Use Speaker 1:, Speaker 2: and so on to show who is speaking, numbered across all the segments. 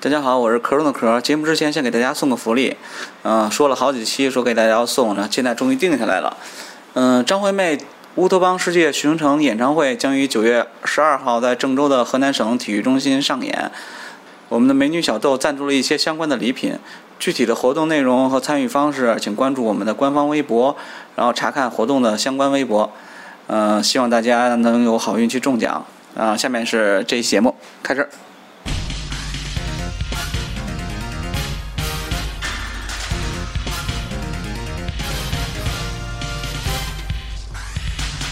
Speaker 1: 大家好，我是壳中的壳。节目之前先给大家送个福利，嗯、说了好几期说给大家要送呢，现在终于定下来了。嗯、张惠妹《乌托邦世界巡城》演唱会将于九月十二号在郑州的河南省体育中心上演。我们的美女小豆赞助了一些相关的礼品，具体的活动内容和参与方式，请关注我们的官方微博，然后查看活动的相关微博。嗯、希望大家能有好运气中奖。啊、下面是这一期节目开始。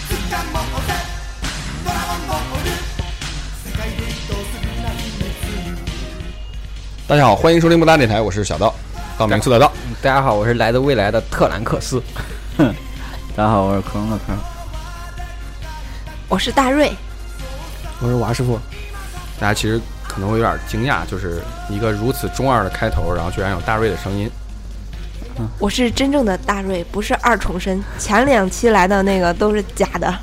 Speaker 2: 図鑑も押せドラゴンもおる世界で一つない熱意
Speaker 3: 大家好，欢迎收听不搭电台，我是小道，道明寺的道。
Speaker 4: 大家好，我是来自未来的特兰克斯。
Speaker 1: 大家好，我是壳中的壳。
Speaker 5: 我是大瑞，
Speaker 4: 我是瓦师傅。
Speaker 3: 大家其实可能会有点惊讶，就是一个如此中二的开头，然后居然有大瑞的声音。
Speaker 5: 我是真正的大瑞，不是二重身。前两期来的那个都是假的，
Speaker 3: 啊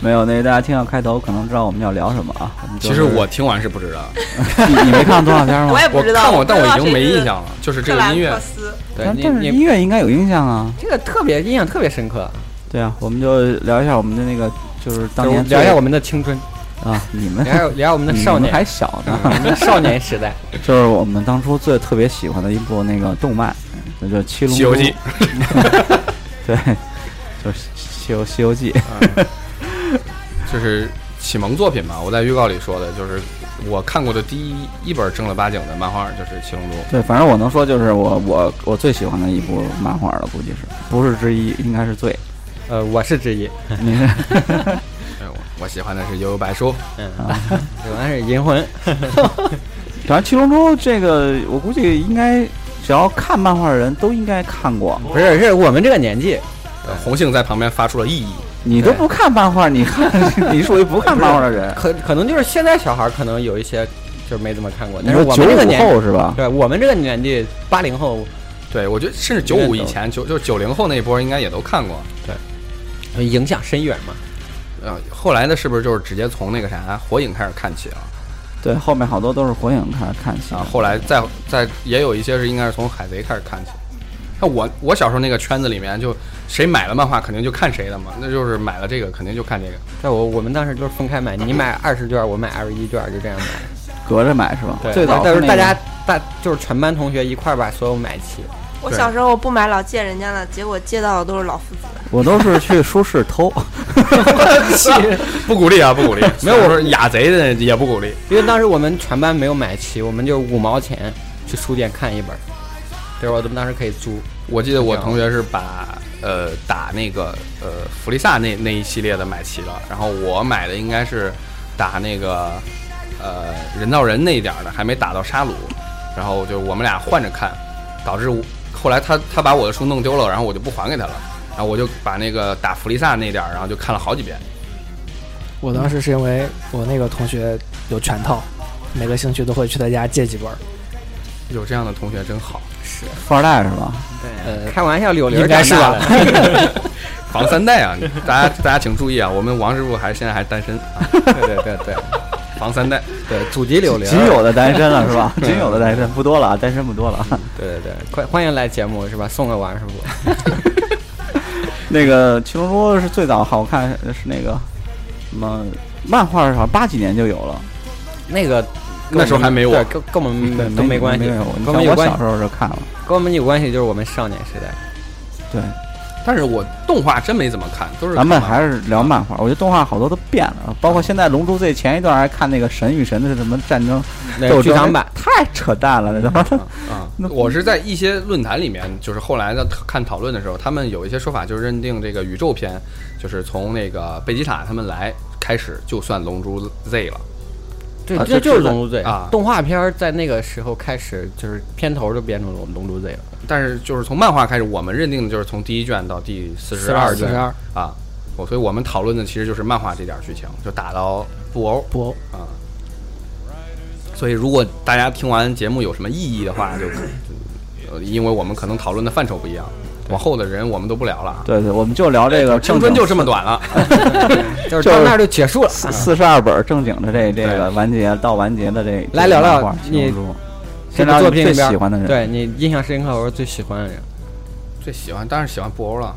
Speaker 1: 没有，那大家听到开头可能知道我们要聊什么啊。我们就
Speaker 3: 其
Speaker 1: 是
Speaker 3: 实我听完是不知道，
Speaker 1: 你你没看过动画片吗？
Speaker 5: 我也
Speaker 3: 我
Speaker 5: 不知道。
Speaker 3: 看过，但
Speaker 5: 知
Speaker 3: 我
Speaker 5: 道
Speaker 3: 已经没
Speaker 5: 谁是
Speaker 3: 印象了。就是这
Speaker 5: 特
Speaker 3: 个
Speaker 5: 兰
Speaker 3: 音乐
Speaker 5: 克，斯。
Speaker 4: 对
Speaker 1: 但
Speaker 4: 你
Speaker 1: 但是
Speaker 4: 你
Speaker 1: 音乐应该有印象啊。
Speaker 4: 这个特别印象特别深刻，
Speaker 1: 对啊，我们就聊一下我们的那个，就是当
Speaker 4: 就是
Speaker 1: 年
Speaker 4: 聊一下我
Speaker 1: 们
Speaker 4: 们的青春，
Speaker 1: 啊，你们
Speaker 4: 聊一下聊一下我们的
Speaker 1: 你
Speaker 4: 少
Speaker 1: 们
Speaker 4: 年，
Speaker 1: 还小
Speaker 4: 嗯
Speaker 1: 呢，
Speaker 4: 我们的少年时 代。
Speaker 1: 就是我们当初最特别喜欢的一部那个动漫，那就《七
Speaker 3: 《
Speaker 1: 龙
Speaker 3: 西
Speaker 1: 珠
Speaker 3: 游记》》。
Speaker 1: 对，就是《西游西游记》。
Speaker 3: 就是启蒙作品嘛。我在预告里说的，就是我看过的第一一本正儿八经的漫画就是《七龙珠》。
Speaker 1: 对，反正我能说就是我我我最喜欢的一部漫画了，估计是不是之一，应该是最。
Speaker 4: 呃，我是之一，
Speaker 1: 你是
Speaker 3: 哎，我我喜欢的是《悠悠白书》。
Speaker 4: 我那是银魂。
Speaker 1: 反正《七龙珠》这个，我估计应该只要看漫画的人都应该看过。
Speaker 4: 不是，是我们这个年纪，
Speaker 3: 呃红杏在旁边发出了异议。
Speaker 1: 你都不看漫画，你 看你属于不看漫画的人。
Speaker 4: 可可能就是现在小孩儿可能有一些就是没怎么看过，
Speaker 1: 你
Speaker 4: 但是
Speaker 1: 说
Speaker 4: 我
Speaker 1: 九
Speaker 4: 们这个
Speaker 1: 五
Speaker 4: 年纪，
Speaker 1: 后是吧？
Speaker 4: 对我们这个年纪，八零后
Speaker 3: 对，我觉得甚至九五以前，九就是九零后那一波应该也都看过。
Speaker 4: 影响深远嘛。
Speaker 3: 呃，后来的是不是就是直接从那个啥火影开始看起了？啊
Speaker 1: 对，后面好多都是火影开始看起的
Speaker 3: 啊，后来再再也有一些是应该是从海贼开始看起。那我我小时候那个圈子里面，就谁买了漫画，肯定就看谁的嘛，那就是买了这个，肯定就看这个。
Speaker 4: 在我我们当时就是分开买，你买二十卷，我买二十一卷，就这样买。
Speaker 1: 隔着买是吧？最早
Speaker 4: 到
Speaker 1: 是
Speaker 4: 时候
Speaker 1: 那
Speaker 4: 大
Speaker 1: 个
Speaker 4: 家大就是全班同学一块儿把所有买齐。
Speaker 5: 我小时候不买老借人家的，结果借到的都是老夫子。
Speaker 1: 我都是去书市偷，
Speaker 3: 不鼓励啊，不鼓励。没有，我说 雅贼的也不鼓励。
Speaker 4: 因为当时我们全班没有买齐，我们就五毛钱去书店看一本儿，对吧？我们当时可以租，
Speaker 3: 我记得我同学是把呃打那个呃弗利萨那那一系列的买齐了，然后我买的应该是打那个呃人造人那一点儿的，还没打到沙鲁，然后就我们俩换着看，导致我后来他他把我的书弄丢了，然后我就不还给他了，然后我就把那个打弗利萨那点儿，然后就看了好几遍。
Speaker 6: 我当时是因为我那个同学有全套，每个兴趣都会去他家借几本儿。
Speaker 3: 有这样的同学真好，
Speaker 1: 富二代是吧？
Speaker 4: 呃，开玩笑，柳林
Speaker 6: 应该是吧
Speaker 3: 防三代啊！大家大家请注意啊，我们王师傅还现在还单身啊，
Speaker 4: 对对对对
Speaker 3: 防三代。
Speaker 4: 对，祖籍柳林，
Speaker 1: 仅 有的单身了是吧？仅有的单身不多了，啊，单身不多了。
Speaker 4: 对对对，快欢迎来节目是吧？送给王师傅，
Speaker 1: 那个《七龙珠》是最早好看是那个什么漫画，好像八几年就有了，
Speaker 4: 那个。
Speaker 3: 那时候还没我
Speaker 4: 对跟嗯跟我们都
Speaker 1: 没
Speaker 4: 没关系，
Speaker 1: 没有
Speaker 4: 跟
Speaker 1: 你
Speaker 4: 我
Speaker 1: 看
Speaker 4: 们有
Speaker 1: 我
Speaker 4: 关
Speaker 1: 小
Speaker 4: 系
Speaker 1: 时，候就看了，
Speaker 4: 跟我们有关系就是我们少年时代。
Speaker 1: 对，
Speaker 3: 但是我动画真没怎么看，都是
Speaker 1: 咱们
Speaker 3: 看漫画
Speaker 1: 还是聊漫画，我觉得动画好多都变了，啊
Speaker 4: 嗯
Speaker 1: 包括现在《龙珠 Z》前一段还看那个神与神的什么战争
Speaker 4: 那
Speaker 1: 斗
Speaker 4: 剧
Speaker 1: 争哎
Speaker 4: 场版，嗯
Speaker 1: 太扯淡了，那他 妈的
Speaker 3: 啊
Speaker 1: 那，
Speaker 3: 我是在一些论坛里面，就是后来的看讨论的时候，他们有一些说法，就是认定这个宇宙篇，就是从那个贝吉塔他们来开始，就算《龙珠 Z》了。
Speaker 4: 对
Speaker 3: 啊，
Speaker 4: 这
Speaker 3: 就
Speaker 4: 就是是《龙珠 Z》
Speaker 3: 啊
Speaker 4: 动画片儿在那个时候开始，就是片头就变成《龙龙珠 Z》了。
Speaker 3: 但是就是从漫画开始，我们认定的就是从第一卷到第四十二卷
Speaker 4: 42
Speaker 3: 啊，我所以我们讨论的其实就是漫画这点剧情，就打到布欧
Speaker 6: 不，
Speaker 3: 啊。所以如果大家听完节目有什么异议的话，就。就呃因为我们可能讨论的范畴不一样，往后的人我们都不聊了。啊
Speaker 7: 对对，我们就聊这
Speaker 4: 嗯
Speaker 7: 个
Speaker 3: 青
Speaker 7: 正
Speaker 3: 春
Speaker 7: 经
Speaker 3: 就这么短了，
Speaker 4: 就是到那儿就结束了。
Speaker 7: 四四十二本正经的这这
Speaker 3: 对
Speaker 7: 个完结到完结的这
Speaker 4: 来聊聊
Speaker 7: 这漫画
Speaker 4: 你
Speaker 7: 七龙珠
Speaker 4: 这
Speaker 7: 先
Speaker 4: 部
Speaker 7: 聊
Speaker 4: 作
Speaker 7: 你
Speaker 4: 品里
Speaker 7: 最
Speaker 4: 边，
Speaker 7: 喜欢的人
Speaker 4: 对你印象深刻或者最喜欢的人，
Speaker 3: 最喜欢当然喜欢布欧了，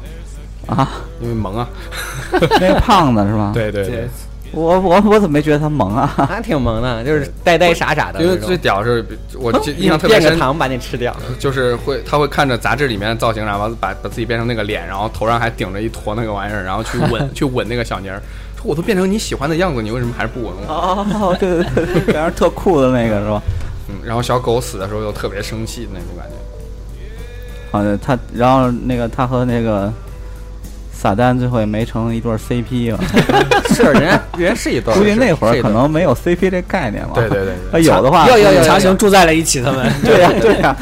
Speaker 7: 啊，
Speaker 3: 因为萌啊。
Speaker 7: 那个胖子是吧？
Speaker 3: 对对对，
Speaker 7: 我我我怎么没觉得他萌啊？
Speaker 4: 他挺萌的，就是呆呆傻傻的
Speaker 3: 因为
Speaker 4: 那种。嗯
Speaker 3: 最屌是我记印象特别
Speaker 4: 变个
Speaker 3: 深，
Speaker 4: 糖把你 吃掉，
Speaker 3: 就是会他会看着杂志里面的造型，然后把把自己变成那个脸，然后头上还顶着一坨那个玩意儿，然后去 吻去吻那个小妮儿，说我都变成你喜欢的样子，你为什么还是不吻我？
Speaker 7: 哦，对对对，反正特酷的那个是吧？
Speaker 3: 嗯，然后小狗死的时候又特别生气的那种感觉，
Speaker 7: 好的，他然后那个他和那个撒旦最后也没成一对儿 CP 吧？
Speaker 4: 是人 家人家是一对
Speaker 7: 估计那会
Speaker 4: 是
Speaker 7: 儿
Speaker 4: 一
Speaker 7: 可
Speaker 4: 对
Speaker 7: 能没有 CP 这概念吧？
Speaker 3: 对对对
Speaker 7: 呃，有的话，
Speaker 4: 有有有
Speaker 6: 强行住在了一起，他们
Speaker 7: 对呀、对呀、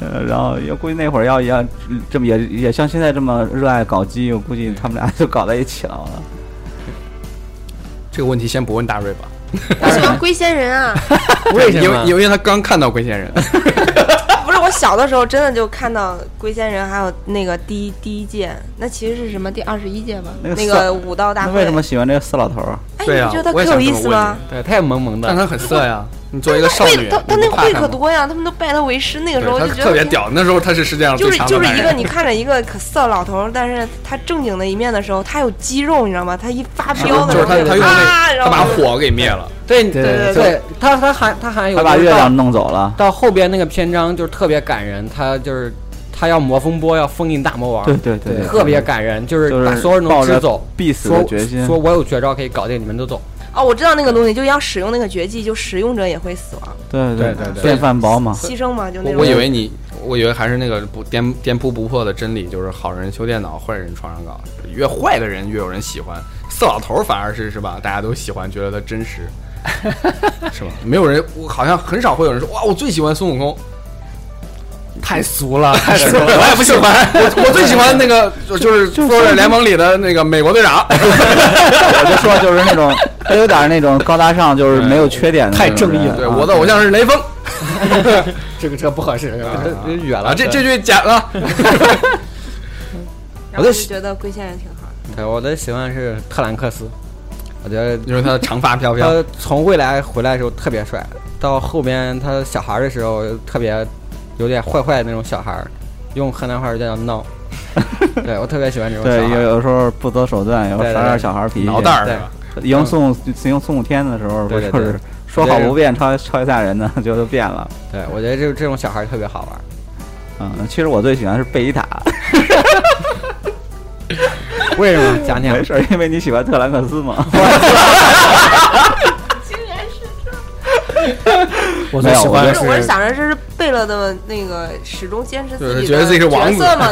Speaker 7: 呃，然后也估计那会儿要要这么也也像现在这么热爱搞基，我估计他们俩就搞在一起了。
Speaker 3: 这个问题先不问大瑞吧，哎
Speaker 5: 我喜欢龟仙人啊！
Speaker 4: 为什
Speaker 3: 因
Speaker 4: 么
Speaker 3: 为啊因为他刚看到龟仙 人，
Speaker 5: 不是，我小的时候真的就看到龟仙人，还有那个第一第一届，那其实是什么第二十一届吧？
Speaker 7: 那个
Speaker 5: 那
Speaker 7: 色
Speaker 5: 个武道大
Speaker 7: 那
Speaker 5: 会。
Speaker 7: 为什么？喜欢这个死老头儿？
Speaker 5: 哎，
Speaker 3: 对啊
Speaker 5: 你不觉得
Speaker 3: 我也
Speaker 5: 可有
Speaker 3: 想这
Speaker 5: 意
Speaker 3: 么
Speaker 5: 思
Speaker 3: 问
Speaker 5: 吗？
Speaker 4: 对，他也萌萌
Speaker 3: 但
Speaker 4: 的，
Speaker 3: 他很色呀，你作为一个少
Speaker 5: 会
Speaker 3: 女，
Speaker 5: 他他
Speaker 3: 你
Speaker 5: 那
Speaker 3: 不怕
Speaker 5: 会
Speaker 3: 他
Speaker 5: 可
Speaker 3: 吗
Speaker 5: 多呀，他们都拜他为师。那个时候
Speaker 3: 对
Speaker 5: 就
Speaker 3: 他
Speaker 5: 觉得
Speaker 3: 特别
Speaker 5: 嗯
Speaker 3: 屌，那时候他是世界上
Speaker 5: 就
Speaker 3: 最
Speaker 5: 是
Speaker 3: 强的
Speaker 5: 就是
Speaker 3: 男
Speaker 5: 一个
Speaker 3: 人
Speaker 5: 你看着一个可色老头儿，但是他正经的一面的时候，他有肌肉，你知道吗？他一发飙的
Speaker 3: 就
Speaker 5: 时
Speaker 3: 是他
Speaker 5: 候，
Speaker 3: 他用
Speaker 5: 啊，
Speaker 3: 那
Speaker 5: 然
Speaker 3: 他把
Speaker 5: 后
Speaker 3: 火给灭了，
Speaker 4: 对
Speaker 6: 对
Speaker 4: 对
Speaker 6: 对
Speaker 4: 对，他他还他还有
Speaker 7: 他把
Speaker 4: 就是
Speaker 7: 月
Speaker 4: 到
Speaker 7: 亮弄走了。
Speaker 4: 到后边那个篇章就是特别感人，他就是他要魔风波要封印大魔王，
Speaker 7: 对对对，对
Speaker 4: 特别感人，就是
Speaker 7: 就是
Speaker 4: 把所有人都
Speaker 7: 抱着
Speaker 4: 支走，
Speaker 7: 必死
Speaker 4: 说
Speaker 7: 的决心。
Speaker 4: 说我有绝招可以搞定你们都走，
Speaker 5: 哦，我知道那个东西，就要使用那个绝技，就使用者也会死亡
Speaker 7: 对
Speaker 3: 对对
Speaker 7: 对
Speaker 3: 对
Speaker 7: 电饭煲嘛。
Speaker 5: 牺牲嘛，就那
Speaker 3: 啊我
Speaker 5: 种。
Speaker 3: 我以为你，我以为还是那个不颠颠扑不破的真理，就是好人修电脑，坏人床上搞，越坏的人越有人喜欢，色老头儿反而是是吧？大家都喜欢，觉得他真实，是吧？没有人，我好像很少会有人说哇，我最喜欢孙悟空，
Speaker 6: 太俗了，
Speaker 3: 太神了， 我也不喜 欢，我我最喜欢那个就就是复仇者联盟里的那个美国队长，
Speaker 6: 哎
Speaker 7: 我就说就是 那种，他有点那种高大上，就是没有缺点的那
Speaker 6: 太
Speaker 7: 种
Speaker 6: 正义
Speaker 7: 人
Speaker 6: 了
Speaker 3: 对，
Speaker 7: 啊
Speaker 3: 我的偶像是雷锋，
Speaker 6: 这个这个不合适。
Speaker 4: 这远
Speaker 3: 啊，
Speaker 4: 了
Speaker 3: 这这句假了，
Speaker 5: 然后我就觉得龟仙人挺好的。
Speaker 4: 对我的喜欢是特兰克斯，我觉得
Speaker 3: 因为他的长发 飘飘，
Speaker 4: 他从未来回来的时候特别帅，到后边他小孩儿的时候特别有点坏坏的那种小孩儿，用河南话叫闹。对我特别喜欢这种
Speaker 7: 对，
Speaker 4: 小孩
Speaker 7: 有
Speaker 4: 儿，
Speaker 7: 有时候不择手段，有时
Speaker 4: 对对
Speaker 7: 候耍点
Speaker 4: 对
Speaker 7: 小孩脾气。
Speaker 3: 脑袋儿是
Speaker 4: 对
Speaker 3: 吧？
Speaker 7: 迎送迎送天的时候，不
Speaker 4: 嗯对对
Speaker 7: 就
Speaker 4: 对
Speaker 7: 是说好不变，超超级赛亚人呢， 就就变了。
Speaker 4: 对我觉得这这种小孩儿特别好玩儿。
Speaker 7: 嗯，其实我最喜欢是贝伊塔，
Speaker 4: 为什 么？讲讲
Speaker 7: 没。事儿，因为你喜欢特兰克斯嘛。
Speaker 6: 我
Speaker 7: 没
Speaker 6: 最
Speaker 7: 有
Speaker 6: 喜欢
Speaker 7: 我
Speaker 6: 的
Speaker 5: 不是，我是
Speaker 6: 是
Speaker 5: 想着这是贝勒的那个始终坚持自
Speaker 3: 对
Speaker 5: 己
Speaker 3: 觉得
Speaker 5: 的
Speaker 3: 自己是王
Speaker 5: 角
Speaker 3: 子
Speaker 5: 色 嘛，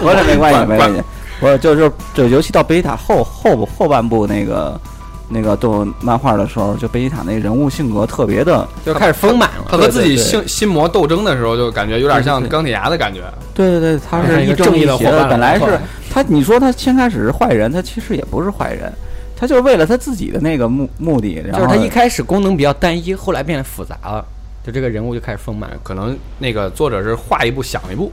Speaker 7: 我这没关系，
Speaker 3: 管
Speaker 7: 没关系。我就是就尤其到贝伊塔后后后半部那个那个动漫画的时候，就贝伊塔那人物性格特别的，
Speaker 4: 就开始丰满了。
Speaker 3: 他和自己
Speaker 7: 对对对
Speaker 3: 心心魔斗争的时候，就感觉有点像钢铁侠的感觉。
Speaker 7: 对对对，他
Speaker 6: 他
Speaker 7: 是
Speaker 6: 是一个
Speaker 7: 正
Speaker 6: 正义
Speaker 7: 义
Speaker 6: 的
Speaker 7: 邪
Speaker 6: 伙伴
Speaker 7: 本来
Speaker 6: 后
Speaker 7: 是
Speaker 6: 来
Speaker 7: 他，你说他先开始是坏人，他其实也不是坏人，他就是为了他自己的那个目目的，然
Speaker 4: 就
Speaker 7: 后
Speaker 4: 是他一开始功能比较单一，后来变得复杂了，就这个人物就开始丰满了，
Speaker 3: 可能那个作者是画一步想一步，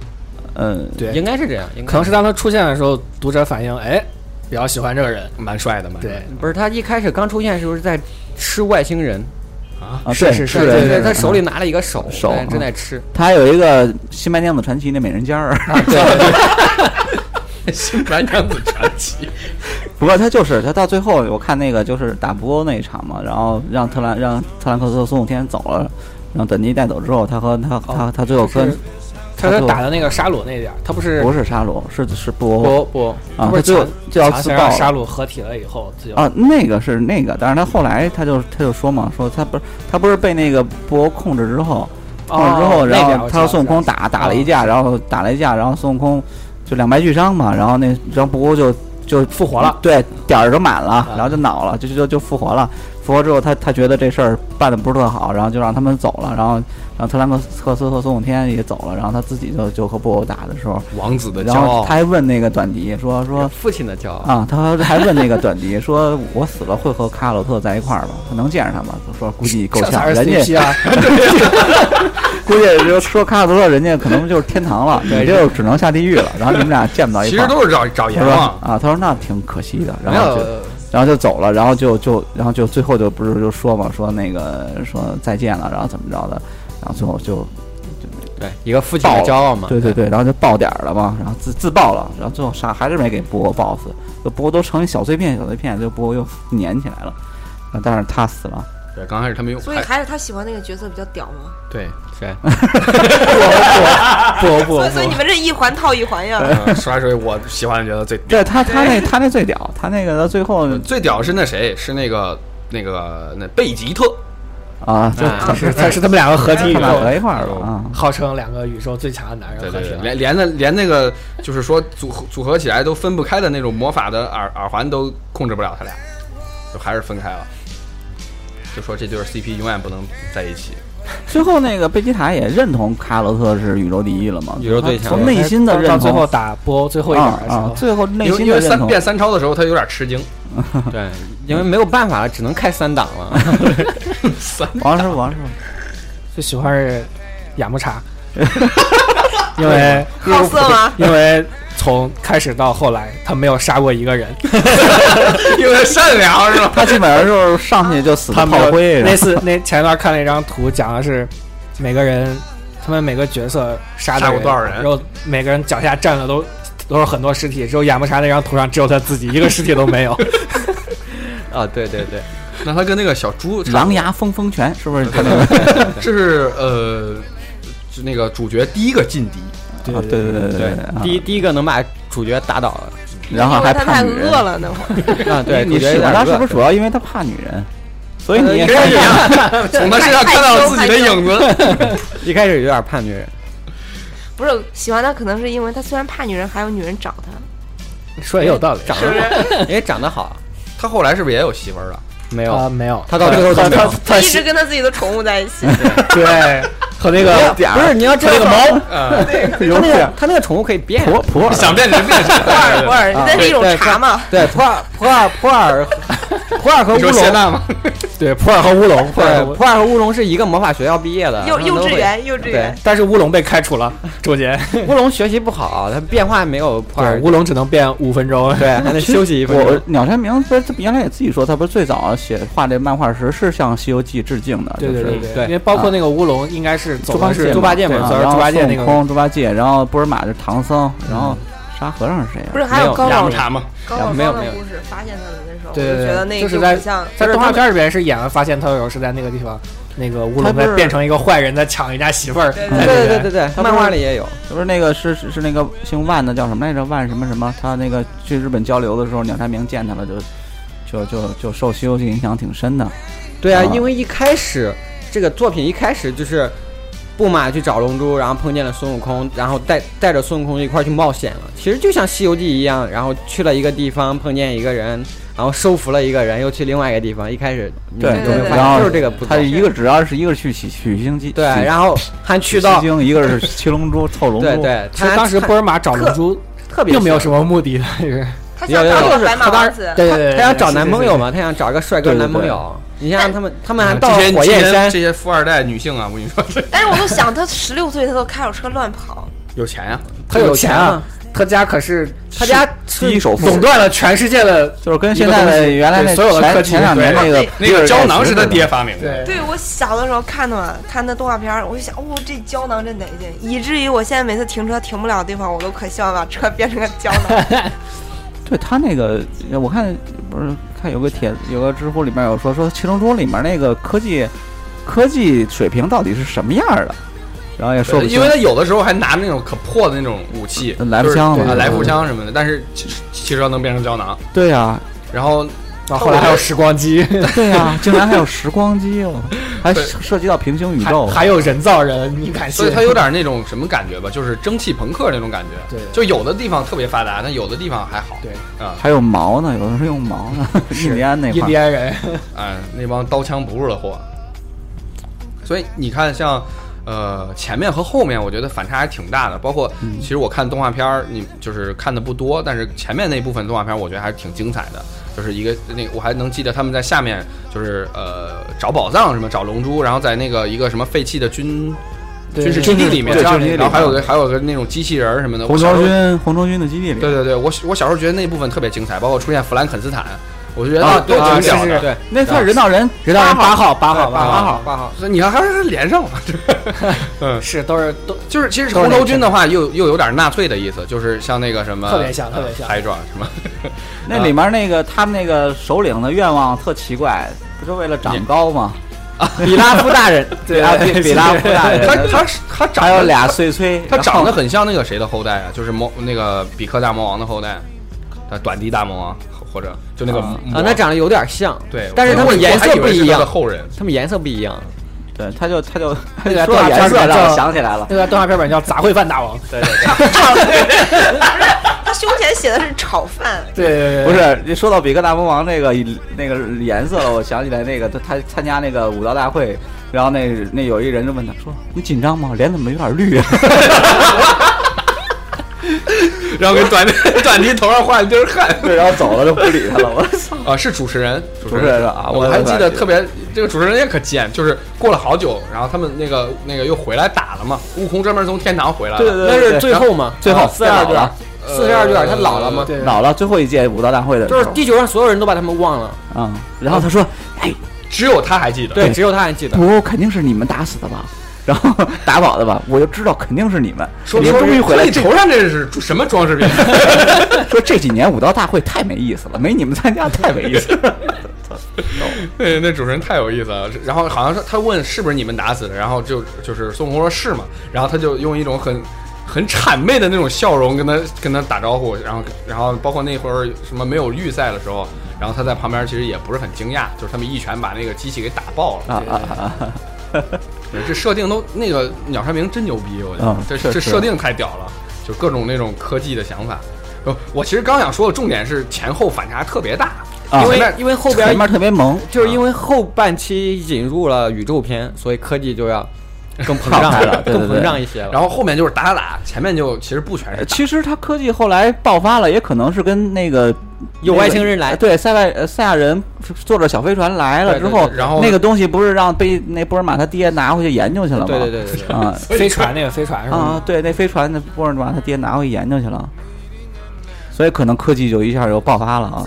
Speaker 7: 嗯，
Speaker 6: 对
Speaker 4: 应该是这样，应该
Speaker 6: 可能是当他出现的时候，读者反映，哎，比较喜欢这个人。
Speaker 3: 蛮帅的，蛮帅的
Speaker 6: 对，
Speaker 4: 不是他一开始刚出现的时候是在吃外星人，
Speaker 7: 啊
Speaker 6: 是
Speaker 7: 对
Speaker 6: 是
Speaker 7: 是
Speaker 6: 是
Speaker 7: 的
Speaker 4: 对
Speaker 7: 是
Speaker 4: 对，
Speaker 7: 的
Speaker 4: 他手里拿了一个手，
Speaker 7: 手
Speaker 4: 但是正在吃，
Speaker 7: 他有一个《新白娘子传奇》那美人尖儿，
Speaker 3: 新白娘子传奇，
Speaker 7: 不过他就是他到最后，我看那个就是打不过那一场嘛，然后让特兰让特兰克斯和孙悟空走了，让本尼带走之后，他和他他他最后
Speaker 6: 就
Speaker 7: 跟
Speaker 6: 是他
Speaker 7: 他
Speaker 6: 他
Speaker 7: 就
Speaker 6: 打的那个沙鲁那点儿，他不是
Speaker 7: 不是沙鲁，是是布
Speaker 6: 不
Speaker 7: 欧
Speaker 6: 不
Speaker 7: 啊，他
Speaker 6: 不是
Speaker 7: 最后就要
Speaker 6: 强
Speaker 7: 自
Speaker 6: 行
Speaker 7: 爆
Speaker 6: 让
Speaker 7: 了
Speaker 6: 沙鲁合体了以后，自由
Speaker 7: 啊，那个是那个，但是他后来他就他就说嘛，说他不是他不是被那个布欧控制之后，控制哦嗯之后，
Speaker 6: 哦那点
Speaker 7: 然
Speaker 6: 儿
Speaker 7: 后他
Speaker 6: 我知道
Speaker 7: 和
Speaker 6: 哦
Speaker 7: 孙悟空打打了一架，然后打了一架，然后孙悟空就两败俱伤嘛，然后那然后布欧就就嗯
Speaker 6: 复活了，啊
Speaker 7: 对，点儿就满了，然后就恼了，就就就复活了。复活之后他，他觉得这事儿办的不是特好，然后就让他们走了，然后然后特兰克斯和孙悟天也走了，然后他自己就就和布偶打的时候，
Speaker 3: 王子的骄
Speaker 7: 然后
Speaker 3: 傲
Speaker 7: 他。还问那个短笛说说
Speaker 4: 父亲的骄傲。
Speaker 7: 啊，他还问那个短笛说：“我死了会和卡
Speaker 3: 啊
Speaker 7: 洛特在一块儿吗？他能见着他吗？”他说：“估计够
Speaker 6: 这
Speaker 7: 呛，
Speaker 6: 才是
Speaker 7: 人家
Speaker 6: CP 啊！
Speaker 7: 估计就说卡卡多特，人家可能就是天堂了，你就只能下地狱了。然后你们俩见不到一
Speaker 3: 其
Speaker 7: 块
Speaker 3: 实
Speaker 7: 儿。
Speaker 3: 都是找找
Speaker 7: 他
Speaker 3: 阎
Speaker 7: 说
Speaker 3: 王。
Speaker 7: 啊，他说那挺可惜的，然
Speaker 4: 没
Speaker 7: 后就
Speaker 4: 有，
Speaker 7: 然后就走了，然后就就然后就最后就不是就说嘛，说那个说再见了，然后怎么着的，然后最后就
Speaker 4: 对一个父亲的骄傲嘛。
Speaker 7: 对对对，然后就爆点儿了嘛，然后自自爆了，然后最后啥还是没给波国 BOSS，就波国都成一小碎片小碎片，就波国又粘起来了，啊但是他死 了，
Speaker 3: 对，刚开始他没有，
Speaker 5: 所以还是他喜欢那个角色比较屌嘛。
Speaker 3: 对，
Speaker 4: 对，
Speaker 7: 不不
Speaker 5: 所以所以你们这一环套一环呀。
Speaker 3: 嗯说来说去，我喜欢的角色最
Speaker 7: 对他他那他那最屌，他那个到最后
Speaker 6: 嗯
Speaker 3: 最屌是那谁？是那个那个那贝吉特，
Speaker 7: 啊，就
Speaker 3: 啊
Speaker 7: 他
Speaker 6: 是他是他们两个合体以
Speaker 7: 们俩
Speaker 6: 后
Speaker 7: 合，在一块儿
Speaker 6: 哎
Speaker 7: 了啊。
Speaker 6: 号称两个宇宙最强的男
Speaker 3: 对
Speaker 6: 人合
Speaker 3: 对
Speaker 6: 体
Speaker 3: 对，
Speaker 6: 了。
Speaker 3: 连连的连那个就是说组合组合起来都分不开的那种魔法的耳耳环都控制不了他俩，就还是分开了。就说这对儿 CP 永远不能在一起。
Speaker 7: 最后那个贝吉塔也认同卡罗特是宇宙第一了嘛，
Speaker 4: 宇宙最强
Speaker 7: 从内心的认
Speaker 6: 到
Speaker 7: 同。
Speaker 6: 最后打波最后一点
Speaker 7: 啊
Speaker 6: 的时
Speaker 7: 啊
Speaker 6: 候，，
Speaker 7: 最后内
Speaker 3: 因为
Speaker 7: 心
Speaker 3: 因
Speaker 7: 的
Speaker 3: 为
Speaker 7: 认
Speaker 3: 三
Speaker 7: 同。
Speaker 3: 变三超的时候，他有点吃惊。
Speaker 4: 对，因为没有办法了，只能开三档了。
Speaker 3: 三
Speaker 7: 王师傅，王师
Speaker 6: 最喜欢是雅木茶，因为
Speaker 3: 哎
Speaker 5: 好色 吗？
Speaker 6: 因为从开始到后来他没有杀过一个人，
Speaker 3: 因为善良是吧？
Speaker 7: 他基本上就是上去就死
Speaker 6: 他
Speaker 7: 的
Speaker 6: 们
Speaker 7: 炮灰。然
Speaker 6: 那
Speaker 7: 后
Speaker 6: 次那前一段看了一张图，讲的是每个人，他们每个角色杀的
Speaker 3: 杀过多少人
Speaker 6: 然后每个人脚下站的都都是很多尸体，只有亚木沙那张图上只有他自己一个尸体都没有。
Speaker 4: 啊，对对对，
Speaker 3: 那他跟那个小猪差不多
Speaker 7: 狼牙风风拳是不是？他那
Speaker 3: 这是呃，就那个主角第一个劲敌，
Speaker 7: 对对对对对啊
Speaker 4: 第一第一个能把主角打倒了
Speaker 3: 啊
Speaker 7: 然后
Speaker 5: 因
Speaker 7: 还
Speaker 5: 哎为他
Speaker 7: 怕
Speaker 5: 太
Speaker 7: 女
Speaker 5: 饿
Speaker 7: 人。
Speaker 5: 了那会儿，
Speaker 4: 啊，对，
Speaker 7: 你
Speaker 4: 主角
Speaker 7: 喜
Speaker 4: 有
Speaker 7: 欢
Speaker 4: 点
Speaker 7: 他是
Speaker 4: 饿
Speaker 7: 不是主要因为他怕女人？所以你也
Speaker 4: 开始
Speaker 3: 从他身上看到了自己的影子。
Speaker 4: 一开始有点怕女人。
Speaker 5: 不是喜欢他，可能是因为他虽然怕女人，还有女人找他，
Speaker 6: 说也有道理，
Speaker 4: 长得也长得好，
Speaker 3: 他后来是不是也有媳妇儿了？
Speaker 4: 没
Speaker 6: 啊、
Speaker 4: 有，
Speaker 6: 没有，
Speaker 4: 他到最后都
Speaker 6: 他
Speaker 4: 没
Speaker 6: 他
Speaker 4: 有。
Speaker 6: 他
Speaker 5: 一直跟他自己的宠物在一 起。
Speaker 6: 对和那个
Speaker 7: 点
Speaker 4: 不是你要知道，啊
Speaker 3: 嗯，
Speaker 4: 他那个他那个宠物可以变。
Speaker 7: 普普洱
Speaker 3: 想变成变成。
Speaker 5: 普洱，普洱，那是一种
Speaker 4: 对
Speaker 5: 茶嘛。
Speaker 4: 对，普洱普洱普洱普洱和乌
Speaker 3: 你说谢
Speaker 4: 龙，
Speaker 3: 娜 吗？
Speaker 6: 对普洱和乌龙，普洱和
Speaker 4: 对，
Speaker 6: 乌
Speaker 4: 普洱和乌龙是一个魔法学校毕业的，
Speaker 5: 幼
Speaker 4: 他们
Speaker 5: 幼
Speaker 4: 都
Speaker 5: 稚
Speaker 4: 会。
Speaker 5: 园，幼稚园。
Speaker 6: 但是乌龙被开除了，中间
Speaker 4: 乌龙学习不好，他变化没有普
Speaker 6: 对
Speaker 4: 洱
Speaker 6: 乌龙只能变五分钟，
Speaker 4: 对，还得休息一分
Speaker 7: 我
Speaker 4: 钟。
Speaker 7: 鸟山明不是他原来也自己说，他不是最早写画这漫画时是向《西游记》致敬的，
Speaker 6: 对
Speaker 7: 就
Speaker 6: 对
Speaker 7: 是
Speaker 6: 对
Speaker 4: 对
Speaker 6: 因为包括那个乌龙应该是走
Speaker 7: 猪八
Speaker 6: 的是
Speaker 7: 戒嘛，
Speaker 6: 猪八戒
Speaker 7: 对
Speaker 6: 嘛，走的
Speaker 7: 然
Speaker 6: 是
Speaker 7: 后
Speaker 6: 猪八戒那
Speaker 7: 孙
Speaker 6: 个
Speaker 7: 悟空、猪八戒，然后波尔玛是唐僧，然后沙和尚是谁
Speaker 5: 不
Speaker 7: 啊？
Speaker 5: 是还
Speaker 4: 没有
Speaker 5: 有高
Speaker 3: 雅
Speaker 5: 老
Speaker 3: 木茶吗？
Speaker 5: 高老
Speaker 4: 没有
Speaker 5: 芳
Speaker 4: 没
Speaker 5: 的
Speaker 4: 有
Speaker 5: 故事，发现他的那时候，
Speaker 6: 对
Speaker 5: 我
Speaker 6: 对
Speaker 5: 就觉得
Speaker 6: 对，
Speaker 5: 那
Speaker 6: 就
Speaker 5: 个
Speaker 6: 是
Speaker 5: 就
Speaker 6: 在
Speaker 5: 不像
Speaker 6: 在动
Speaker 5: 他
Speaker 6: 画
Speaker 5: 们
Speaker 6: 片里边是演完发现他有是在那个地方，那个乌龙
Speaker 7: 他不
Speaker 6: 在
Speaker 7: 是
Speaker 6: 变成一个坏人在抢一家媳妇儿，在
Speaker 5: 对
Speaker 6: 那
Speaker 4: 对
Speaker 6: 边
Speaker 4: 对对对，漫画里也有。
Speaker 7: 是不是那个是是是那个姓万的叫什么来着？万什么什么？他那个去日本交流的时候，鸟山明见他了，就就就就受《西游记》影响挺深的。
Speaker 4: 对啊
Speaker 7: 啊，
Speaker 4: 因为一开始这个作品一开始就是布马去找龙珠，然后碰见了孙悟空，然后带带着孙悟空一块儿去冒险了。其实就像《西游记》一样，然后去了一个地方，碰见一个人，然后收服了一个人，又去另外一个地方。一开始你们有没
Speaker 7: 对
Speaker 4: 有
Speaker 5: 对
Speaker 4: 发
Speaker 7: 然
Speaker 4: 现
Speaker 7: 后
Speaker 4: 就是这个不
Speaker 7: 他
Speaker 4: 同？
Speaker 7: 一个只要是一个是去取取星记，
Speaker 4: 对，
Speaker 7: 取
Speaker 4: 然后还
Speaker 7: 取
Speaker 4: 去到
Speaker 7: 西经，一个是七龙珠凑龙珠，
Speaker 4: 对对，
Speaker 6: 其实
Speaker 4: 他
Speaker 6: 当时
Speaker 4: 他
Speaker 6: 波尔玛找龙珠
Speaker 4: 特别
Speaker 6: 并没有什
Speaker 4: 么。
Speaker 6: 么目的的，就是
Speaker 5: 他
Speaker 4: 有
Speaker 5: 想
Speaker 4: 有
Speaker 5: 当
Speaker 4: 有
Speaker 5: 个白马
Speaker 4: 他当
Speaker 5: 王
Speaker 4: 然
Speaker 5: 子，
Speaker 6: 对
Speaker 4: 他
Speaker 6: 对对，
Speaker 4: 他想找男朋友
Speaker 6: 嘛，
Speaker 4: 嘛，他想找一个帅哥
Speaker 7: 对对
Speaker 4: 男朋
Speaker 7: 对
Speaker 4: 友。你像他们，他们还
Speaker 3: 嗯
Speaker 4: 到
Speaker 3: 这些
Speaker 4: 火
Speaker 3: 这
Speaker 4: 焰
Speaker 3: 些
Speaker 4: 山
Speaker 3: 这，些富二代女性啊，我跟你说， 这
Speaker 5: 但是我都想他十六岁，他都开着车乱 跑，
Speaker 3: 有钱呀、
Speaker 6: 他
Speaker 4: 有
Speaker 6: 有钱
Speaker 4: 钱
Speaker 6: 啊
Speaker 4: 嘛，
Speaker 6: 他家可是
Speaker 4: 他家
Speaker 7: 第一首富，
Speaker 6: 垄断了全世界的，
Speaker 7: 就是跟现在的原来那
Speaker 6: 对所有的科
Speaker 7: 前
Speaker 6: 技
Speaker 7: 前两年那个
Speaker 5: 对
Speaker 3: 那个胶囊是他爹发明的。
Speaker 6: 对
Speaker 5: 对我小的时候看的看的动画片儿，我就想，哦，这胶囊真得劲，以至于我现在每次停车停不了的地方，我都可希望把车变成个胶 囊。
Speaker 7: 对他那个，我看不是看有个帖子，有个知乎里面有说说七龙珠里面那个科技科技水平到底是什么样儿的，然后也说不清
Speaker 3: 因为他有的时候还拿那种可破的那种武器，
Speaker 7: 来
Speaker 3: 就
Speaker 7: 福
Speaker 3: 是
Speaker 7: 枪
Speaker 3: 啊
Speaker 7: 嘛，
Speaker 3: 来福枪什么的，但是汽汽车能变成胶囊，
Speaker 7: 对呀
Speaker 3: 然后
Speaker 6: 然后后来还有时光机，
Speaker 7: 对呀，竟然还有时光机哦，还涉涉及到平行宇
Speaker 6: 还
Speaker 7: 宙，
Speaker 6: 还有人造人，你敢信
Speaker 3: 所以？它有点那种什么感觉吧，就是蒸汽朋克那种感觉。
Speaker 6: 对
Speaker 3: 就有的地方特别发达，但有的地方还好。
Speaker 6: 对
Speaker 3: 啊，
Speaker 7: 还有毛呢，有的是用毛呢，印第安那
Speaker 6: 印
Speaker 7: 块
Speaker 6: 第
Speaker 7: 儿
Speaker 6: 安人，
Speaker 3: 哎，那帮刀枪不入的货。所以你看像，呃前面和后面，我觉得反差还挺大的。包括
Speaker 7: 嗯
Speaker 3: 其实我看动画片儿，你就是看的不多，但是前面那部分动画片儿，我觉得还是挺精彩的。就是一个那我还能记得他们在下面就是呃找宝藏什么找龙珠，然后在那个一个什么废弃的军
Speaker 6: 对
Speaker 3: 军事基地里面，
Speaker 7: 对军事基地里
Speaker 3: 然后还有个
Speaker 7: 面
Speaker 3: 还有个那种机器人儿什么的。
Speaker 7: 红
Speaker 3: 我小时
Speaker 7: 装
Speaker 3: 候
Speaker 7: 军红装军的基地里，
Speaker 3: 对对对，我我小时候觉得那部分特别精彩，包括出现弗兰肯斯坦，我就觉
Speaker 7: 啊
Speaker 3: 得多
Speaker 4: 啊
Speaker 3: 精
Speaker 4: 是
Speaker 3: 巧
Speaker 4: 是，
Speaker 3: 的。
Speaker 4: 对，
Speaker 7: 那算人造人，
Speaker 4: 人道人
Speaker 7: 八
Speaker 4: 八号，八号，
Speaker 3: 对八
Speaker 4: 号
Speaker 6: 啊
Speaker 7: 号，
Speaker 4: 八号，
Speaker 3: 所以你看还是连上了，
Speaker 6: 是都是都
Speaker 3: 就是其实
Speaker 6: 都是
Speaker 3: 红
Speaker 6: 那
Speaker 3: 头军的话又又有点纳粹的意思，就是像那个什么
Speaker 6: 特别像
Speaker 3: 呃
Speaker 6: 特别像
Speaker 3: 海爪什么
Speaker 7: 那里面那个他们那个首领的愿望特奇怪，不是为了长高吗？
Speaker 4: 比拉夫大人，
Speaker 7: 对啊，比比拉夫大 人，
Speaker 3: 他他他长
Speaker 7: 还有
Speaker 3: 得
Speaker 7: 俩碎催，
Speaker 3: 他
Speaker 7: 然后
Speaker 3: 长得很像那个谁的后代啊，就是魔那个比克大魔王的后代，他短笛大魔王或者就那个
Speaker 7: 啊
Speaker 3: 魔
Speaker 4: 啊，那长得有点像，
Speaker 3: 对，
Speaker 4: 但是他
Speaker 3: 我
Speaker 4: 们颜
Speaker 3: 我还
Speaker 4: 色
Speaker 3: 以
Speaker 4: 不
Speaker 3: 为是
Speaker 4: 一
Speaker 3: 他的
Speaker 4: 样，
Speaker 3: 后人。
Speaker 4: 他们颜色不一样，
Speaker 7: 对，他就他就
Speaker 6: 那个
Speaker 7: 哎说到
Speaker 6: 动画
Speaker 7: 颜
Speaker 6: 片
Speaker 7: 色
Speaker 6: 儿
Speaker 7: 让我
Speaker 6: 叫
Speaker 7: 想起来了，
Speaker 6: 那个动画片版叫《杂烩饭大王》， 对
Speaker 5: 他胸前写的是炒饭，
Speaker 6: 对对，
Speaker 7: 不是，你说到比克大魔王那个那个颜色了，我想起来那个他他参加那个武道大会，然后那那有一人就问他说：“你紧张吗？脸怎么有点绿啊
Speaker 3: 然后给短笛 短笛头上画一堆汗？”
Speaker 7: 对，然后走了就不理他了。我操！
Speaker 3: 啊，是主持人，主
Speaker 7: 持人啊我
Speaker 3: 我还
Speaker 7: 明白
Speaker 3: 记得特别，这个主持人也可贱，就是过了好久，然后他们那个那个又回来打了嘛，悟空专门从天堂回来了，
Speaker 7: 对对对
Speaker 4: 那是最后嘛，
Speaker 7: 最后
Speaker 4: 啊四十二卷
Speaker 7: 老了，
Speaker 3: 呃
Speaker 4: 四十二卷他老了嘛，
Speaker 6: 对
Speaker 7: 老了，最后一届武道大会的时
Speaker 4: 就
Speaker 7: 候，
Speaker 4: 是地球上所有人都把他们忘了，
Speaker 7: 啊、然后他说：“哎，
Speaker 3: 只有他还记得，
Speaker 4: 对，只有他还记得。
Speaker 7: 不，肯定是你们打死的吧？ 然后打跑的吧？我就知道肯定是你们。
Speaker 3: 说
Speaker 7: 你们
Speaker 3: 说
Speaker 7: 终于回来
Speaker 3: 这头上这是什么装饰品？
Speaker 7: 说这几年武道大会太没意思了，没你们参加太没 意思了。
Speaker 3: 对，那主持人太有意思了。然后好像是他问是不是你们打死的，然后就就是孙悟空说是嘛，然后他就用一种很很谄媚的那种笑容跟他跟他打招呼，然后然后包括那会儿什么没有预赛的时候，然后他在旁边其实也不是很惊讶，就是他们一拳把那个机器给打爆了。
Speaker 7: 啊啊啊！啊
Speaker 3: 对这设定都那个鸟山明真牛逼，我觉得
Speaker 7: 嗯
Speaker 3: 这
Speaker 7: 是
Speaker 3: 这
Speaker 7: 是
Speaker 3: 设定太屌了，就各种那种科技的想法。呃我其实刚想说的重点是前后反差特别大，
Speaker 4: 因
Speaker 7: 啊
Speaker 3: 前
Speaker 4: 为
Speaker 3: 面
Speaker 4: 因为后
Speaker 7: 前
Speaker 4: 边
Speaker 7: 面特别萌，
Speaker 4: 就是因为后半期引入了宇宙篇，所以科技就要更膨
Speaker 7: 放
Speaker 4: 胀
Speaker 7: 开了对
Speaker 4: 更
Speaker 7: 对对
Speaker 4: 膨胀一些了。
Speaker 3: 然后后面就是打打打，前面就其实不全是打
Speaker 7: 其实它科技后来爆发了，也可能是跟那个
Speaker 4: 有外星人来
Speaker 7: 那个对塞外呃塞亚人坐着小飞船来
Speaker 3: 对
Speaker 7: 了之
Speaker 3: 对
Speaker 7: 后，
Speaker 3: 对然后
Speaker 7: 那个东西不是让被那波尔玛他爹拿回去研究去了吗？
Speaker 4: 对对对对对，
Speaker 7: 啊
Speaker 6: 飞船那个 飞船是
Speaker 7: 啊
Speaker 6: 吧？，
Speaker 7: 对，那飞船那波尔玛他爹拿回去研究去了，所以可能科技就一下就爆发了啊。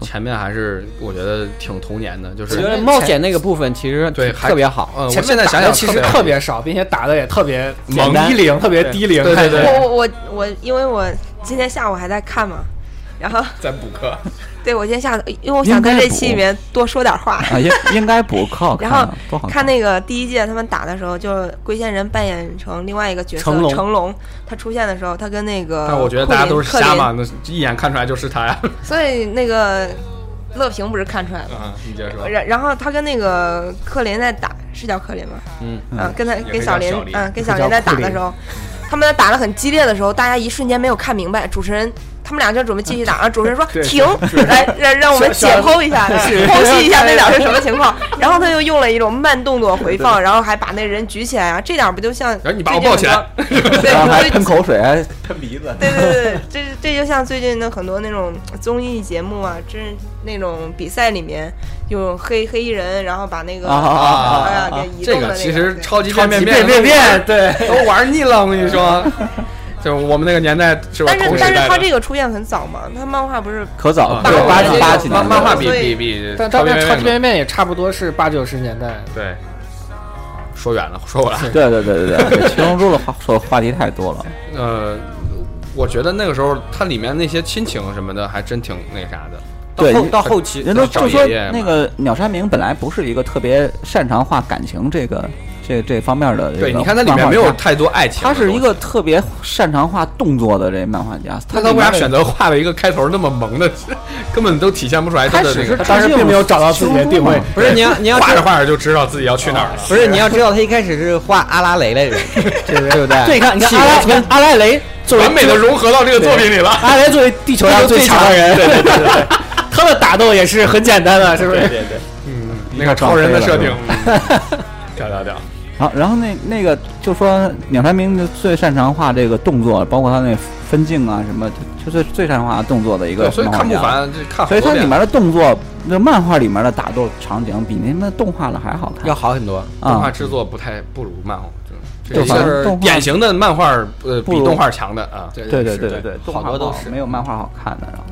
Speaker 3: 前面还是我觉得挺童年的，就
Speaker 4: 我觉
Speaker 3: 是
Speaker 4: 得冒险那个部分其实
Speaker 3: 对还
Speaker 4: 特别好。
Speaker 3: 呃，我
Speaker 6: 前面
Speaker 3: 现在
Speaker 6: 打
Speaker 3: 想
Speaker 6: 的
Speaker 3: 想
Speaker 6: 其实
Speaker 3: 特
Speaker 6: 特别少，并且打的也特别
Speaker 3: 猛
Speaker 6: 低龄，特别低龄，
Speaker 3: 对对对
Speaker 5: 我我我我，因为我今天下午还在看嘛，然后
Speaker 3: 在补课，
Speaker 5: 对我今天下午，因为我想在这期里面多说点 话。
Speaker 7: 啊，应应该补课好看
Speaker 5: 然
Speaker 7: 啊
Speaker 5: 后，
Speaker 7: 多好
Speaker 5: 看那个第一届他们打的时候，就是龟仙人扮演成另外一个角色
Speaker 4: 成龙
Speaker 5: 他出现的时候，他跟那个
Speaker 3: 但我觉得大家都是
Speaker 5: 库林
Speaker 3: 瞎嘛，，那一眼看出来就是他呀。
Speaker 5: 库林所以那个乐平不是看出来了。
Speaker 3: 嗯，你接着说。
Speaker 5: 然然后他跟那个克林在打，是叫克林吗？
Speaker 3: 嗯
Speaker 5: 嗯，跟他
Speaker 3: 也可以
Speaker 5: 跟
Speaker 3: 叫
Speaker 5: 小林
Speaker 3: 小林，
Speaker 5: 嗯，跟小林在打的时候，他们在打的很激烈的时候，大家一瞬间没有看明白，主持人。他们俩就准备继续打，然后主持人说停，来让让我们解剖一下，来剖析一下那俩是什么情况。然后他又用了一种慢动作回放，然后还把那人举起来啊，这点不就像
Speaker 3: 然后你把我抱起来，
Speaker 5: 最近很多对，
Speaker 7: 然后还
Speaker 5: 对
Speaker 7: 喷口水，还
Speaker 5: 对对对，对，这这就像最近的很多那种综艺节目啊，真是那种比赛里面有黑黑衣人，然后把那个
Speaker 7: 啊啊啊啊
Speaker 5: 哎呀
Speaker 7: 啊
Speaker 5: 给移
Speaker 3: 这
Speaker 5: 动的
Speaker 3: 个
Speaker 5: 那个。
Speaker 3: 其实
Speaker 5: 对
Speaker 3: 超级变变
Speaker 6: 变变变，对，
Speaker 3: 都玩腻了，我跟你说。就我们那个年代是吧？
Speaker 5: 但
Speaker 3: 同
Speaker 5: 是
Speaker 3: 时
Speaker 5: 但
Speaker 3: 代
Speaker 5: 是他
Speaker 3: 的
Speaker 5: 这个出现很早嘛，他漫画不是
Speaker 7: 可早了，
Speaker 3: 对
Speaker 7: 啊对八
Speaker 5: 我觉
Speaker 7: 几
Speaker 5: 得
Speaker 7: 八
Speaker 5: 有
Speaker 7: 几
Speaker 3: 漫
Speaker 7: 年
Speaker 3: 漫画
Speaker 7: 的
Speaker 3: 比
Speaker 5: 所
Speaker 3: 比
Speaker 5: 以
Speaker 3: 比
Speaker 6: 但
Speaker 3: 超
Speaker 6: 当
Speaker 3: 级
Speaker 6: 年
Speaker 3: 变
Speaker 6: 超级
Speaker 3: 变
Speaker 6: 变变也差不多是八九十年代，
Speaker 3: 对。说远了，说回来。
Speaker 7: 对对对对对，七龙珠的话说话题太多了。
Speaker 3: 呃，我觉得那个时候它里面那些亲情什么的还真挺那啥的。
Speaker 7: 对
Speaker 4: 到后
Speaker 7: 人
Speaker 4: 到后期
Speaker 7: 人都
Speaker 3: 找
Speaker 7: 就
Speaker 3: 爷
Speaker 7: 说
Speaker 3: 爷
Speaker 7: 那
Speaker 3: 嘛
Speaker 7: 个鸟山明本来不是一个特别擅长画感情这个这这方面的这个
Speaker 3: 对，你看它里
Speaker 7: 漫
Speaker 3: 面
Speaker 7: 画
Speaker 3: 没有
Speaker 7: 家
Speaker 3: 太多爱情的
Speaker 7: 他
Speaker 3: 东西。
Speaker 7: 是一个特别擅长画动作的这漫画家，
Speaker 3: 他
Speaker 7: 里
Speaker 3: 他为
Speaker 7: 面
Speaker 3: 啥
Speaker 7: 的
Speaker 3: 选择画了一个开头那么萌的，根本都体现不出来他
Speaker 7: 开
Speaker 3: 的
Speaker 7: 始
Speaker 3: 那
Speaker 7: 是
Speaker 3: 个。
Speaker 6: 当时并没有找到自己的定位
Speaker 7: 蜘蛛嘛
Speaker 4: 不是你要你要
Speaker 3: 画
Speaker 4: 知
Speaker 3: 着画着就知道自己要去哪儿了。
Speaker 4: 不是你要知道他一开始是画阿拉蕾来着，对不对？
Speaker 6: 对你看你看
Speaker 4: 企
Speaker 6: 阿拉
Speaker 4: 鹅村阿拉蕾作为
Speaker 3: 完美的融合到这个作品里了。
Speaker 6: 阿雷作为地球上最强的人，对对对对， 他的打斗也是很简单的，是不是？
Speaker 3: 嗯，那个超人的设定，屌屌屌！
Speaker 7: 好，然后那那个就说鸟山明就最擅长画这个动作，包括他那分镜啊什么，就就是最擅长画动作的一个
Speaker 3: 对，所以
Speaker 7: 漫画
Speaker 3: 看不
Speaker 7: 家。
Speaker 3: 烦，这看
Speaker 7: 所
Speaker 3: 好
Speaker 7: 以
Speaker 3: 多
Speaker 7: 它里
Speaker 3: 遍
Speaker 7: 面。的动作，那漫画里面的打斗场景比那们动画的还好看
Speaker 4: 要好很多，
Speaker 6: 嗯
Speaker 3: 动画
Speaker 7: 啊！
Speaker 3: 制作不太不如漫画，这对
Speaker 4: 就
Speaker 3: 一个
Speaker 4: 反正
Speaker 7: 动画
Speaker 3: 典型的漫画儿呃比
Speaker 7: 不如
Speaker 3: 动画儿强的啊，
Speaker 6: 对
Speaker 7: 对对
Speaker 6: 对
Speaker 7: 对对
Speaker 6: 对，
Speaker 7: 对，动
Speaker 6: 好
Speaker 7: 画
Speaker 6: 多都
Speaker 7: 不好
Speaker 6: 是
Speaker 7: 没有漫画好看的。然后，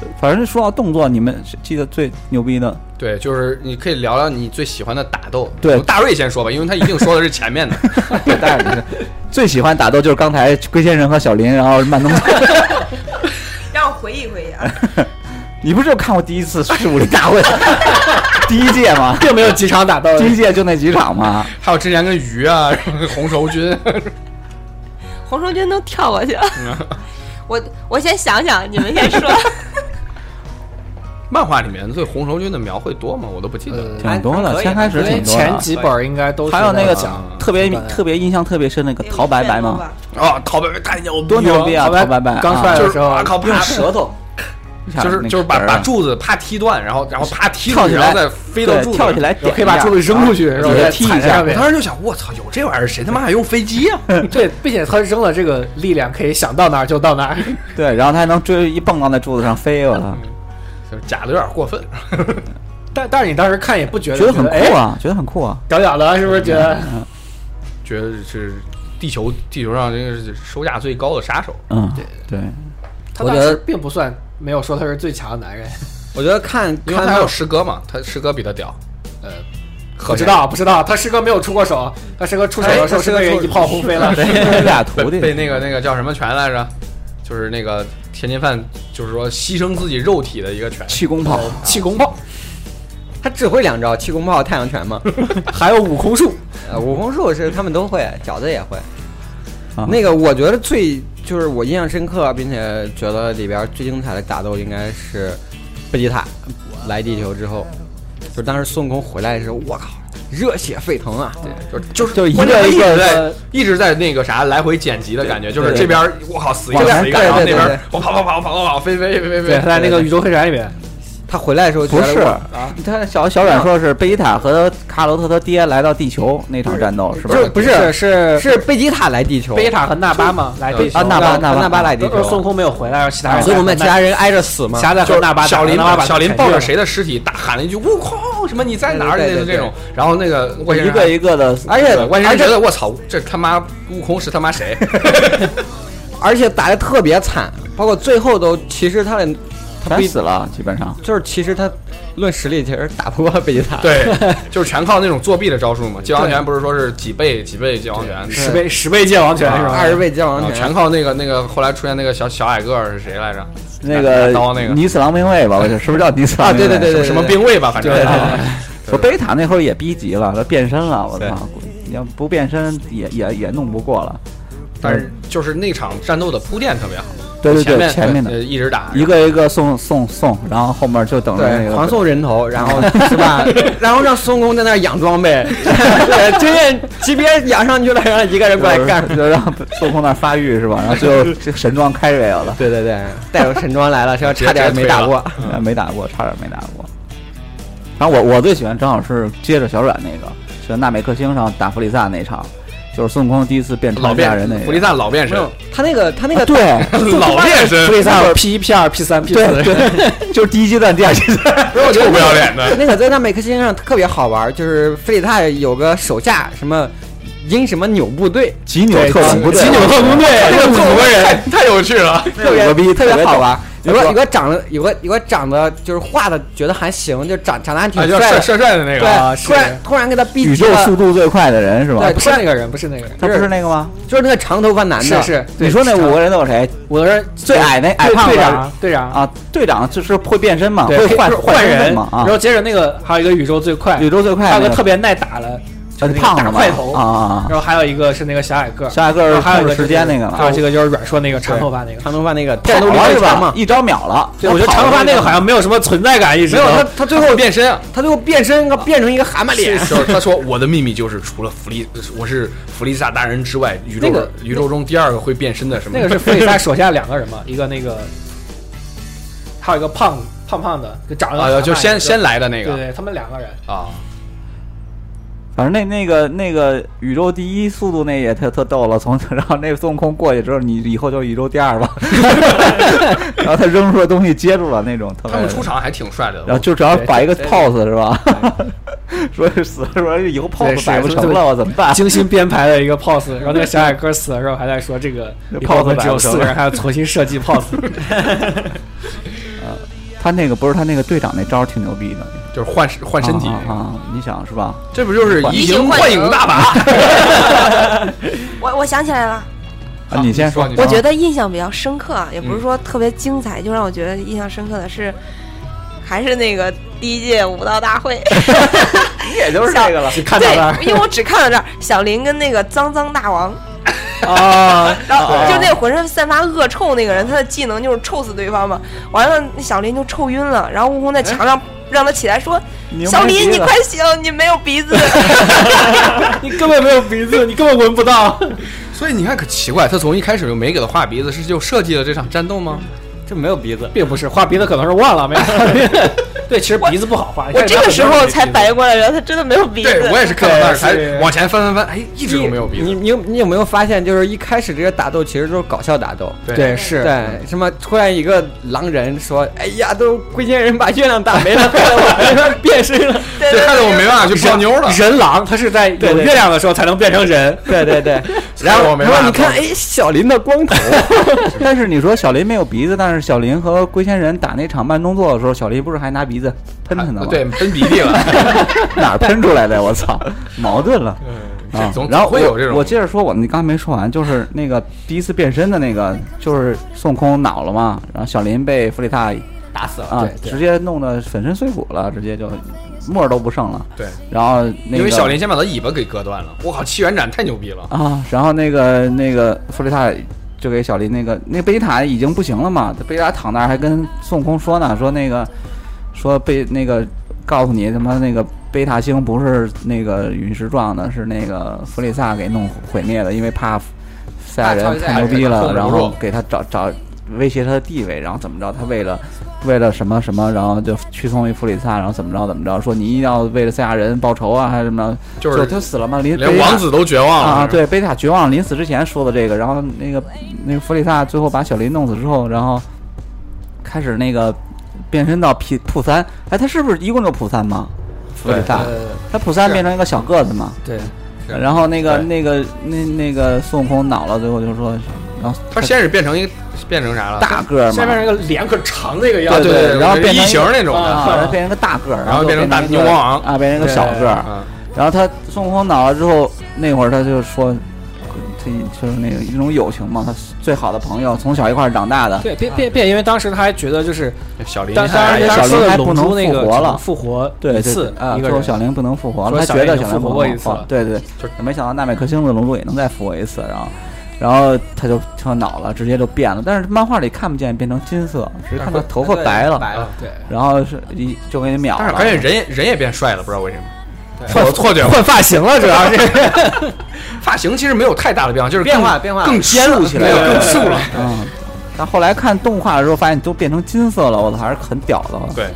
Speaker 7: 对反正说到动作，你们记得最牛逼的
Speaker 3: 对，就是你可以聊聊你最喜欢的打斗。
Speaker 7: 对
Speaker 3: 从大瑞先说吧，因为他一定说的是前面 的。
Speaker 7: 对，但是最喜欢打斗就是刚才龟先生和小林，然后慢动作。
Speaker 5: 让我回忆回忆啊。
Speaker 7: 你不是就看过第一次是武林大会 第一届吗？
Speaker 6: 并没有几场打斗，
Speaker 7: 第一届就那几场吗？
Speaker 3: 还有之前跟鱼啊、 红绸军，
Speaker 5: 红绳军都跳过去了。我我先想想，你们先说。
Speaker 3: 漫画里面对红绸军的描绘多吗？我都不记得了。
Speaker 6: 呃
Speaker 7: 挺多的
Speaker 6: 还可以
Speaker 7: 先开始
Speaker 6: 因为
Speaker 7: 挺多的
Speaker 6: 前几本儿应该都是
Speaker 7: 还有那个
Speaker 6: 在讲
Speaker 7: 特别
Speaker 6: 日本
Speaker 7: 特别印象特别深那个陶白白吗？？
Speaker 3: 啊，陶白白太牛逼
Speaker 7: 多
Speaker 3: 了，
Speaker 7: 牛逼啊！陶白白
Speaker 6: 刚出来
Speaker 7: 啊
Speaker 3: 就
Speaker 6: 的
Speaker 3: 是
Speaker 6: 时候
Speaker 3: 啊靠啪
Speaker 7: 用舌头，
Speaker 3: 就是就是把把柱子啪踢断，然后然后啪踢出去，然后再飞到
Speaker 7: 对
Speaker 3: 柱子
Speaker 7: 跳起来
Speaker 3: 上
Speaker 7: 点一下，嗯
Speaker 6: 可以把柱子扔出去，然后
Speaker 7: 也
Speaker 6: 再
Speaker 7: 踢一
Speaker 6: 踩在
Speaker 7: 下
Speaker 6: 上
Speaker 3: 我
Speaker 6: 面
Speaker 3: 当时就想，我操，有这玩意儿，谁他妈还用飞机啊 呀、
Speaker 6: 对，并且他扔了这个力量可以想到哪儿就到哪儿，
Speaker 7: 对，然后他还能追一蹦到那柱子上飞，我操，
Speaker 3: 就是假的有点过分。啊
Speaker 6: 但但是你当时看也不觉得
Speaker 7: 觉得很
Speaker 6: 哎
Speaker 7: 酷，啊，觉得很酷啊。
Speaker 6: 屌屌的，是不是觉得
Speaker 3: 觉得是地球地球上这个是售价最高的杀手。
Speaker 7: 嗯，对，
Speaker 6: 他
Speaker 4: 我
Speaker 6: 当
Speaker 4: 觉
Speaker 6: 时
Speaker 4: 得
Speaker 6: 并不算没有说他是最强的男人，
Speaker 4: 我觉得看
Speaker 3: 因为
Speaker 4: 看
Speaker 3: 他还
Speaker 4: 漫
Speaker 3: 有师哥嘛，他师哥比他屌。呃，
Speaker 6: 不知道不知道，他师哥没有出过手，他师哥出手的时候
Speaker 3: 哎
Speaker 6: 是被人一炮轰飞了，
Speaker 7: 对，俩徒
Speaker 3: 被
Speaker 7: 弟
Speaker 3: 被那个那个叫什么拳来着？就是那个田金范，就是说牺牲自己肉体的一个拳。
Speaker 7: 气功炮，
Speaker 6: 气功炮，
Speaker 4: 他只会两招：气功炮、太阳拳嘛。
Speaker 6: 还有悟空术，
Speaker 4: 呃，武功术是他们都会，饺子也会。
Speaker 7: 啊
Speaker 4: 那个我觉得最就是我印象深刻，并且觉得里边最精彩的打斗应该是贝吉塔来地球之后，就当时孙悟空回来的时候，我靠，热血沸腾啊！
Speaker 3: 就就是
Speaker 7: 就一
Speaker 3: 关键
Speaker 7: 个
Speaker 3: 一
Speaker 7: 一个
Speaker 3: 直在一直在那个啥来回剪辑的感觉，就是
Speaker 7: 对
Speaker 3: 这边儿我靠死一
Speaker 7: 往
Speaker 3: 个
Speaker 7: 前
Speaker 3: 死一个，
Speaker 7: 对
Speaker 3: 然后那
Speaker 7: 对
Speaker 3: 边
Speaker 7: 对
Speaker 3: 儿
Speaker 7: 对
Speaker 3: 我跑跑跑跑跑跑飞飞飞飞
Speaker 6: 对，
Speaker 3: 飞
Speaker 6: 他。在那个宇宙飞船里面，
Speaker 4: 他回来的时候觉
Speaker 7: 不
Speaker 4: 得
Speaker 7: 是
Speaker 4: 我，
Speaker 7: 他小小阮说是贝吉塔和卡罗特他爹来到地球那场战斗是吧？
Speaker 4: 就不是
Speaker 6: 是
Speaker 4: 是贝吉塔来地球，
Speaker 6: 贝塔和纳巴嘛，来地球
Speaker 7: 啊纳巴
Speaker 4: 让
Speaker 7: 纳巴
Speaker 4: 纳巴啊来地
Speaker 6: 都
Speaker 4: 球，
Speaker 6: 是孙悟空没有回来，让其他人
Speaker 4: 所以我们其他人挨着死嘛
Speaker 6: 其。他在
Speaker 3: 就是
Speaker 6: 和纳巴打
Speaker 3: 小林
Speaker 6: 纳巴把
Speaker 3: 小林
Speaker 6: 他
Speaker 3: 抱着
Speaker 6: 砍
Speaker 3: 谁的尸体大喊了一句“悟空”，什么你在哪儿？
Speaker 4: 对
Speaker 3: 类
Speaker 4: 对
Speaker 3: 似
Speaker 4: 对
Speaker 3: 这种。然后那个我
Speaker 7: 一个一个的，
Speaker 4: 而且
Speaker 3: 对，我
Speaker 4: 而
Speaker 3: 先
Speaker 4: 且
Speaker 3: 觉得我操，这他妈悟空是他妈谁？
Speaker 4: 而且打的特别惨，包括最后都其实他的
Speaker 7: 全死了基本上。
Speaker 4: 就是其实他论实力其实打不过贝吉塔，
Speaker 3: 对，就是全靠那种作弊的招数嘛。界王拳不是说是几倍几倍界王拳，
Speaker 6: 十倍十倍界王拳是吧？
Speaker 4: 二十倍界王
Speaker 3: 啊
Speaker 4: 拳，
Speaker 3: 全靠那个那个后来出现那个小小矮个儿是谁来着？
Speaker 7: 那个
Speaker 3: 拿刀那个
Speaker 7: 尼次郎兵卫吧，我是是不是叫尼次郎兵卫？
Speaker 4: 啊对对对对
Speaker 3: 什么兵卫吧，反正
Speaker 7: 对对
Speaker 3: 啊
Speaker 7: 我贝塔那会儿也逼急了，他变身了，我
Speaker 3: 对
Speaker 7: 操！要不变身也也也弄不过了。
Speaker 3: 但是就是那场战斗的铺垫特别好，
Speaker 7: 对对
Speaker 3: 前
Speaker 7: 对，
Speaker 3: 面
Speaker 7: 前面的
Speaker 3: 呃一直打，
Speaker 7: 一个一个送送送，然后后面就等着那
Speaker 4: 对，
Speaker 7: 个
Speaker 4: 狂送人头，然后是吧？然后让孙悟空在那儿养装备，对，真是级别养上去了，让一个人过来干。
Speaker 7: 就让孙悟空那儿发育是吧？然后最后这神装开瑞了，
Speaker 4: 对对对，带着神装来了，是吧？
Speaker 3: 直接
Speaker 4: 差点没打过。
Speaker 7: 哎没打过，差点没打过。然后我我最喜欢正好是接着小阮那个，是纳美克星上打弗利萨那场，就是孙悟空第一次变
Speaker 3: 老
Speaker 7: 超级大
Speaker 3: 变
Speaker 7: 人那个。
Speaker 3: 弗利萨老变身，
Speaker 4: 他那个他那
Speaker 7: 啊
Speaker 4: 个
Speaker 7: 对
Speaker 3: 老变身
Speaker 7: 弗，利萨
Speaker 6: P 一、P 二、P 三、P 四，
Speaker 7: 对 对，就是第一阶段、第二阶段。
Speaker 3: 我就不要脸的。
Speaker 4: 那个在那美克星上特别好玩，就是费里塔有个手下什么鹰什么扭部队，
Speaker 7: 极扭特工部队，
Speaker 6: 极扭特工队，这五个人，
Speaker 3: 太太有趣了，
Speaker 7: 特别牛逼，
Speaker 4: 特别好玩。有个
Speaker 7: 我
Speaker 4: 有个长得有个有个长得就是画的觉得还行，就长长得还挺
Speaker 3: 啊，就帅
Speaker 4: 帅的，
Speaker 3: 帅帅的那
Speaker 4: 对
Speaker 3: 个啊，，
Speaker 6: 是
Speaker 4: 突然突然给他逼
Speaker 7: 宇宙
Speaker 4: 急了
Speaker 7: 速度最快的人是吧
Speaker 4: 对？
Speaker 6: 不是那个人，不是那个人，
Speaker 7: 他不是那个吗？
Speaker 4: 就是那个长头发男的，
Speaker 6: 是是，
Speaker 7: 你说那五个人都有谁？
Speaker 6: 五个人
Speaker 7: 最矮那矮
Speaker 6: 队
Speaker 7: 胖
Speaker 6: 队
Speaker 7: 子
Speaker 6: 长，队长，
Speaker 7: 啊，队长就是会变身嘛，
Speaker 6: 对
Speaker 7: 会换
Speaker 6: 就是啊换
Speaker 7: 身
Speaker 6: 人
Speaker 7: 份嘛啊
Speaker 6: 然。后接着那个还有一个宇宙最快，
Speaker 7: 宇宙最快
Speaker 6: 还
Speaker 7: 那
Speaker 6: 有
Speaker 7: 个
Speaker 6: 个特别耐打的，就是那个
Speaker 7: 胖
Speaker 6: 大
Speaker 7: 子嘛
Speaker 6: 块头
Speaker 7: 啊啊
Speaker 6: 然后还有一个是那个小矮个
Speaker 7: 啊，
Speaker 6: 儿，
Speaker 7: 小矮个
Speaker 6: 然后
Speaker 7: 儿
Speaker 6: 还有一
Speaker 7: 控制
Speaker 6: 个就
Speaker 7: 时
Speaker 6: 是
Speaker 7: 间那个
Speaker 6: 还有
Speaker 7: 了，
Speaker 6: 这个就是软说那个长头发那个。
Speaker 4: 长头发那个
Speaker 7: 跑
Speaker 4: 战斗力
Speaker 7: 了
Speaker 4: 最
Speaker 7: 是
Speaker 4: 强
Speaker 7: 吧？
Speaker 4: 嘛。
Speaker 7: 一招秒了。
Speaker 6: 对，我觉得长头发那个好像没有什么存在感，一直
Speaker 4: 没有
Speaker 6: 都
Speaker 4: 他，他最后
Speaker 3: 变身啊，
Speaker 4: 他最后变身，他变成一个蛤蟆脸。
Speaker 3: 就是他说我的秘密就是除了弗利，我是弗利萨大人之外，宇宙、
Speaker 6: 那个
Speaker 3: 宇宙中第二个会变身的什么？
Speaker 6: 那个是弗里萨手下两个人嘛，一个那个，还有一个胖胖胖的，就长 得
Speaker 3: 啊，就
Speaker 6: 很慢
Speaker 3: 先
Speaker 6: 一个
Speaker 3: 先来的那啊
Speaker 6: 对
Speaker 3: 个
Speaker 6: 对，他们两个人，
Speaker 3: 啊，
Speaker 7: 反正那那个那个宇宙第一速度那也特特逗了，从 然后那个孙悟空过去之后，你以后就是宇宙第二吧， 然后他扔出来东西接住了那种，特别
Speaker 3: 他们出场还挺帅的，
Speaker 7: 然后就只要摆一个
Speaker 6: 对
Speaker 7: pose 是吧？ 说是死了，说以后 pose
Speaker 6: 是
Speaker 7: 摆不
Speaker 6: 就
Speaker 7: 成
Speaker 6: 这
Speaker 7: 了，我怎么办？
Speaker 6: 精心编排的一个 pose，然后那个小矮哥死的时候还在说这个
Speaker 7: 那
Speaker 6: 以后我
Speaker 7: pose
Speaker 6: 们只有
Speaker 7: 摆不成
Speaker 6: 四个
Speaker 7: 了
Speaker 6: 人，还要重新 设计 pose。
Speaker 7: 他那个不是他那个队长那招儿挺牛逼的，
Speaker 3: 就是换换身体
Speaker 7: 啊，啊啊你想是吧？
Speaker 3: 这不就是移
Speaker 5: 形
Speaker 3: 形
Speaker 5: 换
Speaker 3: 换
Speaker 5: 影
Speaker 3: 影大法？
Speaker 5: 我我想起来了，
Speaker 7: 啊，你先
Speaker 3: 说
Speaker 7: 说，
Speaker 3: 你
Speaker 5: 我
Speaker 3: 说
Speaker 5: 觉得印象比较深刻，啊，也不是说特别精彩，就让我觉得印象深刻的是，还是那个第一届武道大会。
Speaker 7: 你也就是这个了。
Speaker 6: 只看到那儿
Speaker 5: 对，因为我只看到这儿，小林跟那个脏脏大王，
Speaker 6: 啊，
Speaker 5: 然后就那个浑身散发恶臭那个人，他的技能就是臭死对方嘛。完了，那小林就臭晕了，然后悟空在墙上让他起来说：“
Speaker 7: 你又
Speaker 5: 小
Speaker 7: 没
Speaker 5: 林，
Speaker 7: 鼻
Speaker 5: 你
Speaker 7: 子
Speaker 5: 快醒，你没有鼻子。
Speaker 6: 你根本没有鼻子，你根本闻不到。
Speaker 3: 所以你看可奇怪，他从一开始就没给他画鼻子，是就设计了这场战斗吗？
Speaker 6: 这没有鼻子，并不是画鼻子，可能是忘了没有。对，其实鼻子不好画。”
Speaker 5: 我
Speaker 6: 一开始
Speaker 5: 这个时
Speaker 6: 他本身
Speaker 5: 候
Speaker 6: 没
Speaker 5: 才
Speaker 6: 鼻子
Speaker 5: 反应过来，原来他真的没有鼻子。
Speaker 3: 对我也是看到那儿
Speaker 6: 对
Speaker 3: 才
Speaker 6: 是
Speaker 3: 往前翻翻翻，哎，一直都没有鼻
Speaker 4: 你
Speaker 3: 子。
Speaker 4: 你有你有没有发现，就是一开始这些打斗其实都是搞笑打斗，
Speaker 6: 对是
Speaker 4: 对，什么突然一个狼人说：“哎呀，都龟仙人把月亮打没了，害得我 没法变身了。
Speaker 5: 对
Speaker 3: 这
Speaker 5: 对
Speaker 3: 害得我没办法去泡妞了。
Speaker 6: 人狼，他是在
Speaker 4: 对
Speaker 6: 有
Speaker 4: 对
Speaker 6: 月亮的时候才能变成人”。
Speaker 4: 对对对，
Speaker 3: 然后我没
Speaker 4: 然
Speaker 3: 办法
Speaker 4: 后你看，哎，小林的光 头，
Speaker 7: 但是你说小林没有鼻子，但是小林和龟仙人打那场慢动作的时候，小林不是还拿鼻子喷他呢吗？
Speaker 3: 啊对，，喷鼻涕了。
Speaker 7: 哪儿喷出来的？我 操，矛盾了。啊
Speaker 3: 嗯这 总，
Speaker 7: 然后
Speaker 3: 总会
Speaker 7: 我
Speaker 3: 有这种
Speaker 7: 我接着说，我那刚才没说完，就是那个第一次变身的那个，就是孙悟空恼了嘛，然后小林被弗利塔
Speaker 6: 打死了
Speaker 7: 啊，
Speaker 6: 对
Speaker 7: 直接弄得粉身碎骨了，直接就沫儿都不剩了。
Speaker 3: 对，
Speaker 7: 然后那个
Speaker 3: 因为小林先把他尾巴给割断了。我靠，七元斩太牛逼了！
Speaker 7: 啊，然后那个那个弗利塔就给小林那个那贝塔已经不行了嘛，他贝塔躺那儿还跟孙悟空说呢，说那个说贝那个告诉你他妈那个贝塔星不是那个陨石撞的，是那个弗利萨给弄毁灭的，因为怕赛亚人太牛逼了，然后给他找找威胁他的地位，然后怎么着，他为了。为了什么什么，然后就屈从于弗里萨，然后怎么着怎么着，说你一定要为了赛亚人报仇啊，还是怎么着？
Speaker 3: 就是
Speaker 7: 他死了嘛，林
Speaker 3: 连
Speaker 7: 贝塔
Speaker 3: 王子都绝望了
Speaker 7: 啊，，对，贝塔绝望临死之前说的这个，然后那个那个弗里萨最后把小林弄死之后，然后开始那个变身到普普三，哎，他是不是一共就普三嘛？弗里萨，他普三
Speaker 3: 呃是
Speaker 7: 变成一个小个子嘛，
Speaker 6: 对，
Speaker 3: 是
Speaker 7: 然后那个
Speaker 3: 对
Speaker 7: 那个那那个孙悟空恼了，最后就说，然后
Speaker 3: 他先是变成一个变成啥了？
Speaker 7: 大个儿嘛
Speaker 6: 下，面那个脸可长那个样
Speaker 3: 啊，
Speaker 6: 子，
Speaker 7: 对
Speaker 3: 对
Speaker 7: 对然后变成
Speaker 3: 异形那种
Speaker 7: 啊，
Speaker 3: 的，
Speaker 7: 然后变成个大个儿，
Speaker 3: 然后变成大牛魔王
Speaker 7: 啊，变成一个小个儿，
Speaker 3: 啊
Speaker 7: 然后他孙悟空恼了之后，那会儿他就说，他就是那个一种友情嘛，他最好的朋友，从小一块儿长大的。
Speaker 6: 对，变变变，因为当时他还觉得就是，
Speaker 3: 小林
Speaker 6: 当当
Speaker 3: 太
Speaker 6: 时
Speaker 7: 小
Speaker 6: 当时
Speaker 7: 林
Speaker 6: 说
Speaker 7: 还
Speaker 6: 的
Speaker 7: 不
Speaker 6: 龙
Speaker 7: 能
Speaker 6: 珠那个
Speaker 7: 复活
Speaker 6: 只能
Speaker 7: 了
Speaker 6: 复活
Speaker 7: 对
Speaker 6: 一
Speaker 7: 对
Speaker 6: 次
Speaker 7: 啊，
Speaker 6: 一个
Speaker 7: 最后
Speaker 6: 人，
Speaker 7: 小玲不能复活了，
Speaker 6: 说
Speaker 7: 他
Speaker 6: 小
Speaker 7: 觉
Speaker 6: 玲
Speaker 7: 得
Speaker 6: 已经
Speaker 7: 小玲
Speaker 6: 复活
Speaker 7: 不
Speaker 6: 过
Speaker 7: 能
Speaker 6: 一次了
Speaker 7: 对对，没想到纳美克星的龙珠也能再复活一次，然后，然后他就他恼了，直接就变了。但是漫画里看不见变成金色，只是看他头发白了，
Speaker 4: 白了，
Speaker 6: 对，
Speaker 7: 然后是一就给你秒
Speaker 3: 但
Speaker 7: 了
Speaker 3: 是。关键人也人也变帅了，不知道为什么。
Speaker 6: 换
Speaker 3: 我错觉了，
Speaker 6: 换发型了，主要是
Speaker 3: 发型其实没有太大的变化，就是更
Speaker 4: 变化变化
Speaker 3: 更
Speaker 7: 尖入起来
Speaker 3: 没有
Speaker 7: 了
Speaker 3: 更竖了。
Speaker 7: 嗯，但后来看动画的时候发现都变成金色了，我操，还是很屌的。我操
Speaker 3: 对，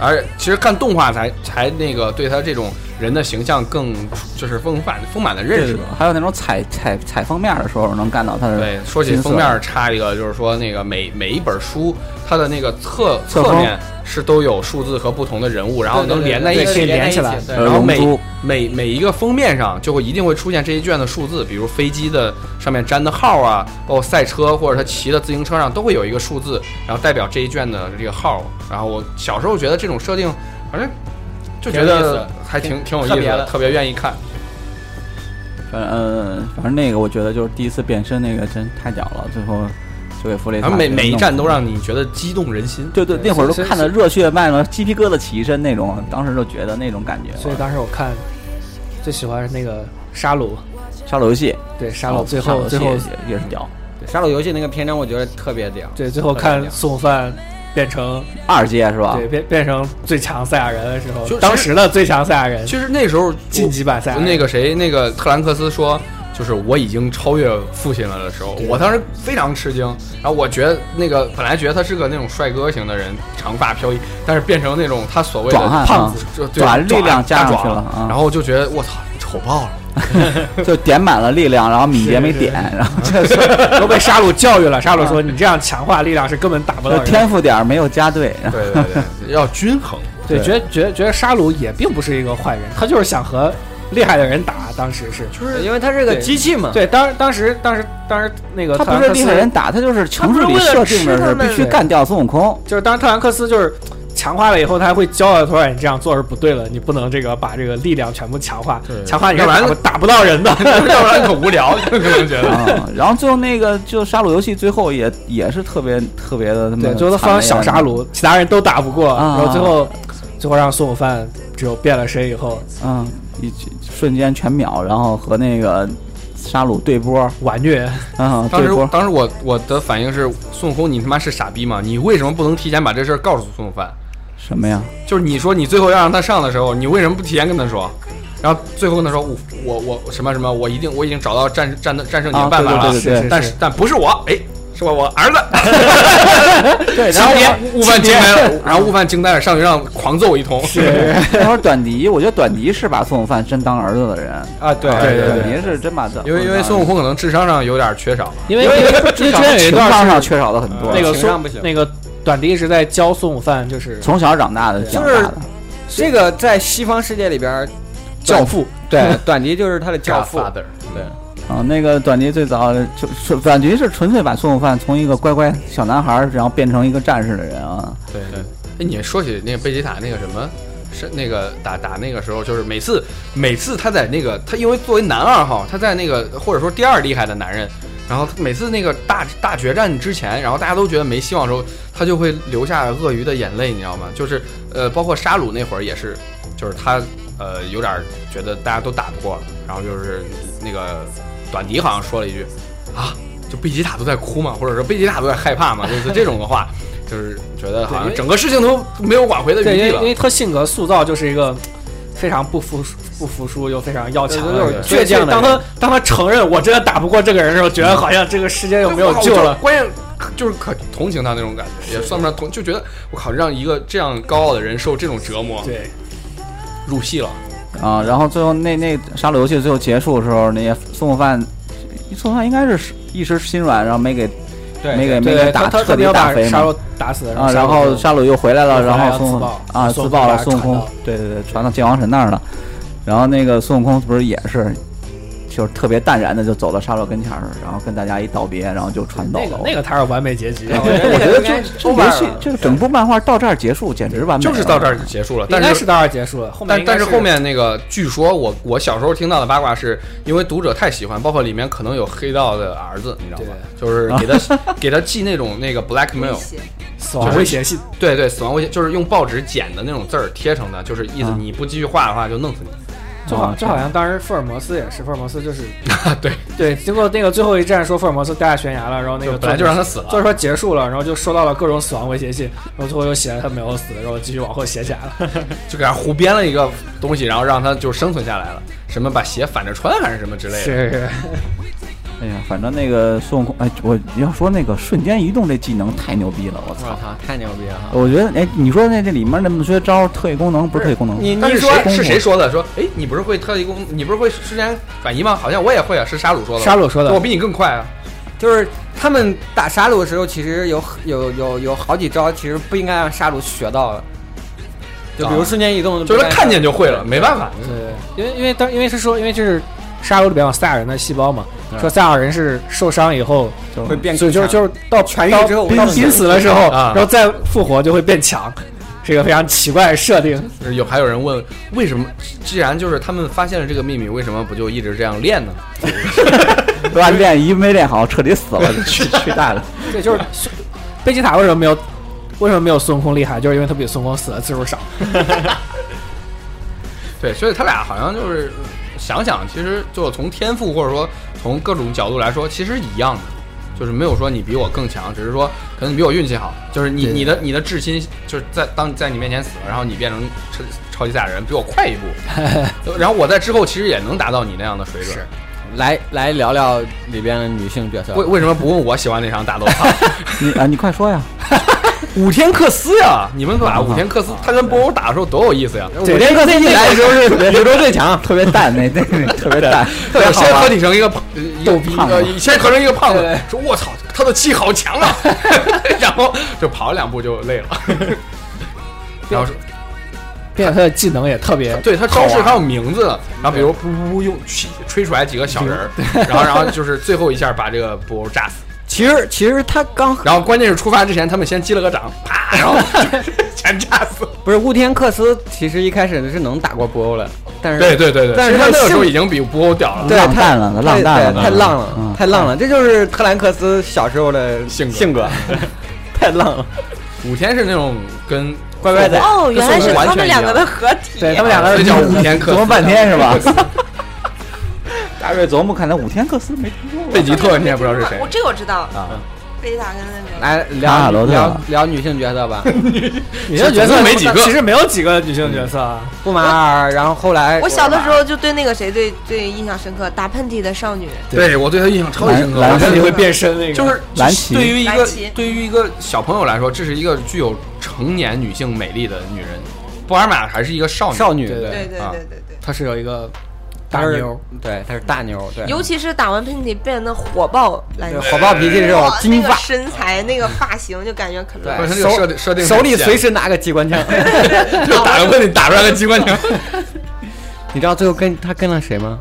Speaker 3: 而其实看动画才才那个对他这种人的形象更就是丰满丰满的认识
Speaker 7: 对。还有那种踩踩踩封面的时候能干到他的。
Speaker 3: 对，说起封面儿，插一个，就是说那个每每一本书，它的那个侧
Speaker 7: 侧
Speaker 3: 侧
Speaker 7: 封
Speaker 3: 面是都有数字和不同的人物，然后能连在一
Speaker 6: 对可以
Speaker 3: 起，
Speaker 6: 连起来。
Speaker 3: 然后
Speaker 7: 龙
Speaker 3: 每
Speaker 7: 珠
Speaker 3: 每每一个封面上就会一定会出现这一卷的数字，比如飞机的上面粘的号啊，包括赛车或者他骑的自行车上都会有一个数字，然后代表这一卷的这个号。然后我小时候觉得这种设定，反正就觉
Speaker 6: 挺有意思
Speaker 3: 得还挺挺有意
Speaker 6: 特
Speaker 3: 思
Speaker 6: 别
Speaker 3: 的，
Speaker 6: 的
Speaker 3: 特别愿意看。
Speaker 7: 反正呃，反正那个我觉得就是第一次变身那个真太屌了，最后就给弗雷
Speaker 3: 然
Speaker 7: 塔
Speaker 3: 啊后每
Speaker 7: 给
Speaker 3: 每一
Speaker 7: 弄
Speaker 3: 站
Speaker 7: 死
Speaker 3: 都
Speaker 7: 了
Speaker 3: 让你觉得激动人心。
Speaker 7: 对对，
Speaker 6: 对
Speaker 7: 那会儿都
Speaker 6: 所以
Speaker 7: 看得热血漫了，鸡皮疙瘩起一身那种，当时就觉得那种感觉。
Speaker 6: 所以当时我看最喜欢是那个沙鲁，
Speaker 7: 沙漏游戏，
Speaker 6: 对沙鲁最
Speaker 7: 沙
Speaker 6: 后
Speaker 7: 漏
Speaker 6: 最
Speaker 7: 游
Speaker 6: 后
Speaker 7: 戏也也是屌，
Speaker 4: 沙鲁游戏那个篇章我觉得特别屌，
Speaker 6: 对最后看宋范变成
Speaker 7: 二阶是吧
Speaker 6: 对？变变成最强赛亚人的时
Speaker 3: 就
Speaker 6: 候，当时的最强赛亚人，
Speaker 3: 其实那时候
Speaker 6: 晋级版赛亚人
Speaker 3: 那个谁，那个特兰克斯说，就是我已经超越父亲了的时候，我当时非常吃惊。然后我觉得那个本来觉得他是个那种帅哥型的人，长发飘逸，但是变成那种他所谓的
Speaker 7: 壮汉啊
Speaker 3: 胖子，就对
Speaker 7: 壮力量
Speaker 3: 加
Speaker 7: 加上
Speaker 3: 壮
Speaker 7: 去了啊
Speaker 3: 然后就觉得我操，
Speaker 8: 口 爆了。
Speaker 7: 就点满了力量，然后敏捷没点，然后
Speaker 6: 都被沙鲁教育了。沙鲁说：“你这样强化力量是根本打不到
Speaker 7: 就
Speaker 6: 人。”
Speaker 7: 呃天赋点儿没有加对，然后
Speaker 3: 对对对，要均衡。
Speaker 6: 对，觉得觉得觉得沙鲁也并不是一个坏人，他就是想和厉害的人打。当时是，
Speaker 4: 因为它是个机器嘛，
Speaker 6: 对，当当时当时当时那个
Speaker 7: 他
Speaker 6: 特
Speaker 7: 不
Speaker 6: 兰
Speaker 7: 是
Speaker 6: 克斯
Speaker 7: 厉害人，打，他就是城市里设定的是必须干掉孙悟空。
Speaker 6: 就是当时特兰克斯就是强化了以后，他还会教导说：“你这样做是不对了，你不能这个把这个力量全部强化，
Speaker 3: 对
Speaker 6: 强化你是
Speaker 3: 要不然
Speaker 6: 打不打不到人的。
Speaker 3: 要不然你可无聊，你可能 觉得。
Speaker 7: 啊，然后最后那个就杀戮游戏最后也也是特别特别的他”妈
Speaker 6: 对，最后他放小沙鲁，其他人都打不过，
Speaker 7: 啊
Speaker 6: 然后最后最后让孙悟饭只有变了身以后，
Speaker 7: 嗯，一瞬间全秒，然后和那个杀戮对波，
Speaker 6: 婉虐
Speaker 7: 啊，
Speaker 3: 当
Speaker 7: 对
Speaker 3: 时
Speaker 7: 波，
Speaker 3: 当时我我的反应是，孙悟空你他妈是傻逼吗？你为什么不能提前把这事儿告诉孙悟饭？
Speaker 7: 什么呀？
Speaker 3: 就是你说你最后要让他上的时候，你为什么不提前跟他说？然后最后跟他说，我我我什么什么，我一定我已经找到战战战胜你的
Speaker 7: 啊
Speaker 3: 办法了，
Speaker 7: 对对对对
Speaker 3: 但是但不是我，哎，是我我儿子。
Speaker 7: 对，然
Speaker 3: 然
Speaker 7: 后
Speaker 3: 后悟悟饭惊呆了，然后悟饭惊呆了，上去让狂揍一通。是，
Speaker 7: 那会儿短笛，我觉得短笛是把孙悟饭真当儿子的人，
Speaker 4: 啊，对
Speaker 3: 对对
Speaker 7: 短笛是真把嗯
Speaker 3: 因为因为孙悟空可能智商上有点缺少，
Speaker 6: 因为因为因为之前有一
Speaker 7: 情
Speaker 6: 段
Speaker 7: 商
Speaker 6: 是
Speaker 7: 上缺少了很多，
Speaker 6: 那个
Speaker 4: 情
Speaker 6: 孙
Speaker 4: 商不行
Speaker 6: 那个短笛一直在教孙悟饭，就是
Speaker 7: 从小长大的
Speaker 4: 就
Speaker 7: 讲
Speaker 4: 是
Speaker 7: 大的。
Speaker 4: 这个在西方世界里边儿，
Speaker 6: 教父，
Speaker 4: 对， 短笛就是他的教父，
Speaker 3: Godfather
Speaker 7: 啊，那个短笛最早就是短笛是纯粹把孙悟饭从一个乖乖小男孩儿，然后变成一个战士的人啊。
Speaker 3: 对对，哎，你说起那个贝吉塔那个什么，是那个打打那个时候，就是每次每次他在那个他因为作为男二号，他在那个或者说第二厉害的男人，然后每次那个大大决战之前，然后大家都觉得没希望的时候，他就会流下鳄鱼的眼泪，你知道吗？就是呃，包括沙鲁那会儿也是，就是他呃有点觉得大家都打不过了，然后就是那个短笛好像说了一句啊。就贝吉塔都在哭嘛，或者说贝吉塔都在害怕嘛，类似这种的话，就是觉得好像
Speaker 6: 对因为
Speaker 3: 整个事情都没有挽回的
Speaker 6: 对，
Speaker 3: 余
Speaker 6: 因
Speaker 3: 地
Speaker 6: 为
Speaker 3: 了
Speaker 6: 因。为他性格塑造就是一个非常不服输、不服输又非常要强的
Speaker 4: 对
Speaker 6: 人
Speaker 4: 对对
Speaker 6: 所以
Speaker 4: 倔强的
Speaker 6: 当
Speaker 4: 人
Speaker 6: 他当他承认我真的打不过这个人的时候，觉得好像这个世界又没有救了。
Speaker 3: 关键就是可同情他那种感觉，也算不上同，就觉得我靠，让一个这样高傲的人受这种折磨，
Speaker 6: 对，
Speaker 3: 入戏了。
Speaker 7: 啊，然后最后那那杀戮游戏最后结束的时候，那些孙悟饭，孙悟饭应该是一时心软，然后没给
Speaker 4: 对
Speaker 7: 没给没
Speaker 6: 对
Speaker 7: 给
Speaker 6: 对他
Speaker 7: 打
Speaker 6: 他
Speaker 7: 彻
Speaker 6: 他没
Speaker 7: 底
Speaker 6: 有
Speaker 7: 打
Speaker 6: 把
Speaker 7: 飞
Speaker 6: 沙
Speaker 7: 嘛
Speaker 6: 漏。打死，
Speaker 7: 啊，然
Speaker 6: 后
Speaker 7: 后沙鲁又回来了，
Speaker 6: 又
Speaker 7: 然
Speaker 6: 回来
Speaker 7: 后孙悟
Speaker 6: 自
Speaker 7: 空
Speaker 6: 爆
Speaker 7: 啊
Speaker 6: 孙悟
Speaker 7: 自
Speaker 6: 空
Speaker 7: 爆
Speaker 6: 把
Speaker 7: 了，
Speaker 6: 他
Speaker 7: 孙悟空
Speaker 6: 传到
Speaker 7: 对对对，传到界王神那儿了。然后那个孙悟空不是也是，就是特别淡然的就走到沙鲁跟前儿，然后跟大家一道别，然后就传走
Speaker 6: 那
Speaker 7: 了啊
Speaker 6: 个。那个才是完美结局。
Speaker 7: 我觉得
Speaker 4: 应该
Speaker 7: 就这游戏这个整部漫画到这儿结束，简直完美了，
Speaker 3: 就是到这儿就结束了，
Speaker 6: 应
Speaker 3: 但
Speaker 6: 该
Speaker 3: 是
Speaker 6: 是。到这儿结束了，后面
Speaker 3: 但
Speaker 6: 应该
Speaker 3: 但
Speaker 6: 是
Speaker 3: 是后面那个，据说我我小时候听到的八卦是因为读者太喜欢，包括里面可能有黑道的儿子，你知道吗？就是给
Speaker 6: 啊
Speaker 3: 他给他寄那种那个 blackmail，
Speaker 6: 死亡威胁信，
Speaker 7: 啊
Speaker 3: 对对，死亡威胁，就是用报纸剪的那种字儿贴成的，就是意思
Speaker 7: 啊
Speaker 3: 你不继续画的话就弄死你。
Speaker 6: 就好
Speaker 7: 啊
Speaker 6: 就好像当时福尔摩斯也是，福尔摩斯就是
Speaker 3: 对
Speaker 6: 对，经过那个最后一战，说福尔摩斯掉下悬崖了，然后那
Speaker 3: 就
Speaker 6: 个
Speaker 3: 本来就让他死了
Speaker 6: 作者说结束了，然后就收到了各种死亡威胁信，然后最后又写了他没有死，然后继续往后写起来了。
Speaker 3: 就给他胡编了一个东西，然后让他就生存下来了。什么把鞋反着穿还是什么之类的。
Speaker 6: 是是，
Speaker 7: 哎呀，反正那个孙悟空，哎，我要说那个瞬间移动这技能太牛逼了，
Speaker 4: 我
Speaker 7: 我操！
Speaker 4: 操，太牛逼了哈！
Speaker 7: 我觉得，哎，你说那这里面那么些招儿特异功能，不是特异功能，
Speaker 4: 你
Speaker 3: 但
Speaker 4: 你
Speaker 3: 是
Speaker 4: 说
Speaker 3: 谁是谁说的？说哎，你不是会特异功？你不是会瞬间转移吗？好像我也会啊，是沙鲁说的。
Speaker 6: 沙鲁说的
Speaker 3: 我比你更快啊！
Speaker 4: 就是他们打沙鲁的时候，其实有有有有好几招，其实不应该让沙鲁学到的，就比如瞬间移动，
Speaker 3: 就是他看见就会了，没办法。
Speaker 6: 对，因为因为当因为是说，因为就是沙鲁里边有赛亚人的细胞嘛，说赛亚人是受伤以后
Speaker 7: 就
Speaker 4: 会变
Speaker 6: 所以就
Speaker 4: 更
Speaker 6: 是
Speaker 4: 强
Speaker 6: 就是到
Speaker 4: 痊愈
Speaker 6: 到
Speaker 4: 之后
Speaker 6: 濒
Speaker 4: 到
Speaker 6: 濒死的时候，
Speaker 3: 啊
Speaker 6: 然后再复活就会变强，是一个非常奇怪的设定。
Speaker 3: 就是有还有人问，为什么既然就是他们发现了这个秘密，为什么不就一直这样练呢？
Speaker 7: 对吧？练一没练好，彻底 死了，去去蛋了。
Speaker 6: 对，就是孙贝吉塔为什么没有为什么没有孙悟空厉害，就是因为他比孙悟空死的次数少。
Speaker 3: 对，所以他俩好像就是想想，其实就从天赋或者说从各种角度来说，其实一样的，就是没有说你比我更强，只是说可能你比我运气好，就是你你的你的至亲就是在当在你面前死了，然后你变成超超级赛亚人，比我快一步，然后我在之后其实也能达到你那样的水准。
Speaker 4: 来来聊聊里边的女性角色
Speaker 3: 为。为什么不问我喜欢哪场打斗操？
Speaker 7: 你啊，你快说呀！
Speaker 3: 五天 克斯呀！你们把五天克斯他跟波欧打的时候多有意思呀！
Speaker 4: 我连克斯一来的时 候是柳州最强，
Speaker 7: 特别淡，那那那特别淡，特别
Speaker 3: 对，
Speaker 7: 好
Speaker 3: 先合
Speaker 7: 玩。
Speaker 3: 体成一个胖，
Speaker 7: 逗逼
Speaker 3: 呃，一个先合成一个胖子，说“我操，他的气好强啊！”然后就跑两步就累了。然后是
Speaker 6: 并且他的技能也特别
Speaker 3: 对他
Speaker 6: 好
Speaker 3: 招式
Speaker 6: 玩
Speaker 3: 还有名字，然后比如噗噗噗用气吹出来几个小人儿，然后然后就是最后一下把这个波欧炸死。
Speaker 4: 其实其实他刚
Speaker 3: 然后关键是出发之前他们先击了个掌，啪，然后 全炸死。
Speaker 4: 不是乌天克斯，其实一开始是能打过博欧了，但是
Speaker 3: 对对对对，
Speaker 4: 但是
Speaker 3: 他
Speaker 4: 他
Speaker 3: 那个时候
Speaker 4: 是
Speaker 3: 已经比波欧屌了。
Speaker 4: 对太
Speaker 7: 浪淡了
Speaker 4: 对
Speaker 7: 浪淡了
Speaker 4: 对太浪
Speaker 7: 嗯
Speaker 4: 了，太浪了，这就是特兰克斯小时候的
Speaker 3: 性格
Speaker 4: 性格，太浪了。
Speaker 3: 五天是那种跟
Speaker 4: 乖乖仔
Speaker 5: 哦，
Speaker 3: 跟
Speaker 5: 原
Speaker 3: 孙悟空
Speaker 5: 来是
Speaker 3: 完
Speaker 5: 他
Speaker 3: 全
Speaker 5: 们
Speaker 3: 一
Speaker 5: 两
Speaker 3: 样
Speaker 5: 个的合体。
Speaker 6: 对他们两个
Speaker 3: 这
Speaker 6: 人
Speaker 3: 叫五天克斯，
Speaker 7: 琢磨半天是吧？ 大瑞琢磨，看来五天克斯没听说过。
Speaker 3: 贝吉特你也不知道是谁
Speaker 5: 我这个我知道，
Speaker 3: 啊？
Speaker 5: 贝塔跟那个。
Speaker 4: 来
Speaker 7: 卡卡
Speaker 4: 聊
Speaker 7: 罗特
Speaker 4: 聊聊女性角色吧，
Speaker 6: 女性
Speaker 3: 总
Speaker 6: 角色
Speaker 3: 共没几个
Speaker 6: 其实没有几个女性角色啊。
Speaker 4: 布马尔，然后后来
Speaker 5: 我小的时候就对那个谁最最印象深刻，打喷嚏的少女，
Speaker 3: 对我对他印象超级深刻，
Speaker 7: 蓝
Speaker 3: 我觉
Speaker 7: 蓝
Speaker 3: 得
Speaker 7: 色
Speaker 6: 会变身那个，
Speaker 3: 就是
Speaker 7: 蓝旗
Speaker 3: 对于一
Speaker 5: 蓝
Speaker 3: 个
Speaker 5: 旗
Speaker 3: 对于一个小朋友来说，这是一个具有成年女性美丽的女人。布尔玛还是一个少女，
Speaker 4: 少女，
Speaker 6: 对对
Speaker 5: 对对
Speaker 3: 啊
Speaker 5: 对对对，
Speaker 6: 他是有一个
Speaker 4: 她
Speaker 6: 大
Speaker 4: 是
Speaker 6: 妞，，
Speaker 4: 对，她是大妞，对，
Speaker 5: 尤其是打完喷嚏变得火爆蓝
Speaker 4: 对
Speaker 5: 色，
Speaker 4: 火爆脾气这种
Speaker 5: 哇
Speaker 4: 金
Speaker 5: 那个，
Speaker 4: 发
Speaker 5: 身材、那个发型，就感觉可
Speaker 3: 不
Speaker 5: 乐。
Speaker 3: 是他这个设定
Speaker 4: 手
Speaker 3: 设定
Speaker 4: 手里
Speaker 3: 很贱
Speaker 4: 随时拿个机 关枪。
Speaker 3: 就打个问题打出来个机关枪，
Speaker 4: 你知道最后跟他跟了谁吗？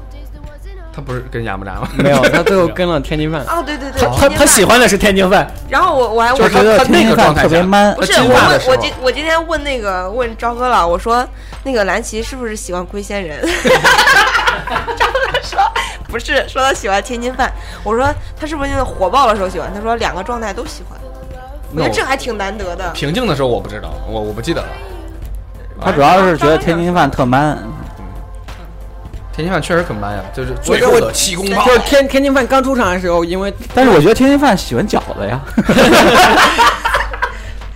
Speaker 3: 他不是跟亚木扎吗？
Speaker 4: 没有，他最后跟了天 津饭。
Speaker 5: 哦，对对对，
Speaker 6: 他他
Speaker 5: 金发
Speaker 6: 他喜。欢的是天津饭，
Speaker 5: 然后我我还
Speaker 3: 就
Speaker 5: 我
Speaker 3: 是他他那个状态
Speaker 7: 特别
Speaker 3: 下
Speaker 7: man，
Speaker 5: 不是
Speaker 3: 他
Speaker 5: 我
Speaker 3: 金发的
Speaker 5: 问
Speaker 3: 时
Speaker 5: 我
Speaker 3: 候
Speaker 5: 今我今天问那个问朝哥了，我说那个蓝旗是不是喜欢龟仙人？ 朝哥说不是，说他喜欢天津饭。我说他是不是就是火爆的时候喜欢？他说两个状态都喜欢。我觉
Speaker 3: 那
Speaker 5: 得
Speaker 3: 我
Speaker 5: 这还挺难得的。
Speaker 3: 平静的时候我不知道，我我不记得了。
Speaker 7: 他主要是觉得天津饭特 man，
Speaker 3: 天津饭确实很 man 呀，就是
Speaker 4: 我
Speaker 3: 最后的气功炮
Speaker 4: 就。是天天津饭刚出场的时候，因为
Speaker 7: 但是我觉得天津饭喜欢饺子呀。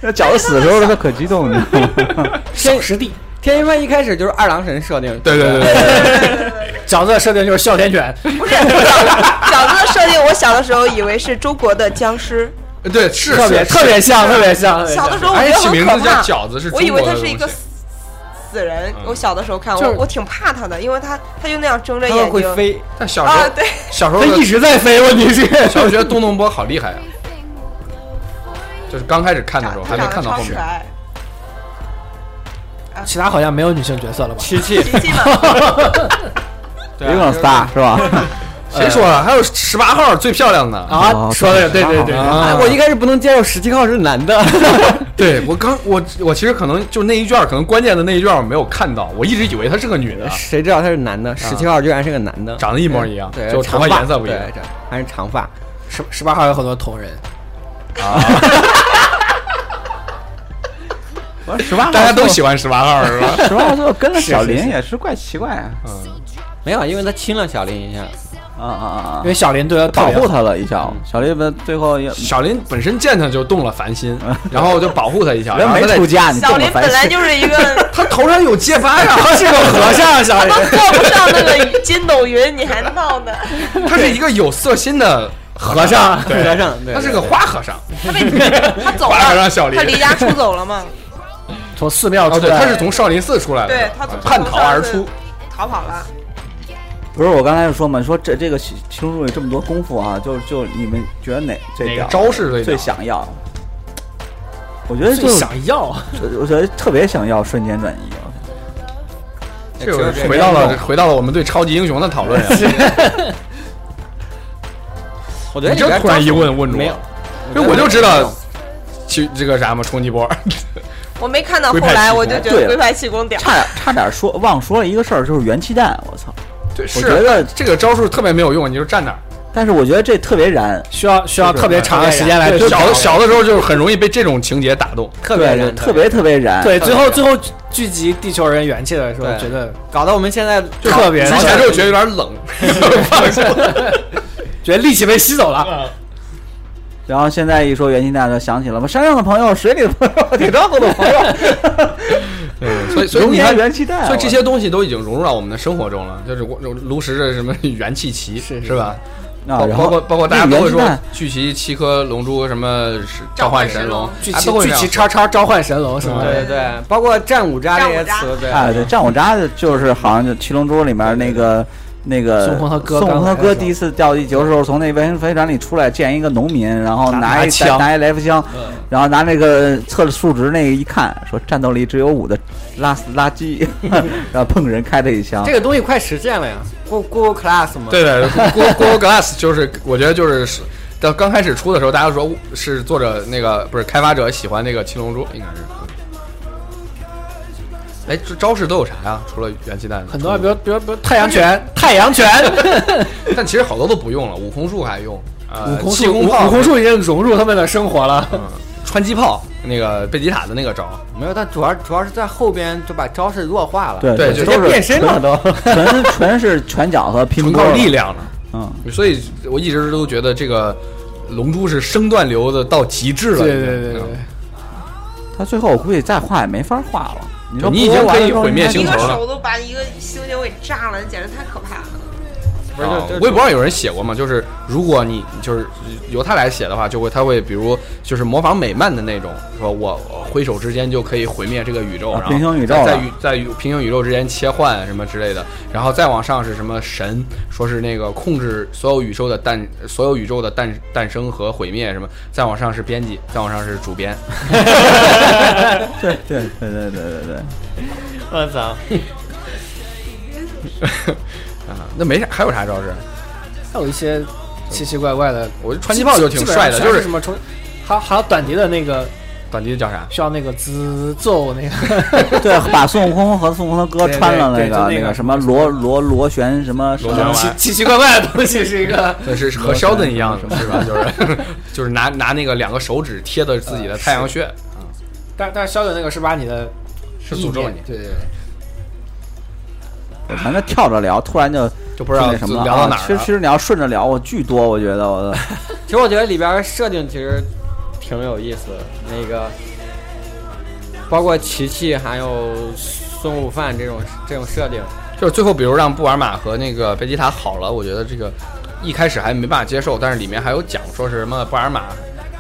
Speaker 7: 那饺子死的时候，他可激动，你知道吗？
Speaker 4: 天师弟，天津饭一开始就是二郎神设定，
Speaker 3: 对对对对对，
Speaker 6: 饺子的设定就是哮天犬，
Speaker 5: 不是饺子的设定，我小的时候以为是中国的僵尸。
Speaker 3: 对对是
Speaker 6: 特别
Speaker 3: 是
Speaker 6: 特别像，特别
Speaker 3: 哎
Speaker 6: 像。特别像
Speaker 5: 小的时候我
Speaker 3: 而
Speaker 5: 觉
Speaker 3: 且
Speaker 5: 得
Speaker 3: 起名
Speaker 5: 很
Speaker 3: 字
Speaker 5: 可
Speaker 3: 叫
Speaker 5: 怕，
Speaker 3: 饺子是
Speaker 5: 我
Speaker 3: 中
Speaker 5: 以
Speaker 3: 国
Speaker 5: 为
Speaker 3: 的
Speaker 5: 他
Speaker 3: 东
Speaker 5: 是
Speaker 3: 西嗯
Speaker 5: 一。个死死人。我小的时候看
Speaker 6: 就
Speaker 5: 我
Speaker 6: 是
Speaker 5: 我挺怕他的，因为他他就那样睁着
Speaker 4: 他
Speaker 5: 眼睛
Speaker 4: 们会飞，
Speaker 3: 但小时候
Speaker 5: 啊，对。
Speaker 3: 小时候
Speaker 6: 他
Speaker 3: 的
Speaker 6: 一直在飞，问题是
Speaker 3: 小时候觉得东东波好厉害啊，就是刚开始看的时候还
Speaker 5: 长
Speaker 3: 没
Speaker 5: 得
Speaker 3: 看到
Speaker 5: 超
Speaker 3: 后
Speaker 5: 可
Speaker 3: 面。
Speaker 5: 爱，
Speaker 6: 其他好像没有女性角色了吧？
Speaker 4: 琪琪
Speaker 5: 脾气嘛，
Speaker 7: 有种 star 是吧？
Speaker 3: 谁说了？还有十八号最漂亮的啊！
Speaker 7: 哦
Speaker 6: 啊，说的对对对对，
Speaker 4: 哎
Speaker 3: 啊
Speaker 4: 我一开始不能接受十七号是男 的，
Speaker 3: 对我刚我我其实可能就那一卷儿，可能关键的那一卷儿我没有看到，我一直以为她是个女的，
Speaker 4: 谁知道他是男的？十七号居然是个男的，
Speaker 3: 长得一模一样，
Speaker 4: 对，
Speaker 3: 就头
Speaker 4: 长
Speaker 3: 发
Speaker 4: 发
Speaker 3: 颜色不一样
Speaker 4: 对，。这还是长发。
Speaker 6: 十十八号有很多同人，
Speaker 7: 十八
Speaker 3: 大家都喜欢十八号是吧？
Speaker 7: 十八号最后跟了小
Speaker 6: 是
Speaker 7: 林
Speaker 6: 是
Speaker 7: 也是怪奇怪啊！
Speaker 3: 嗯，
Speaker 4: 没有，因为他亲了小林一下，
Speaker 7: 啊啊啊啊
Speaker 6: 因！为小林对他特
Speaker 7: 保
Speaker 6: 别好
Speaker 7: 护他了一下，小林们最后也
Speaker 3: 小林本身见他就动了凡心，然后就保护他一下，然后他
Speaker 7: 没
Speaker 3: 在，
Speaker 7: 出家，你
Speaker 5: 小
Speaker 7: 这么
Speaker 5: 林
Speaker 7: 烦
Speaker 5: 本来就是一个
Speaker 3: 他头上有结巴 呀，
Speaker 6: 是个和尚，小林
Speaker 5: 都坐不上那个筋斗云，你还闹呢？
Speaker 3: 他是一个有色心的和
Speaker 6: 和
Speaker 3: 尚，
Speaker 6: 尚，
Speaker 3: 对
Speaker 4: 和尚对
Speaker 3: 他是个花和尚，
Speaker 5: 他被 他走
Speaker 3: 花和
Speaker 5: 了，
Speaker 3: 尚小林
Speaker 5: 他离家出走 了嘛？
Speaker 6: 从寺庙
Speaker 3: 哦，
Speaker 6: 出
Speaker 3: 对，
Speaker 6: 来，
Speaker 3: 他是从少林寺出来的，
Speaker 5: 对
Speaker 3: 是吧
Speaker 5: 他从
Speaker 3: 叛逃而出，
Speaker 5: 逃跑了，
Speaker 7: 不是我刚才就说嘛，说这这个情情书里这么多功夫啊，就就你们觉得哪最
Speaker 3: 哪
Speaker 7: 屌
Speaker 3: 个招式最屌
Speaker 7: 最想要？我觉得就
Speaker 6: 最想要
Speaker 7: 我觉得特别想要瞬间转移，
Speaker 3: 这个回到了回到了我们对超级英雄的讨论啊 呀。
Speaker 4: 我觉得
Speaker 3: 你
Speaker 4: 里
Speaker 3: 这
Speaker 4: 边
Speaker 3: 突然一问问住
Speaker 4: 没有
Speaker 3: 了，因为我就知道，其这个啥嘛冲击波，
Speaker 5: 我没看到后
Speaker 3: 龟派气
Speaker 5: 来，
Speaker 3: 功
Speaker 5: 我就觉
Speaker 7: 对
Speaker 5: 得龟派气功屌。
Speaker 7: 差点差点说忘说了一个事儿，就是元气弹，我操！
Speaker 3: 对，
Speaker 7: 我觉
Speaker 3: 是
Speaker 7: 得，
Speaker 3: 这个招数特别没有用，你就站那儿。
Speaker 7: 但是我觉得这特别燃，
Speaker 6: 需要需要特别长的时间来
Speaker 3: 对
Speaker 6: 对
Speaker 3: 小小的时候就是很容易被这种情节打动。
Speaker 4: 特别
Speaker 7: 对
Speaker 4: 燃，
Speaker 7: 特别特别燃。
Speaker 6: 对，最后最后聚集地球人元气的时候，
Speaker 4: 对
Speaker 6: 觉得
Speaker 4: 搞得我们现在
Speaker 6: 特别
Speaker 3: 之前就觉得有点冷， 放下
Speaker 6: 觉得力气被吸走了，
Speaker 3: 啊
Speaker 7: 然后现在一说元气弹，就想起了我山上的朋友、水里的朋友、铁道的朋友，
Speaker 3: 嗯 所以所以
Speaker 7: 熔
Speaker 3: 你
Speaker 7: 岩
Speaker 3: 看，
Speaker 7: 元气弹，
Speaker 3: 所以这些东西都已经融入到我们的生活中了。就是我炉石的什么元气旗，是吧？
Speaker 7: 啊
Speaker 3: 包
Speaker 7: 然
Speaker 3: 包
Speaker 7: 后
Speaker 3: 括包括大家
Speaker 7: 那
Speaker 3: 都
Speaker 7: 你
Speaker 3: 会说
Speaker 7: 原子弹
Speaker 3: 聚齐七颗龙珠，什么是召唤神龙，
Speaker 6: 聚
Speaker 3: 啊
Speaker 6: 齐
Speaker 3: 都会
Speaker 6: 聚
Speaker 3: 这样
Speaker 6: 齐叉叉召唤神龙是吗？
Speaker 4: 对对对，包括战五渣这些词，对
Speaker 7: 啊，对，战五渣就是好像就《七龙珠》里面那个那个
Speaker 6: 孙悟空他哥
Speaker 7: 孙悟空他
Speaker 6: 刚来的
Speaker 7: 哥
Speaker 6: 时候
Speaker 7: 第一次掉地球的时候，从那卫星飞船里出来，见一个农民，然后
Speaker 6: 拿
Speaker 7: 拿
Speaker 6: 拿
Speaker 7: 一
Speaker 6: 枪
Speaker 7: 拿一来福枪，然后拿那个测数值那个一看，说战斗力只有五的垃垃圾， 然后碰人开了一枪
Speaker 4: 这。个东西快实现了呀，Go Go Class 嘛，
Speaker 3: 对对，Google Google Glass 就是我觉得就是是到刚开始出的时候，大家说是作者那个不是开发者喜欢那个七龙珠，应该是。哎，这招式都有啥呀？除了元气弹，
Speaker 6: 很多，啊比如比如比如太阳拳，太阳拳，
Speaker 3: 但其实好多都不用了。悟空术还用，呃，
Speaker 6: 悟空
Speaker 3: 气
Speaker 6: 术，
Speaker 3: 功
Speaker 6: 悟
Speaker 3: 炮，
Speaker 6: 悟空术已经融入他们的生活了。
Speaker 3: 嗯，穿机炮，那个贝吉塔的那个招，
Speaker 4: 没有，但主要主要是在后边就把招式弱化了，
Speaker 7: 啊对
Speaker 3: 对
Speaker 7: 这
Speaker 3: 就
Speaker 7: 都
Speaker 3: 直
Speaker 7: 是
Speaker 4: 变身了都。
Speaker 7: 纯纯纯是拳脚和拼
Speaker 3: 纯
Speaker 7: 搏
Speaker 3: 靠力。量了。
Speaker 7: 嗯，
Speaker 3: 所以我一直都觉得这个龙珠是升段流的到极致了。
Speaker 6: 对对
Speaker 3: 已经
Speaker 6: 对对
Speaker 3: 嗯
Speaker 6: 对，
Speaker 7: 他最后我估计再画也没法画了。你说
Speaker 3: 你已经
Speaker 7: 播完
Speaker 3: 可以
Speaker 7: 了之后
Speaker 3: 毁灭
Speaker 7: 应该
Speaker 3: 星
Speaker 5: 一
Speaker 3: 球
Speaker 5: 个
Speaker 3: 了
Speaker 5: 手都把一个猩猩给炸了，简直太可怕了。
Speaker 4: 不是
Speaker 3: 啊
Speaker 4: 就就
Speaker 3: 微博上有人写过嘛，就是如果你就是由他来写的话，就会他会比如就是模仿美漫的那种，说我我挥手之间就可以毁灭这个宇宙，
Speaker 7: 啊
Speaker 3: 然后
Speaker 7: 平行宇宙
Speaker 3: 在在
Speaker 7: 了
Speaker 3: 宇在宇平行宇宙之间切换什么之类的，然后再往上是什么神，说是那个控制所有宇宙的诞所有宇宙的诞诞生和毁灭什么，再往上是编辑，再往上是主编，
Speaker 7: 对 对对对对对对。
Speaker 4: 我操，
Speaker 3: 啊，那没啥，还有啥招式？
Speaker 6: 还有一些奇奇怪怪的，
Speaker 3: 我觉得传奇炮就挺帅的，
Speaker 6: 基
Speaker 3: 就
Speaker 6: 本上全
Speaker 3: 是是
Speaker 6: 什么冲，还有还有短笛的那个
Speaker 3: 短笛叫啥？
Speaker 6: 需要那个滋奏那个。
Speaker 7: 对，把孙悟空和孙悟空他哥
Speaker 6: 对对
Speaker 7: 穿了
Speaker 6: 对
Speaker 7: 那
Speaker 6: 就
Speaker 7: 个
Speaker 6: 那个
Speaker 7: 什么 螺螺螺旋什么
Speaker 3: 螺旋丸
Speaker 6: 奇奇奇怪怪的东西是一个，
Speaker 3: 对，是是和肖顿一样的，是吧？ 就是就是拿拿那个两个手指贴的自己的太阳穴，
Speaker 6: 但但是肖的那个是把你的
Speaker 3: 是
Speaker 6: 意
Speaker 3: 诅咒
Speaker 6: 念
Speaker 3: 你，
Speaker 6: 对对对，
Speaker 7: 咱这跳着聊，突然就
Speaker 3: 就不知道
Speaker 7: 那什么了
Speaker 3: 聊到哪
Speaker 7: 啊
Speaker 3: 儿
Speaker 7: 其实其
Speaker 3: 了。
Speaker 7: 实你要顺着聊，我巨多，我觉得 我的
Speaker 4: 其实我觉得里边儿设定其实挺有意思的，那个包括琪琪还有孙悟饭这种这种设定，
Speaker 3: 就是最后，比如让布尔玛和那个贝吉塔好了，我觉得这个一开始还没办法接受，但是里面还有讲说是什么布尔玛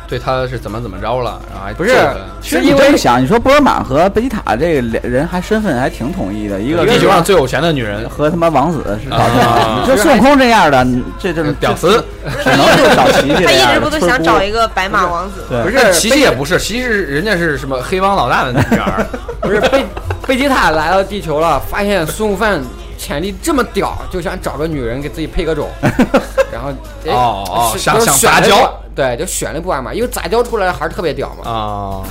Speaker 3: 对他是怎么怎么着了，然后还
Speaker 4: 不是
Speaker 3: 救他
Speaker 7: 其实
Speaker 4: 因
Speaker 7: 你
Speaker 4: 为
Speaker 7: 这么想，你说波尔玛和贝吉塔这俩人还身份还挺统一的，一个
Speaker 3: 地球上
Speaker 7: 是
Speaker 3: 最有钱的女人，
Speaker 7: 和他妈王子是搞定
Speaker 3: 啊
Speaker 7: 了。 你说孙悟空这样的，你这这
Speaker 3: 屌丝，
Speaker 7: 只能是找琪琪
Speaker 5: 他
Speaker 7: 这
Speaker 5: 一
Speaker 7: 样
Speaker 5: 直
Speaker 7: 的
Speaker 5: 不都
Speaker 7: 村
Speaker 5: 想
Speaker 7: 姑
Speaker 5: 找一个白马王子？
Speaker 7: 对
Speaker 4: 不是
Speaker 3: 但琪琪也不是，琪琪是人家是什么黑帮老大的女儿，
Speaker 4: 不是贝贝吉塔来到地球了，发现孙悟饭潜力这么屌，就想找个女人给自己配个 种，然后哎
Speaker 3: 哦哦
Speaker 4: 是
Speaker 3: 想
Speaker 4: 就是
Speaker 3: 想
Speaker 4: 选
Speaker 3: 杂
Speaker 4: 了
Speaker 3: 交
Speaker 4: 布尔，对，就选了布尔玛，因为杂交出来的孩儿特别屌嘛。
Speaker 3: 啊，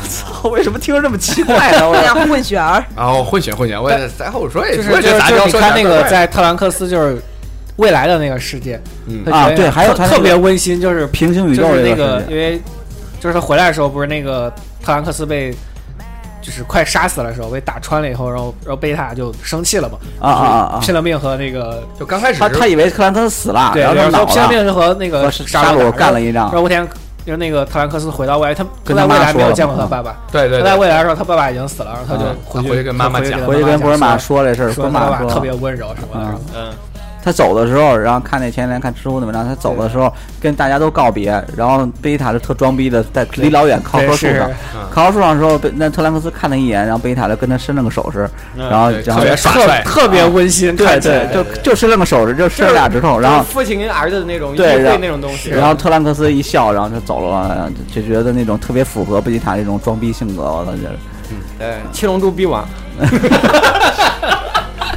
Speaker 7: 为什么听着这么奇怪 呢？我
Speaker 5: 那样混血儿，
Speaker 3: 然后啊哦混血混血，我也在后说也
Speaker 6: 就是
Speaker 3: 我也
Speaker 6: 就
Speaker 3: 觉
Speaker 6: 是
Speaker 3: 得杂交
Speaker 6: 就是你
Speaker 3: 说
Speaker 6: 看
Speaker 3: 起来
Speaker 6: 那
Speaker 3: 怪
Speaker 6: 个
Speaker 3: 怪
Speaker 6: 在特兰克斯就是未来的那个世界，
Speaker 3: 嗯
Speaker 6: 会
Speaker 7: 啊
Speaker 6: 觉得
Speaker 7: 对还有
Speaker 6: 特
Speaker 7: 他那个
Speaker 6: 特别温馨，就是
Speaker 7: 平行宇宙
Speaker 6: 就是那
Speaker 7: 这个
Speaker 6: 个
Speaker 7: 世，界
Speaker 6: 因为就是他回来的时候，不是那个特兰克斯被就是快杀死的时候被打穿了以后，然后然后贝塔就生气了嘛，
Speaker 7: 啊啊啊啊！
Speaker 6: 拼了命和那个
Speaker 3: 就刚开始
Speaker 7: 他
Speaker 3: 是
Speaker 7: 他以为克兰克斯死了，
Speaker 6: 对，
Speaker 7: 然后
Speaker 6: 然
Speaker 7: 他
Speaker 6: 后拼了
Speaker 7: 老了，
Speaker 6: 命就和那
Speaker 7: 和
Speaker 6: 个
Speaker 7: 沙
Speaker 6: 鲁
Speaker 7: 鲁干了一仗
Speaker 6: 然。后无天就是那个特兰克斯回到未来，他
Speaker 7: 跟
Speaker 6: 他
Speaker 7: 他
Speaker 6: 在
Speaker 7: 妈
Speaker 6: 未来没有
Speaker 7: 说了
Speaker 6: 见过
Speaker 7: 嘛嗯
Speaker 6: 他爸爸，
Speaker 3: 对对对
Speaker 6: 他在，未来的时候，他爸爸已经死了，然后他就
Speaker 3: 啊
Speaker 6: 回
Speaker 3: 他
Speaker 6: 去
Speaker 3: 回去跟妈妈讲
Speaker 7: 回去跟
Speaker 6: 博
Speaker 7: 博尔玛说这事儿，博
Speaker 6: 说
Speaker 7: 尔
Speaker 6: 他爸
Speaker 7: 玛
Speaker 6: 爸
Speaker 7: 说
Speaker 6: 特别温柔什么的
Speaker 7: 嗯
Speaker 6: 然后。
Speaker 7: 他走的时候，然后看那前一天看知乎的文章，他走的时候跟大家都告别，然后贝吉塔就特装逼的在离老远靠棵树上
Speaker 6: 对，
Speaker 3: 嗯
Speaker 7: 靠棵树上的时候，被那特兰克斯看了一眼，然后贝吉塔就跟他伸了个手势，然后
Speaker 3: 嗯对
Speaker 7: 然
Speaker 3: 特
Speaker 7: 后
Speaker 3: 别耍帅
Speaker 6: 特别温馨，
Speaker 7: 对
Speaker 6: 看起来
Speaker 7: 对，就就伸了个手势，就伸了俩指头，然
Speaker 4: 就是
Speaker 7: 后
Speaker 4: 父亲跟儿子的那种
Speaker 7: 对
Speaker 4: 约
Speaker 7: 然
Speaker 4: 会
Speaker 7: 后
Speaker 4: 那种东西，
Speaker 7: 然后特兰克斯一笑，然后就走了，然后就就觉得那种特别符合贝吉塔这种装逼性格，我操，觉得
Speaker 4: 对七龙珠逼王，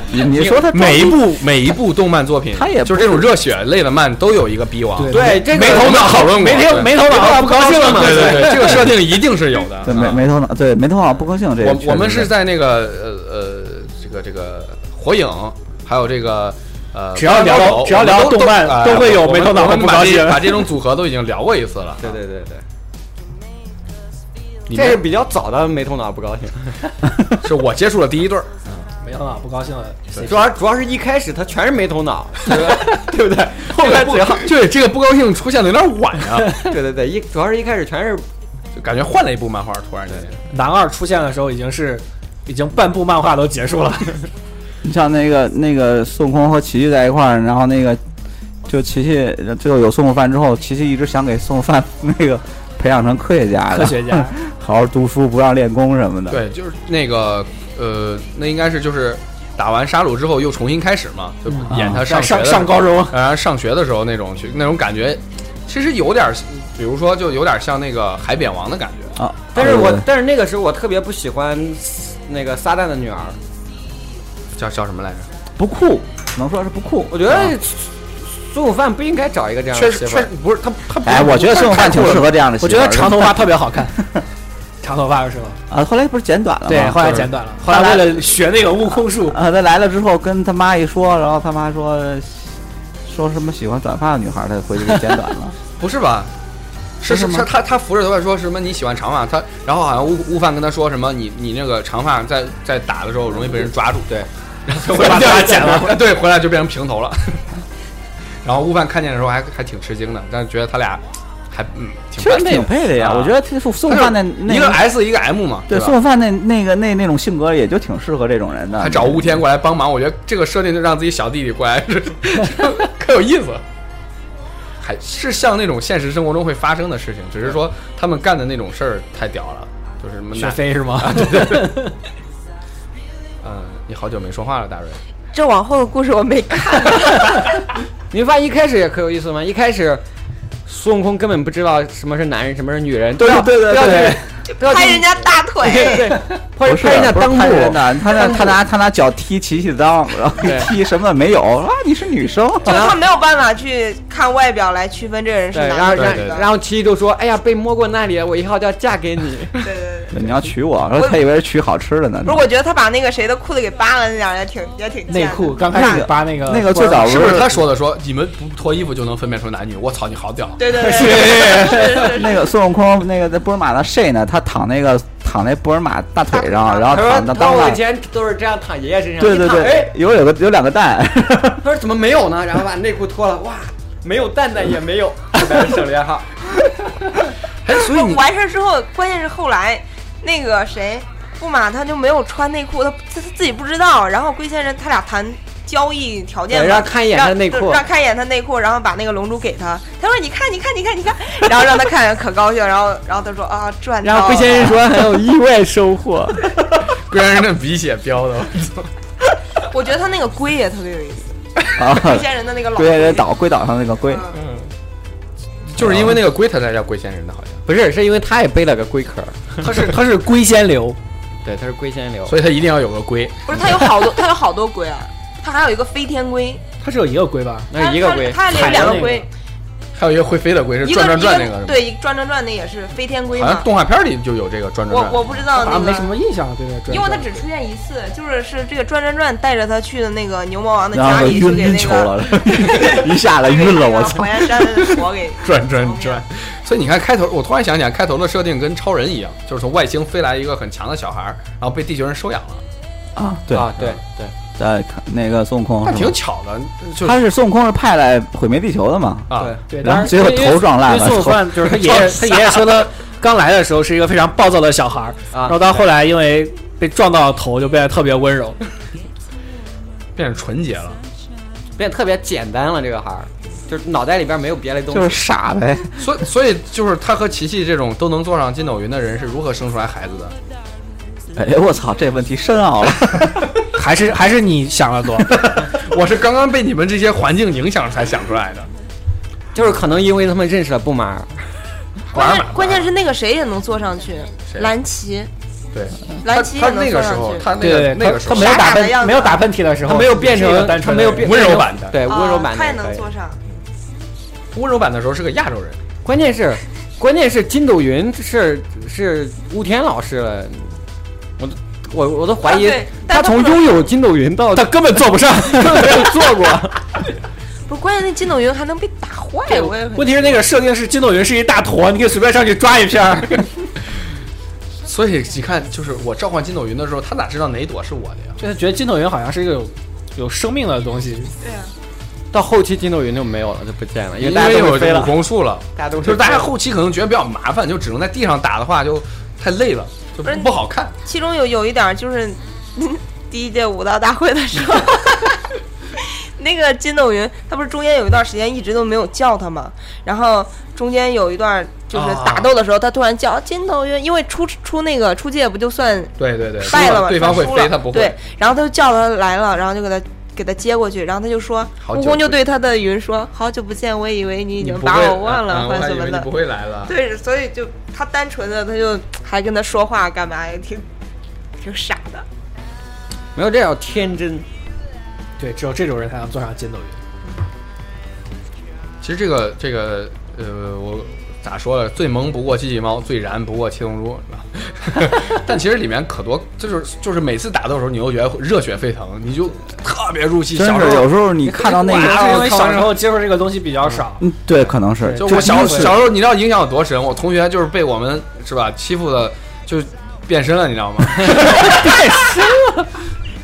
Speaker 7: 你你说他装逼
Speaker 3: 每一部每一部动漫作品，
Speaker 7: 他也
Speaker 3: 就是
Speaker 7: 不
Speaker 3: 这种热血类的漫都有一个逼王，
Speaker 6: 对
Speaker 4: 对这个
Speaker 3: 没头脑讨论过，
Speaker 6: 没头
Speaker 3: 对
Speaker 6: 没头脑不高兴了嘛？
Speaker 3: 对对对，这个设定一定是有的。
Speaker 7: 对没
Speaker 3: 啊
Speaker 7: 没头脑，对没头脑不高兴这个确实，
Speaker 3: 我我们是在那个呃呃这个这个火影，还有这个。呃，
Speaker 6: 只要聊
Speaker 3: 灌篮高手
Speaker 6: 只要聊
Speaker 3: 我们都
Speaker 6: 动漫
Speaker 3: 哎
Speaker 6: 都会有
Speaker 3: 我们
Speaker 6: 没头脑
Speaker 3: 我们
Speaker 6: 不高兴
Speaker 3: 把这把这种组合都已经聊过一次了。
Speaker 4: 对对对对，
Speaker 3: 你
Speaker 4: 这是
Speaker 3: 们
Speaker 4: 比较早的没头脑不高兴，
Speaker 3: 是我接触了第一对儿，
Speaker 6: 没头脑不高兴了，
Speaker 4: 主要主要是一开始他全是没头脑，
Speaker 3: 对不对？后面只要对这个不高兴出现的有点晚啊，
Speaker 4: 对对对，一主要是一开始全是
Speaker 3: 就感觉换了一部漫画，突然间。
Speaker 6: 男二出现的时候已经是已经半部漫画都结束了，
Speaker 7: 你像那个那个孙悟空和奇遇在一块儿，然后那个就琪琪就有孙悟饭之后，琪琪一直想给孙悟饭 那个培养成科学家的，
Speaker 6: 科学家
Speaker 7: 好好读书，不让练功什么的。，
Speaker 3: 对，就是那个呃，那应该是就是打完杀戮之后又重新开始嘛，就演他啊上
Speaker 6: 上
Speaker 3: 学的时
Speaker 6: 上
Speaker 3: 候
Speaker 6: 上高中，
Speaker 3: 呃，上学的时候那种去那种感觉，其实有点儿，比如说就有点像那个海扁王的感觉。
Speaker 7: 啊，
Speaker 4: 但是
Speaker 7: 对
Speaker 4: 我但是那个时候我特别不喜欢那个撒旦的女儿，
Speaker 3: 叫叫什么来着？
Speaker 7: 不酷，只能说是不酷。
Speaker 4: 我觉
Speaker 7: 啊
Speaker 4: 得孙悟饭不应该找一个这样
Speaker 3: 确
Speaker 4: 的
Speaker 3: 实
Speaker 4: 媳妇
Speaker 3: 确
Speaker 4: 儿
Speaker 3: 实。不是他他不
Speaker 7: 哎，我觉得孙悟饭挺适合这样的媳
Speaker 6: 我
Speaker 7: 妇
Speaker 6: 觉
Speaker 7: 儿的。
Speaker 6: 得长头发特别好看，长头发的时候，
Speaker 7: 啊，后来不是剪短了吗？
Speaker 6: 对，后来
Speaker 3: 就是
Speaker 6: 剪短了，后来为了学那个悟空术，
Speaker 7: 啊，他来了之后跟他妈一说，然后他妈说说什么喜欢短发的女孩，他回去给剪短了。
Speaker 3: 不是吧？是是
Speaker 7: 真的
Speaker 3: 是，
Speaker 7: 吗
Speaker 3: 他他扶着头发说什么你喜欢长发，他然后好像悟悟饭跟他说什么你你那个长发在在打的时候容易被人抓住，对，然后就回来
Speaker 6: 把头发剪了，
Speaker 3: 对，回来就变成平头了。 然后悟饭看见的时候还还挺吃惊的，但是觉得他俩还嗯挺
Speaker 7: 确实挺配的呀，
Speaker 3: 啊
Speaker 7: 我觉得这宋范的那
Speaker 3: 一个 S 一个 M 嘛，
Speaker 7: 对
Speaker 3: 吧
Speaker 7: 宋范那那个那那种性格，也就挺适合这种人的。
Speaker 3: 还找吴天过来帮忙，我觉得这个设定就让自己小弟弟过来是可有意思，还是像那种现实生活中会发生的事情，只是说他们干的那种事儿太屌了，就是什么啊
Speaker 6: 学
Speaker 3: 拿
Speaker 6: 飞是吗？
Speaker 3: 嗯，你好久没说话了，大瑞。
Speaker 5: 这往后的故事我没看，
Speaker 4: 你发现一开始也可有意思吗？一开始孙悟空根本不知道什么是男人，什么是女人，
Speaker 7: 对
Speaker 4: 不要
Speaker 7: 对对
Speaker 4: 不要
Speaker 7: 对
Speaker 4: 去不要去
Speaker 5: 拍人家大腿，
Speaker 4: 对对，拍
Speaker 7: 不是
Speaker 4: 拍人家
Speaker 7: 不是
Speaker 4: 裆
Speaker 7: 拍人
Speaker 4: 部，
Speaker 7: 的，他那他拿他拿脚踢琪琪的裆，然后
Speaker 4: 对
Speaker 7: 一踢什么没有啊？你是女生，
Speaker 5: 就是他没有办法去看外表来区分这个人是
Speaker 4: 对，然
Speaker 5: 男
Speaker 4: 后
Speaker 5: 的
Speaker 4: 然
Speaker 5: 还是女的。
Speaker 4: 然后琪琪就说：“哎呀，被摸过那里，我以后就要嫁给你。
Speaker 5: 对对对。
Speaker 7: 对 你要娶我，然后他以为是娶好吃的呢
Speaker 5: 不。是，我觉得他把那个谁的裤子给扒了，那点儿也挺也挺
Speaker 6: 内
Speaker 5: 贱的
Speaker 6: 裤刚开始扒那个
Speaker 7: 那个最早
Speaker 3: 是不是他说的说你们不脱衣服就能分辨出男女？我操，你好屌！
Speaker 5: 对对对， 是是是
Speaker 7: 那个孙悟空那个在波尔玛的 Shay 呢，他躺那个躺那波尔玛大腿上，然”后
Speaker 4: 他说
Speaker 7: 躺：“那
Speaker 4: 他说
Speaker 7: 当
Speaker 4: 我
Speaker 7: 了
Speaker 4: 以。前都是这样躺爷爷身上。”
Speaker 7: 对对对
Speaker 4: 哎，，
Speaker 7: 有有个有两个蛋，啊
Speaker 4: 他说怎么没有呢？然后把内裤脱了，哇，没有蛋蛋也没有， 省略号。
Speaker 3: 哎，所以你
Speaker 5: 完事儿之后，关键是后来那个谁，布马他就没有穿内裤，他他他自己不知道。然后龟先生他俩谈交易条件
Speaker 4: 对
Speaker 5: 嘛，
Speaker 4: 哎让看一眼他内裤
Speaker 5: 让让看一眼他内裤，然后把那个龙珠给他。他说：“你看，你看，你看，你看。”然后让他看，可高兴。然后然后他说：“啊，赚到了。”
Speaker 4: 然后龟先生说：“很有意外收 获。
Speaker 3: 龟然那鼻血飙的，
Speaker 5: 我觉得他那个龟也特别有意思，
Speaker 7: 啊，
Speaker 5: 龟先生的那个老
Speaker 7: 龟人岛龟岛上那个龟，
Speaker 5: 嗯
Speaker 3: 就是因为那个龟他才叫龟仙人的，好”像
Speaker 4: 不是，是因为他也背了个龟壳，
Speaker 6: 他 是他是龟仙流，
Speaker 4: 对，他是龟仙流。
Speaker 3: 所以他一定要有个龟。
Speaker 5: 不是，他有好多，他有好多龟啊，他还有一个飞天龟，
Speaker 6: 他只有一个龟吧？
Speaker 4: 那哎一个龟，
Speaker 5: 他他有两个龟，
Speaker 3: 还有一个会飞的龟是
Speaker 5: 一
Speaker 3: 转
Speaker 5: 个
Speaker 3: 转转那
Speaker 5: 一
Speaker 3: 个，
Speaker 5: 对，一转转转那也是飞天龟
Speaker 3: 好像
Speaker 5: 嘛。
Speaker 3: 动画片里就有这个转转
Speaker 5: 我
Speaker 3: 转。
Speaker 5: 我不知道
Speaker 6: 好
Speaker 5: 那
Speaker 6: 像没
Speaker 5: 个
Speaker 6: 什，么印象，对对对，
Speaker 5: 因为他只出现一次，就是是这个转转转带着他去的那个牛魔王的
Speaker 7: 然
Speaker 5: 家
Speaker 7: 后
Speaker 5: 里，去
Speaker 7: 晕
Speaker 5: 给
Speaker 7: 晕
Speaker 5: 那
Speaker 7: 球
Speaker 5: 个
Speaker 7: 了，一下来晕了，我操
Speaker 5: 火！焰山的火给
Speaker 3: 转转转。所以你看开头，我突然想起来，开头的设定跟超人一样，就是从外星飞来一个很强的小孩儿，然后被地球人收养了，
Speaker 7: 啊，对，
Speaker 4: 啊，对对。
Speaker 7: 呃，看那个孙悟
Speaker 4: 哦
Speaker 7: 空
Speaker 3: 那
Speaker 7: 是
Speaker 3: 挺
Speaker 7: 吧，
Speaker 3: 巧的，就是
Speaker 7: 他是孙悟空是派来毁灭地球的嘛？
Speaker 3: 啊，
Speaker 6: 对，
Speaker 7: 然
Speaker 6: 当
Speaker 7: 后
Speaker 6: 时
Speaker 7: 结果头撞烂
Speaker 6: 因为
Speaker 7: 了
Speaker 6: 孙，悟饭就是他爷爷，他爷爷说他刚来的时候是一个非常暴躁的小孩儿，
Speaker 4: 啊
Speaker 6: 然后到后来因为被撞到头就变得特别温柔。
Speaker 3: 变成纯洁了。
Speaker 4: 变得特别简单了，这个孩儿，就是脑袋里边没有别的东西。
Speaker 7: 就是傻呗。
Speaker 4: 嗯
Speaker 3: 所以所以就是他和琪琪这种都能坐上筋斗云的人是如何生出来孩子的？
Speaker 7: 哎，我操，这问题深奥了。
Speaker 6: 还是还是你想的多，
Speaker 3: 我是刚刚被你们这些环境影响才想出来的。
Speaker 4: 就是可能因为他们认识了布马尔，
Speaker 5: 关
Speaker 3: 玩儿
Speaker 5: 键
Speaker 3: 嘛
Speaker 5: 关键是那个谁也能坐上去，
Speaker 3: 谁
Speaker 5: 蓝旗，
Speaker 3: 对，
Speaker 5: 蓝
Speaker 3: 他
Speaker 5: 旗
Speaker 3: 他
Speaker 5: 也能
Speaker 3: 那
Speaker 5: 坐
Speaker 3: 个
Speaker 5: 上
Speaker 3: 时候，
Speaker 5: 去。
Speaker 3: 他那
Speaker 6: 对
Speaker 3: 个
Speaker 6: 对，
Speaker 3: 那个时
Speaker 6: 他
Speaker 3: 候
Speaker 6: 没有打
Speaker 5: 傻傻的样
Speaker 6: 喷
Speaker 5: 子
Speaker 6: 没有打喷嚏的时候，
Speaker 4: 他没有变
Speaker 6: 是一个
Speaker 4: 成，
Speaker 6: 单
Speaker 4: 他
Speaker 6: 纯
Speaker 4: 没
Speaker 6: 的
Speaker 4: 有
Speaker 6: 人
Speaker 4: 变
Speaker 3: 温柔版的
Speaker 4: 对
Speaker 5: 啊
Speaker 4: 温柔版的
Speaker 5: 他也
Speaker 4: 人
Speaker 5: 能
Speaker 4: 可以
Speaker 5: 坐上，
Speaker 3: 温柔版的时候是个亚洲人，
Speaker 4: 关键是，关键是筋斗云是是雾天老师了，我都我我都怀疑
Speaker 5: 啊对但
Speaker 4: 他
Speaker 5: 他
Speaker 4: 从
Speaker 5: 不能
Speaker 4: 拥有筋斗云到
Speaker 6: 他根本坐不 上。
Speaker 4: 没有做过，
Speaker 5: 不是关键那筋斗云还能被打坏，我也很
Speaker 6: 问题是那个设定是筋斗云是一大坨，你可以随便上去抓一片儿。
Speaker 3: 所以你看，就是我召唤筋斗云的时候，他哪知道哪一朵是我的呀？
Speaker 6: 就是觉得筋斗云好像是一个有有生命的东西，
Speaker 5: 对啊，
Speaker 4: 到后期筋斗云就没有了，就不见了，因为
Speaker 3: 因
Speaker 4: 大家
Speaker 3: 为
Speaker 4: 都
Speaker 3: 有
Speaker 4: 会飞
Speaker 3: 这
Speaker 4: 了
Speaker 3: 武，功 术了。
Speaker 4: 大家都
Speaker 3: 就是大家
Speaker 4: 飞了
Speaker 3: 后期可能觉得比较麻烦，就只能在地上打的话，就太累了，就
Speaker 5: 不是
Speaker 3: 不好看。
Speaker 5: 其 中有有一点儿就是，第一届武道大会的时候， 那个筋斗云，他不是中间有一段时间一直都没有叫他吗？然后中间有一段
Speaker 3: 哦
Speaker 5: 就是打斗的时候，他突然叫筋斗云，因为出出那个出界不就算
Speaker 3: 对对对，
Speaker 5: 败了吗？
Speaker 3: 对方会
Speaker 5: 输了
Speaker 3: 飞，他不会
Speaker 5: 对。，然后他就叫他来了，然后就给他给他接过去，然后他就说，
Speaker 3: 好久
Speaker 5: 悟
Speaker 3: 不
Speaker 5: 空就对他的云说：“好久不见，我以为你已经把我忘了，
Speaker 3: 啊我
Speaker 5: 或者
Speaker 3: 还
Speaker 5: 什
Speaker 3: 以
Speaker 5: 么
Speaker 3: 为你
Speaker 5: 的。
Speaker 3: 不会来了。
Speaker 5: 对，所以就他单纯的，他就还跟他说话干嘛，也挺挺傻的。
Speaker 4: 没有这叫天真。
Speaker 6: 对，只有这种人才能坐上筋斗云。
Speaker 3: 其实这个这个呃，我咋说了？最萌不过机器猫，最燃不过七龙珠，是吧？ 但其实里面可多，就是就是每次打斗的时候，你又觉得热血沸腾，你就特别入戏。
Speaker 7: 真
Speaker 3: 小时
Speaker 7: 是
Speaker 3: 候
Speaker 7: 有时候你看啊到那
Speaker 6: 我还是因为
Speaker 7: 个，
Speaker 6: 小时候接触这个东西比较少，
Speaker 7: 嗯，对，可能是，
Speaker 3: 就
Speaker 7: 就
Speaker 3: 我小
Speaker 7: 是
Speaker 3: 小时候，你知道影响有多深？我同学就是被我们是吧欺负的，就变身了，你知 道吗？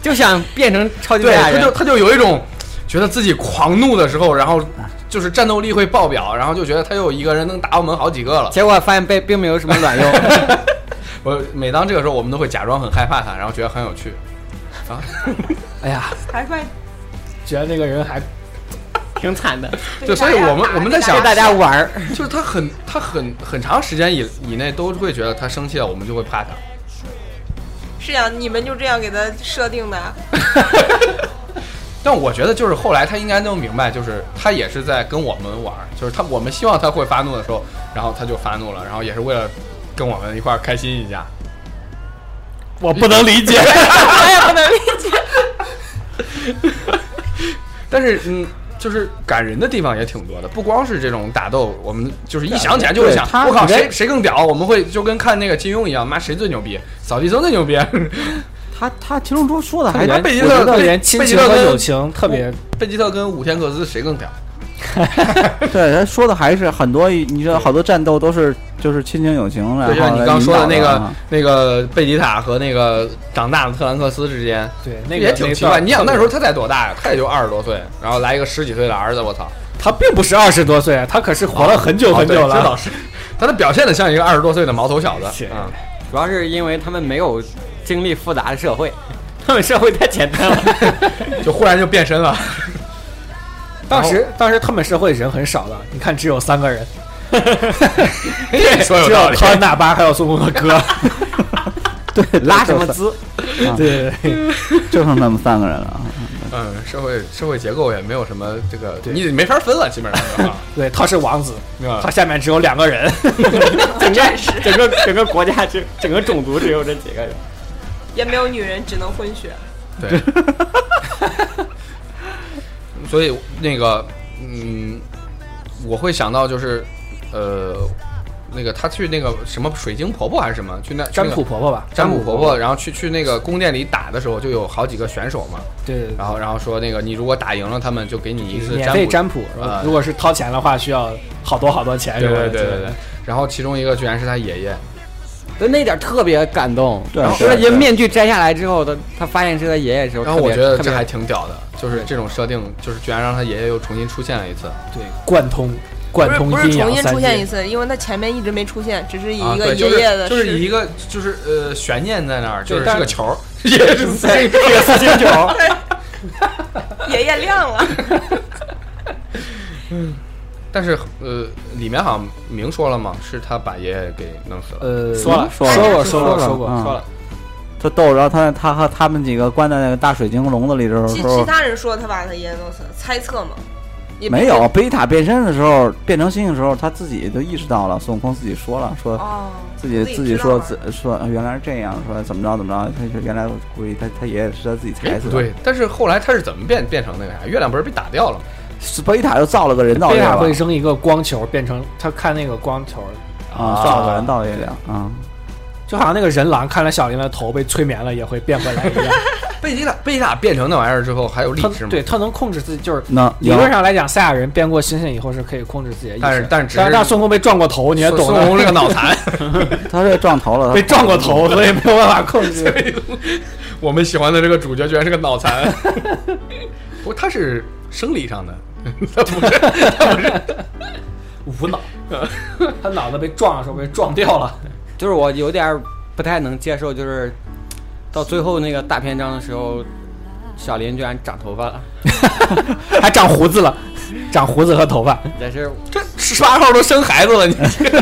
Speaker 4: 就想变成超级赛
Speaker 3: 对，
Speaker 4: 亚
Speaker 3: 他就
Speaker 4: 人，
Speaker 3: 他就有一种觉得自己狂怒的时候，然后就是战斗力会爆表，然后就觉得他又有一个人能打我们好几个了。
Speaker 4: 结果发现被并没有什么卵 用。
Speaker 3: 我每当这个时候，我们都会假装很害怕他，然后觉得很有趣。啊
Speaker 4: 哎呀，
Speaker 5: 还怪
Speaker 6: 觉得那个人还
Speaker 4: 挺惨的，
Speaker 3: 对，所以我们我们在想
Speaker 4: 陪，大家玩儿。
Speaker 3: 就是他很他很很长时间以以内都会觉得他生气了，我们就会怕他。
Speaker 5: 是呀，你们就这样给他设定的。
Speaker 3: 但我觉得就是后来他应该能明白，就是他也是在跟我们玩儿，就是他我们希望他会发怒的时候，然后他就发怒了，然后也是为了跟我们一块儿开心一下。
Speaker 6: 我不能理解。
Speaker 5: 我也不能理解。
Speaker 3: 但是嗯，就是感人的地方也挺多的，不光是这种打斗，我们就是一想起来就会想
Speaker 7: 对，他
Speaker 3: 我靠，
Speaker 7: 你在
Speaker 3: 谁谁更屌？我们会就跟看那个金庸一样，妈谁最牛逼？扫地僧最牛逼。
Speaker 7: 他他七龙珠说的还
Speaker 3: 哎他贝吉
Speaker 7: 我
Speaker 3: 特
Speaker 7: 觉得
Speaker 6: 特别亲情和友情特别
Speaker 3: 贝吉特跟武天克斯谁更屌？
Speaker 7: 对他说的还是很多，你知道好多战斗都是就是亲情友情，然后
Speaker 3: 对，就像你刚
Speaker 7: 引
Speaker 3: 说的
Speaker 7: 导
Speaker 3: 那
Speaker 7: 啊
Speaker 3: 个 那个贝吉塔和那个长大的特兰克斯之间，
Speaker 6: 对，那
Speaker 3: 那
Speaker 6: 个
Speaker 3: 也挺奇怪。你想那时候
Speaker 6: 他
Speaker 3: 他才多大呀？他也就二十多岁，然后来一个十几岁的儿子，我操！
Speaker 6: 他并不是二十多岁，他可是活了很久很久
Speaker 3: 哦对这倒
Speaker 6: 了。
Speaker 3: 是，他的表现的像一个二十多岁的毛头小子
Speaker 6: 是
Speaker 3: 啊。
Speaker 4: 主要是因为他们没有经历复杂的社会，他们社会太简单 了。
Speaker 3: 就忽然就变身了。
Speaker 6: 当时当时他们社会人很少的，你看只有三个 人，
Speaker 3: 说有
Speaker 6: 只
Speaker 3: 道
Speaker 6: 有啊
Speaker 3: 理
Speaker 6: 康恩大巴还有孙悟空的 哥，
Speaker 7: 对
Speaker 4: 拉什么资？
Speaker 6: 对
Speaker 7: 就剩他们三个人了啊。
Speaker 3: 嗯，社会社会结构也没有什么这个，
Speaker 6: 对
Speaker 3: 你没法分了，基本上 啊
Speaker 6: 对，他是王子，
Speaker 3: 是吧
Speaker 6: 他下面只有两个人，
Speaker 4: 整个整个整个国家只整个种族只有这几个人。
Speaker 5: 也没有女人，只能混血。
Speaker 3: 对。 所以那个，嗯，我会想到就是，呃，那个他去那个什么水晶婆婆还是什么，去那
Speaker 6: 占
Speaker 3: 去
Speaker 6: 卜。
Speaker 3: 那个
Speaker 6: 婆婆吧，
Speaker 3: 占卜婆婆，然后去去那个宫殿里打的时候，就有好几个选手嘛，
Speaker 6: 对对对
Speaker 3: 然后然后说那个你如果打赢了他们，就给你一次
Speaker 6: 免费占
Speaker 3: 占卜
Speaker 6: 卜，
Speaker 3: 啊
Speaker 6: 如果是掏钱的话，需要好多好多钱。
Speaker 3: 对
Speaker 6: 是吧
Speaker 3: 对对对对。然后其中一个居然是他爷爷，
Speaker 4: 就那点儿特别感动。
Speaker 7: 对
Speaker 4: 然后
Speaker 7: 对
Speaker 4: 他
Speaker 7: 对
Speaker 4: 面具摘下来之后，他他发现是他爷爷的时候，
Speaker 3: 然后我觉
Speaker 4: 特别
Speaker 3: 得
Speaker 4: 特
Speaker 3: 这
Speaker 4: 别
Speaker 3: 还挺屌的，就是这种设定，就是居然让他爷爷又重新出现了一次。
Speaker 6: 对，贯通贯
Speaker 5: 不是
Speaker 6: 通
Speaker 5: 不是
Speaker 6: 阴阳
Speaker 5: 重新
Speaker 6: 三
Speaker 5: 出
Speaker 6: 界
Speaker 5: 现一次，因为他前面一直没出现，只是以
Speaker 3: 啊，
Speaker 5: 一个
Speaker 3: 对，就
Speaker 5: 爷
Speaker 3: 是
Speaker 5: 爷的
Speaker 3: 就是以
Speaker 5: 视
Speaker 3: 一个就是呃悬念在那儿，就是
Speaker 6: 但
Speaker 3: 是
Speaker 6: 是
Speaker 3: 个球儿，也是三个
Speaker 6: 这个四星球，
Speaker 5: 爷爷亮 了。
Speaker 3: 但是呃里面好像明说了嘛，是他把爷爷给弄死了。
Speaker 6: 呃，
Speaker 4: 说了
Speaker 7: 说了
Speaker 6: 说过
Speaker 7: 说
Speaker 6: 过
Speaker 7: 了
Speaker 6: 说过
Speaker 7: 嗯
Speaker 6: 说了，
Speaker 7: 他逗，然后他他和他们几个关在那个大水晶笼子里的时候，
Speaker 5: 其其他人说他把他爷爷弄死了，猜测嘛，也不哦
Speaker 7: 没有贝塔变身的时候，变成猩猩的时候，他自己就意识到了，孙悟空自己说了，说
Speaker 5: 哦，
Speaker 7: 自己
Speaker 5: 自
Speaker 7: 自
Speaker 5: 己
Speaker 7: 己
Speaker 5: 知道
Speaker 7: 说
Speaker 5: 了
Speaker 7: 自说呃原来是这样，说怎么着怎么着，他就原来估计他他爷爷是他自己
Speaker 3: 哎
Speaker 7: 踩死
Speaker 3: 不
Speaker 7: 的，
Speaker 3: 对，但是后来他是怎么变变成那个啥？月亮不是被打掉了吗？
Speaker 7: 是贝塔又造了个人造
Speaker 6: 贝
Speaker 7: 月
Speaker 6: 塔
Speaker 7: 亮
Speaker 6: 会扔一个光球变成他看那个光球，
Speaker 7: 啊，造了个人造月亮啊，
Speaker 6: 就好像那个人狼看了小林的头被催眠了也会变回来一 样。
Speaker 3: 贝吉塔贝吉塔变成那玩意儿之后还有理
Speaker 6: 他
Speaker 3: 智吗？
Speaker 6: 对，他能控制自己，就是
Speaker 7: 那
Speaker 6: 理论上来讲，赛亚人变过猩猩以后是可以控制自己的意识，
Speaker 3: 但是但是只是
Speaker 6: 但但孙悟空被撞过头，你也
Speaker 3: 孙
Speaker 6: 懂
Speaker 3: 孙
Speaker 6: 的
Speaker 3: 悟空是个脑残，
Speaker 7: 他这撞头了，他
Speaker 6: 被撞过头，所以没有办法控制。
Speaker 3: 我们喜欢的这个主角居然是个脑残。 不过他是生理上的，
Speaker 6: 无脑，他脑子被撞的时候被撞 掉了。
Speaker 4: 就是我有点儿不太能接受，就是到最后那个大篇章的时候，小林居然长头发了，
Speaker 6: 还长胡子了，长胡子和头发。
Speaker 4: 但是
Speaker 6: 这十八号都生孩子了，你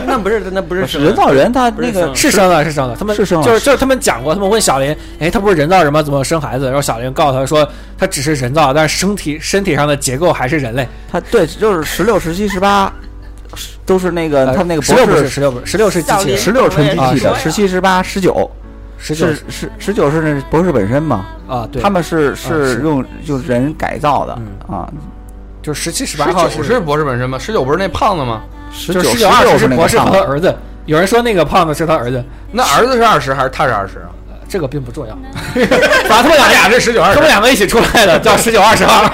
Speaker 4: 那不是那不是什么
Speaker 7: 人造人他
Speaker 4: 不是
Speaker 7: 那个
Speaker 4: 生
Speaker 6: 是生了是生了。他们
Speaker 7: 是生了
Speaker 6: 就是就是他们讲过，他们问小林，哎，他不是人造人吗？怎么生孩子？然后小林告诉他说，他只是人造，但是身体身体上的结构还是人类。
Speaker 7: 他对，就是十六、十七、十八，都是那个他们那个
Speaker 6: 哎十
Speaker 7: 博
Speaker 6: 六不
Speaker 7: 士
Speaker 6: 是十六不是十六是机器人，
Speaker 7: 十六纯机
Speaker 6: 啊
Speaker 7: 器
Speaker 6: 是
Speaker 7: 的，十七、十八、十九
Speaker 6: 十九
Speaker 7: 是十十九是那博士本身嘛？
Speaker 6: 啊对，
Speaker 7: 他们是
Speaker 6: 是
Speaker 7: 是用就人改造的
Speaker 6: 嗯
Speaker 7: 啊。
Speaker 6: 就是十七十八
Speaker 3: 十
Speaker 6: 号
Speaker 3: 九是博士本身吗？十九不是那胖子吗？
Speaker 7: 十
Speaker 6: 就是
Speaker 7: 十
Speaker 6: 十
Speaker 7: 九
Speaker 6: 九二十
Speaker 7: 是
Speaker 6: 是
Speaker 7: 那
Speaker 6: 博
Speaker 7: 个
Speaker 6: 士和
Speaker 7: 胖
Speaker 6: 他
Speaker 7: 子，
Speaker 6: 儿子。有人说那个胖子是他儿子，
Speaker 3: 那儿子是二十还是他是二十啊？
Speaker 6: 呃这个并不重要。
Speaker 3: 反正他们俩是十九二
Speaker 6: 他
Speaker 3: 十
Speaker 6: 们。两个一起出来的，叫十九二十号，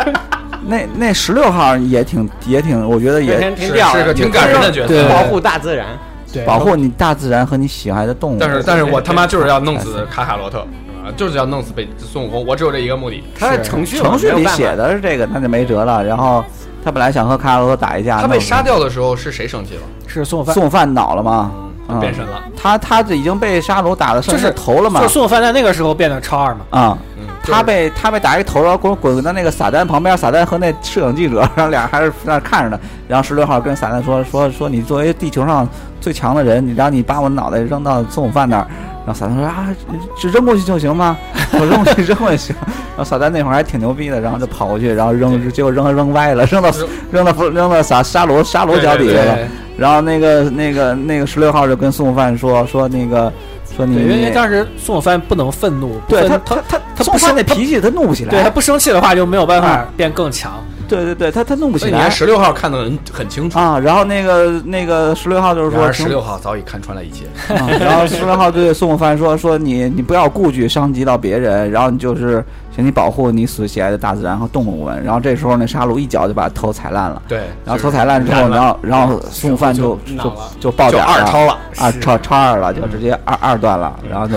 Speaker 7: 那那十六号也挺也挺，我觉得
Speaker 4: 每
Speaker 7: 也
Speaker 4: 天停掉
Speaker 3: 是个挺感人的角色
Speaker 6: 对
Speaker 4: 保护大自然。
Speaker 6: 对，
Speaker 7: 保护你大自然和你喜爱的动物。
Speaker 3: 但是但是我他妈就是要弄死卡卡罗特，啊，就是要弄死北孙悟空，我只有这一个目的。
Speaker 4: 他的程序嘛
Speaker 7: 程序
Speaker 4: 没有
Speaker 7: 里
Speaker 4: 办法
Speaker 7: 写的是这个，那就没辙了。然后他本来想和卡罗多打一架，
Speaker 3: 他被
Speaker 7: 弄死
Speaker 3: 杀掉的时候是谁生气了？
Speaker 6: 是送饭，
Speaker 7: 孙悟饭恼了吗？
Speaker 3: 他
Speaker 7: 嗯
Speaker 3: 变身了。
Speaker 7: 他他已经被沙鲁打的
Speaker 6: 就
Speaker 7: 剩
Speaker 6: 是
Speaker 7: 下头了嘛
Speaker 6: 就？送饭在那个时候变得超二嘛。
Speaker 7: 啊，
Speaker 3: 嗯，
Speaker 7: 他被他被打一个头，然后滚滚到那个撒旦旁边，撒旦和那摄影记者， 然后俩人还是在那儿看着呢。然后十六号跟撒旦说说说你作为地球上最强的人，你让你把我脑袋扔到孙悟饭那儿。然后撒旦说啊，只扔过去就行吗？ 我扔过去扔过去行。然后撒旦那会儿还挺牛逼的，然后就跑过去，然后扔，结果扔扔歪了，扔到
Speaker 3: 扔
Speaker 7: 扔到扔到撒沙罗沙罗脚底下
Speaker 3: 对
Speaker 7: 了。然后那个那个那个十六号就跟孙悟饭说说那个说你
Speaker 6: 对，因为
Speaker 7: 你
Speaker 6: 当时宋帆不能愤怒，不
Speaker 7: 嗯对
Speaker 6: 愤
Speaker 7: 他
Speaker 6: 他
Speaker 7: 他他
Speaker 6: 他
Speaker 7: 孙
Speaker 6: 不
Speaker 7: 悟饭
Speaker 6: 生
Speaker 7: 那
Speaker 6: 他
Speaker 7: 脾气他弄不起来，
Speaker 6: 对他不生气的话就没有办法变更强。
Speaker 7: 对对对，他他弄不
Speaker 3: 所
Speaker 7: 起
Speaker 3: 以你看
Speaker 7: 来
Speaker 3: 十六号看得很很清楚。
Speaker 7: 啊。然后那个那个十六号就是
Speaker 3: 然
Speaker 7: 说
Speaker 3: 而十六号早已看穿了一切。
Speaker 7: 停啊然后十六号对孙悟饭说说你你不要顾忌伤及到别人，然后你就是请你保护你所喜爱的大自然和动物们。然后这时候那沙鲁一脚就把头踩烂了，
Speaker 3: 对，
Speaker 7: 然后
Speaker 3: 就是
Speaker 7: 头踩烂之后，
Speaker 3: 染
Speaker 7: 然后然后孙悟饭就
Speaker 4: 恼
Speaker 7: 就
Speaker 4: 了
Speaker 7: 就爆
Speaker 3: 就
Speaker 7: 点
Speaker 3: 二
Speaker 7: 了
Speaker 3: 超了，
Speaker 7: 二超超二了，就直接二二段了，然后就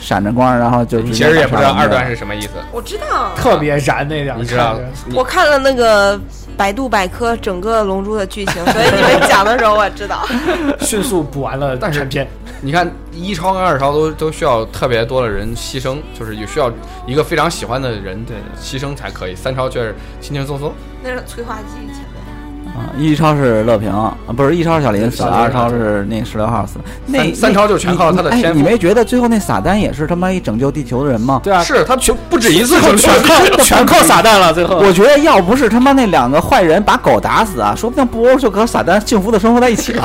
Speaker 7: 闪着光，然后就直
Speaker 3: 你
Speaker 7: 接
Speaker 3: 其实也不知道
Speaker 7: 把沙鲁
Speaker 3: 二段
Speaker 7: 灭了
Speaker 3: 是什么意思，
Speaker 5: 我知道，
Speaker 6: 特别燃那点儿，
Speaker 3: 你知道
Speaker 6: 看着？
Speaker 3: 你
Speaker 5: 我看了那个百度百科整个《龙珠》的剧情，所以你们讲的时候我知道。
Speaker 6: 迅速补完了
Speaker 3: 但是
Speaker 6: 全片，
Speaker 3: 你看一超跟二超都都需要特别多的人牺牲，就是也需要一个非常喜欢的人牺牲才可以。三超却是轻轻松松，
Speaker 5: 那是催化剂前面。
Speaker 7: 啊，一超是乐平，啊不是一超是小林死了，
Speaker 3: 小林啊
Speaker 7: 二超是那十六号死了。那
Speaker 3: 三
Speaker 7: 那
Speaker 3: 三超就全靠他的
Speaker 7: 你
Speaker 3: 天
Speaker 7: 哎。
Speaker 3: 赋
Speaker 7: 你没觉得最后那撒旦也是他妈一拯救地球的人吗？
Speaker 6: 对啊，
Speaker 3: 是他全不止一次
Speaker 6: 最
Speaker 3: 拯
Speaker 6: 后
Speaker 3: 救
Speaker 6: 全靠全靠撒旦了，最后
Speaker 7: 我觉得要不是他妈那两个坏人把狗打死啊，说不定布欧就和撒旦幸福的生活在一起了，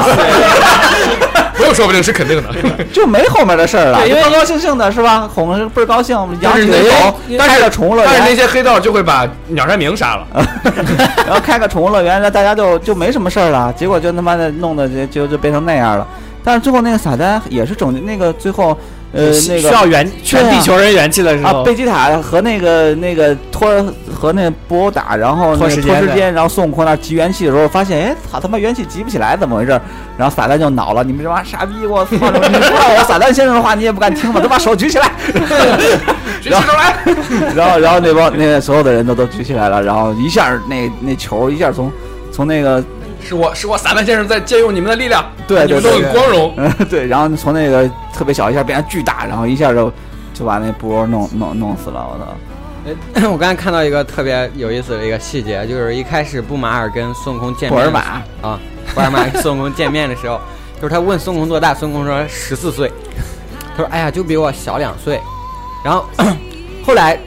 Speaker 3: 不用说不定是肯定的。
Speaker 7: 就没后面的事儿了。
Speaker 6: 对因为
Speaker 7: 高高兴兴的是吧？哄着倍儿高兴，养
Speaker 3: 但是
Speaker 7: 几个
Speaker 3: 那
Speaker 7: 狗
Speaker 3: 些，
Speaker 7: 开个宠物乐
Speaker 3: 但是那
Speaker 7: 园，
Speaker 3: 些黑道就会把鸟山明杀了。
Speaker 7: 啊然后开个宠物乐园，那大家就就没什么事儿了。结果就他妈的弄得就就就变成那样了。但是最后那个撒旦也是拯救那个最后呃
Speaker 6: 需
Speaker 7: 那
Speaker 6: 需
Speaker 7: 个
Speaker 6: 要元全地球人元气的时
Speaker 7: 啊，
Speaker 6: 候
Speaker 7: 贝，吉塔和那个那个托和那布欧打，然后那
Speaker 6: 拖
Speaker 7: 个
Speaker 6: 时
Speaker 7: 拖
Speaker 6: 间
Speaker 7: 时
Speaker 6: 呗
Speaker 7: 间，然后孙悟空那儿集元气的时候，发现哎，操他妈元气集不起来，怎么回事儿？然后撒旦就恼了，你们这帮傻逼，我操！你说让我撒旦先生的话你也不敢听吗？都把手举起来，
Speaker 3: 举起手 来，
Speaker 7: 然后然后那帮那个所有的人都都举起来了，然后一下儿那那球儿一下儿从从那个
Speaker 3: 是我是我撒旦先生在借用你们的力量，
Speaker 7: 对
Speaker 3: 你
Speaker 7: 对
Speaker 3: 们都
Speaker 7: 对
Speaker 3: 很光荣。
Speaker 7: 嗯，对，然后从那个特别小一下变成巨大，然后一下就就把那波弄弄弄死了，我操！
Speaker 4: 哎 我刚才看到一个特别有意思的一个细节，就是一开始布马尔跟孙悟空见面，
Speaker 7: 布尔玛
Speaker 4: 啊，布尔玛跟孙悟空见面的时候， 就是他问孙悟空多大，孙悟空说十四岁，他说哎呀就比我小两岁，然后 后来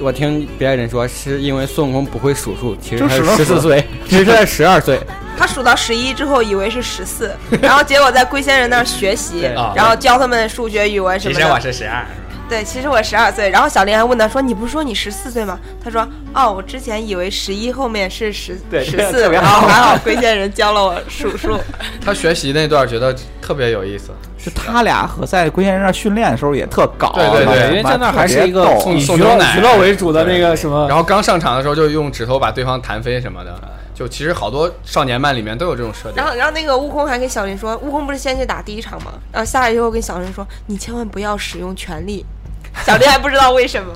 Speaker 4: 我听别人说是因为孙悟空不会数数，其实他
Speaker 7: 就
Speaker 4: 十
Speaker 7: 十四
Speaker 4: 四岁， 其实他十二岁，
Speaker 5: 他数到十一之后，以为是十 四，然后结果在龟仙人那儿学习
Speaker 4: 对
Speaker 3: 啊，
Speaker 5: 然后教他们数学、语文什
Speaker 3: 其
Speaker 5: 么
Speaker 3: 实我
Speaker 5: 的。
Speaker 3: 是十二，
Speaker 5: 对，其实我十二岁。然后小林还问他说：“你不是说你十四岁吗？”他说：“哦，我之前以为十一后面是十
Speaker 4: 对
Speaker 5: 十
Speaker 4: 特
Speaker 5: 四，
Speaker 4: 别
Speaker 5: 然
Speaker 4: 好
Speaker 5: 后还好龟仙人教了我数 数。
Speaker 3: 他学习那段觉得特别有意思。
Speaker 7: 就他俩和在龟仙人那儿训练的时候也特搞，啊
Speaker 3: 对对对
Speaker 7: 妈的
Speaker 6: 因为在那儿还是一个
Speaker 7: 特别逗
Speaker 3: 送
Speaker 6: 以
Speaker 3: 送
Speaker 6: 娱乐
Speaker 3: 牛奶
Speaker 6: 娱乐为主的那个什么
Speaker 3: 然，后刚上场的时候就用指头把对方弹飞什么
Speaker 7: 啊
Speaker 3: 的，就其实好多少年漫里面都有这种设定
Speaker 5: 然。后，然后那个悟空还跟小林说，悟空不是先去打第一场吗？然后下来之后跟小林说，你千万不要使用全力。小林还不知道为 什么，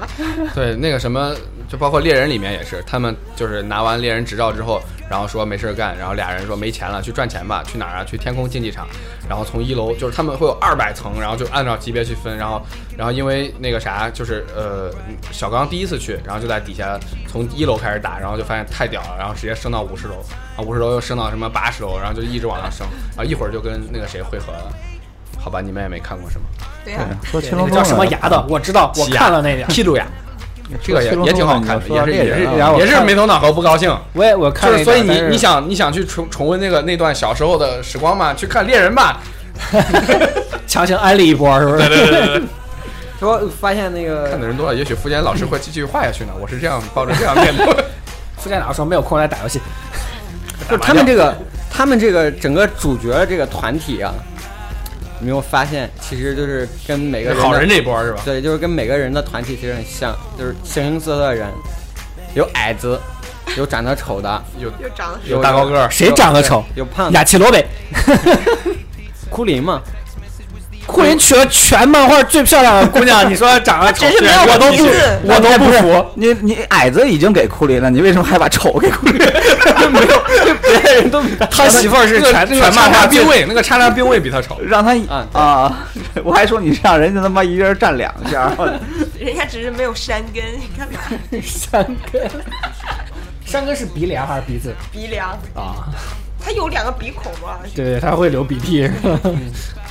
Speaker 3: 对，那个什么，就包括猎人里面也是，他们就是拿完猎人执照之后，然后说没事儿干，然后俩人说没钱了，去赚钱吧，去哪儿啊？去天空竞技场，然后从一楼就是他们会有二百层，然后就按照级别去分，然后然后因为那个啥，就是呃小刚第一次去，然后就在底下从一楼开始打，然后就发现太屌了，然后直接升到五十楼，啊五十楼又升到什么八十楼，然后就一直往上升，然后一会儿就跟那个谁会合了。好吧，你们也没看过是吗？
Speaker 5: 对呀、
Speaker 7: 说
Speaker 6: 对
Speaker 7: 青龙
Speaker 6: 那
Speaker 7: 啊
Speaker 6: 个
Speaker 7: 宫
Speaker 6: 叫什么牙的，我知道，我
Speaker 3: 奇亚
Speaker 6: 看了那点儿，
Speaker 3: 披露呀，这个也也挺好看的，也是也是啊也是没头脑和不高兴。
Speaker 6: 我也我看
Speaker 3: 就
Speaker 6: 了
Speaker 3: 是
Speaker 6: 一
Speaker 3: 所
Speaker 6: 点
Speaker 3: 以
Speaker 6: 儿。
Speaker 3: 你
Speaker 6: 但是
Speaker 3: 你想你想去重重温那个那段小时候的时光嘛？去看猎人吧。
Speaker 6: 强行安利一波是不是？
Speaker 3: 对 对对，
Speaker 4: 说发现那
Speaker 3: 看
Speaker 4: 个
Speaker 3: 的人多了，也许福建老师会继续画下去呢。我是这样抱着这样 念的。
Speaker 6: 副站长说没有空来打游戏，
Speaker 4: 就是他们这个他们这个整个主角的这个团体啊，有没有发现其实就是跟每个人的
Speaker 3: 好人这波是吧？
Speaker 4: 对，就是跟每个人的团体其实很像，就是形形色色的人，有矮子，有长得丑的，
Speaker 3: 有
Speaker 5: 又长得
Speaker 3: 有大高个儿，
Speaker 6: 谁长得丑？
Speaker 4: 有胖子，
Speaker 6: 雅奇罗北，
Speaker 4: 库林嘛，
Speaker 6: 库林娶了全漫画最漂亮的姑娘，你说长得丑，
Speaker 5: 真是没有
Speaker 6: 我都不
Speaker 5: 意思
Speaker 6: 我都不服。
Speaker 7: 你你矮子已经给库林了，你为什么还把丑给库林？
Speaker 6: 他媳妇儿 是全
Speaker 3: 全
Speaker 6: 全漫画
Speaker 3: 兵卫，那个叉叉兵卫比他丑。
Speaker 7: 让他
Speaker 4: 啊对
Speaker 7: 啊！我还说你让人家他妈一人站两下，
Speaker 5: 人家只是没有山根，你看看
Speaker 6: 山根，山根是鼻梁还是鼻子
Speaker 5: 鼻梁，
Speaker 6: 啊？
Speaker 5: 他有两个鼻孔吗？
Speaker 6: 对对，他会流鼻涕，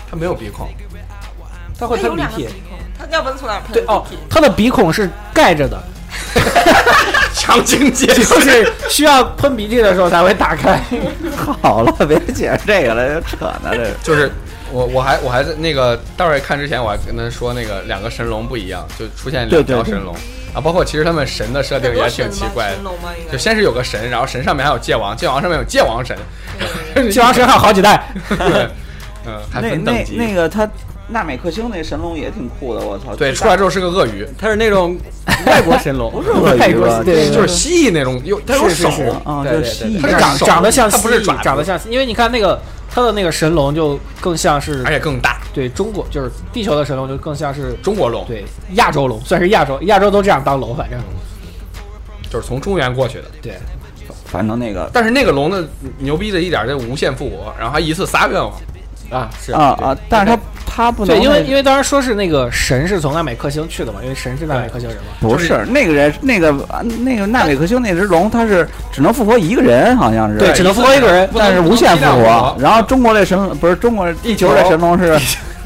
Speaker 3: 他没有鼻孔，
Speaker 5: 嗯他
Speaker 6: 他会
Speaker 5: 有
Speaker 6: 喷鼻
Speaker 5: 两个鼻
Speaker 6: 涕。
Speaker 5: 孔，他要不然从哪儿喷？
Speaker 6: 对哦，他的鼻孔是盖着的，
Speaker 3: 强行接
Speaker 6: 就是需要喷鼻涕的时候才会打开。
Speaker 7: 好了，别解释这个了，扯呢这个。
Speaker 3: 就是我我还我还在那个大瑞看之前，我还跟他说那个两个神龙不一样，就出现两
Speaker 7: 对
Speaker 3: 条
Speaker 7: 对对
Speaker 3: 神龙啊，包括其实他们神的设定
Speaker 5: 很多
Speaker 3: 也
Speaker 5: 神
Speaker 3: 挺
Speaker 5: 吗
Speaker 3: 奇怪的
Speaker 5: 神。龙吗？应该
Speaker 3: 就先是有个神，然后神上面还有界王，界王上面有界王神，
Speaker 6: 西王神还有好几代，
Speaker 3: 对，嗯，还
Speaker 7: 那
Speaker 3: 分
Speaker 7: 那
Speaker 3: 等级。
Speaker 7: 那个他纳美克星那神龙也挺酷的，我操！
Speaker 3: 对，
Speaker 7: 巨
Speaker 3: 出来之后是个鳄鱼，
Speaker 4: 他是那种外国神龙，
Speaker 7: 大鳄鱼
Speaker 6: 泰国
Speaker 7: 吧
Speaker 6: 对对对
Speaker 3: 就是蜥蜴那种，有它有
Speaker 6: 是
Speaker 3: 手
Speaker 6: 是，是
Speaker 7: 啊，
Speaker 4: 对
Speaker 7: 就
Speaker 4: 对
Speaker 7: 是
Speaker 4: 对
Speaker 7: 蜥
Speaker 3: 它是
Speaker 7: 蜴。
Speaker 6: 长
Speaker 3: 手
Speaker 6: 长得像
Speaker 3: 它不是
Speaker 6: 蜥蜴
Speaker 3: 爪子
Speaker 6: 长得像蜥，因为你看那个他的那个神龙就更像是
Speaker 3: 而且更大。
Speaker 6: 对中国就是地球的神龙就更像是
Speaker 3: 中国龙
Speaker 6: 对亚洲龙，算是亚洲亚洲都这样当龙，反正
Speaker 3: 就是从中原过去的，
Speaker 6: 对
Speaker 7: 反正那个
Speaker 3: 但是那个龙的牛逼的一点就是无限复活，然后还一次仨愿望，
Speaker 6: 啊是
Speaker 7: 啊啊，但是他他不能
Speaker 6: 对，因为
Speaker 7: 那
Speaker 6: 因为当时说是那个神是从纳美克星去的嘛，因为神是纳美克星人嘛。
Speaker 7: 不是那个人，那个啊那个纳美克星那只龙，它是只能复活一个人，好像是。
Speaker 6: 对只能复活一个人
Speaker 3: 不能
Speaker 7: 但是无限复
Speaker 3: 不能批量
Speaker 7: 活。然后中国这神不是中国地球
Speaker 3: 球
Speaker 7: 这神龙是，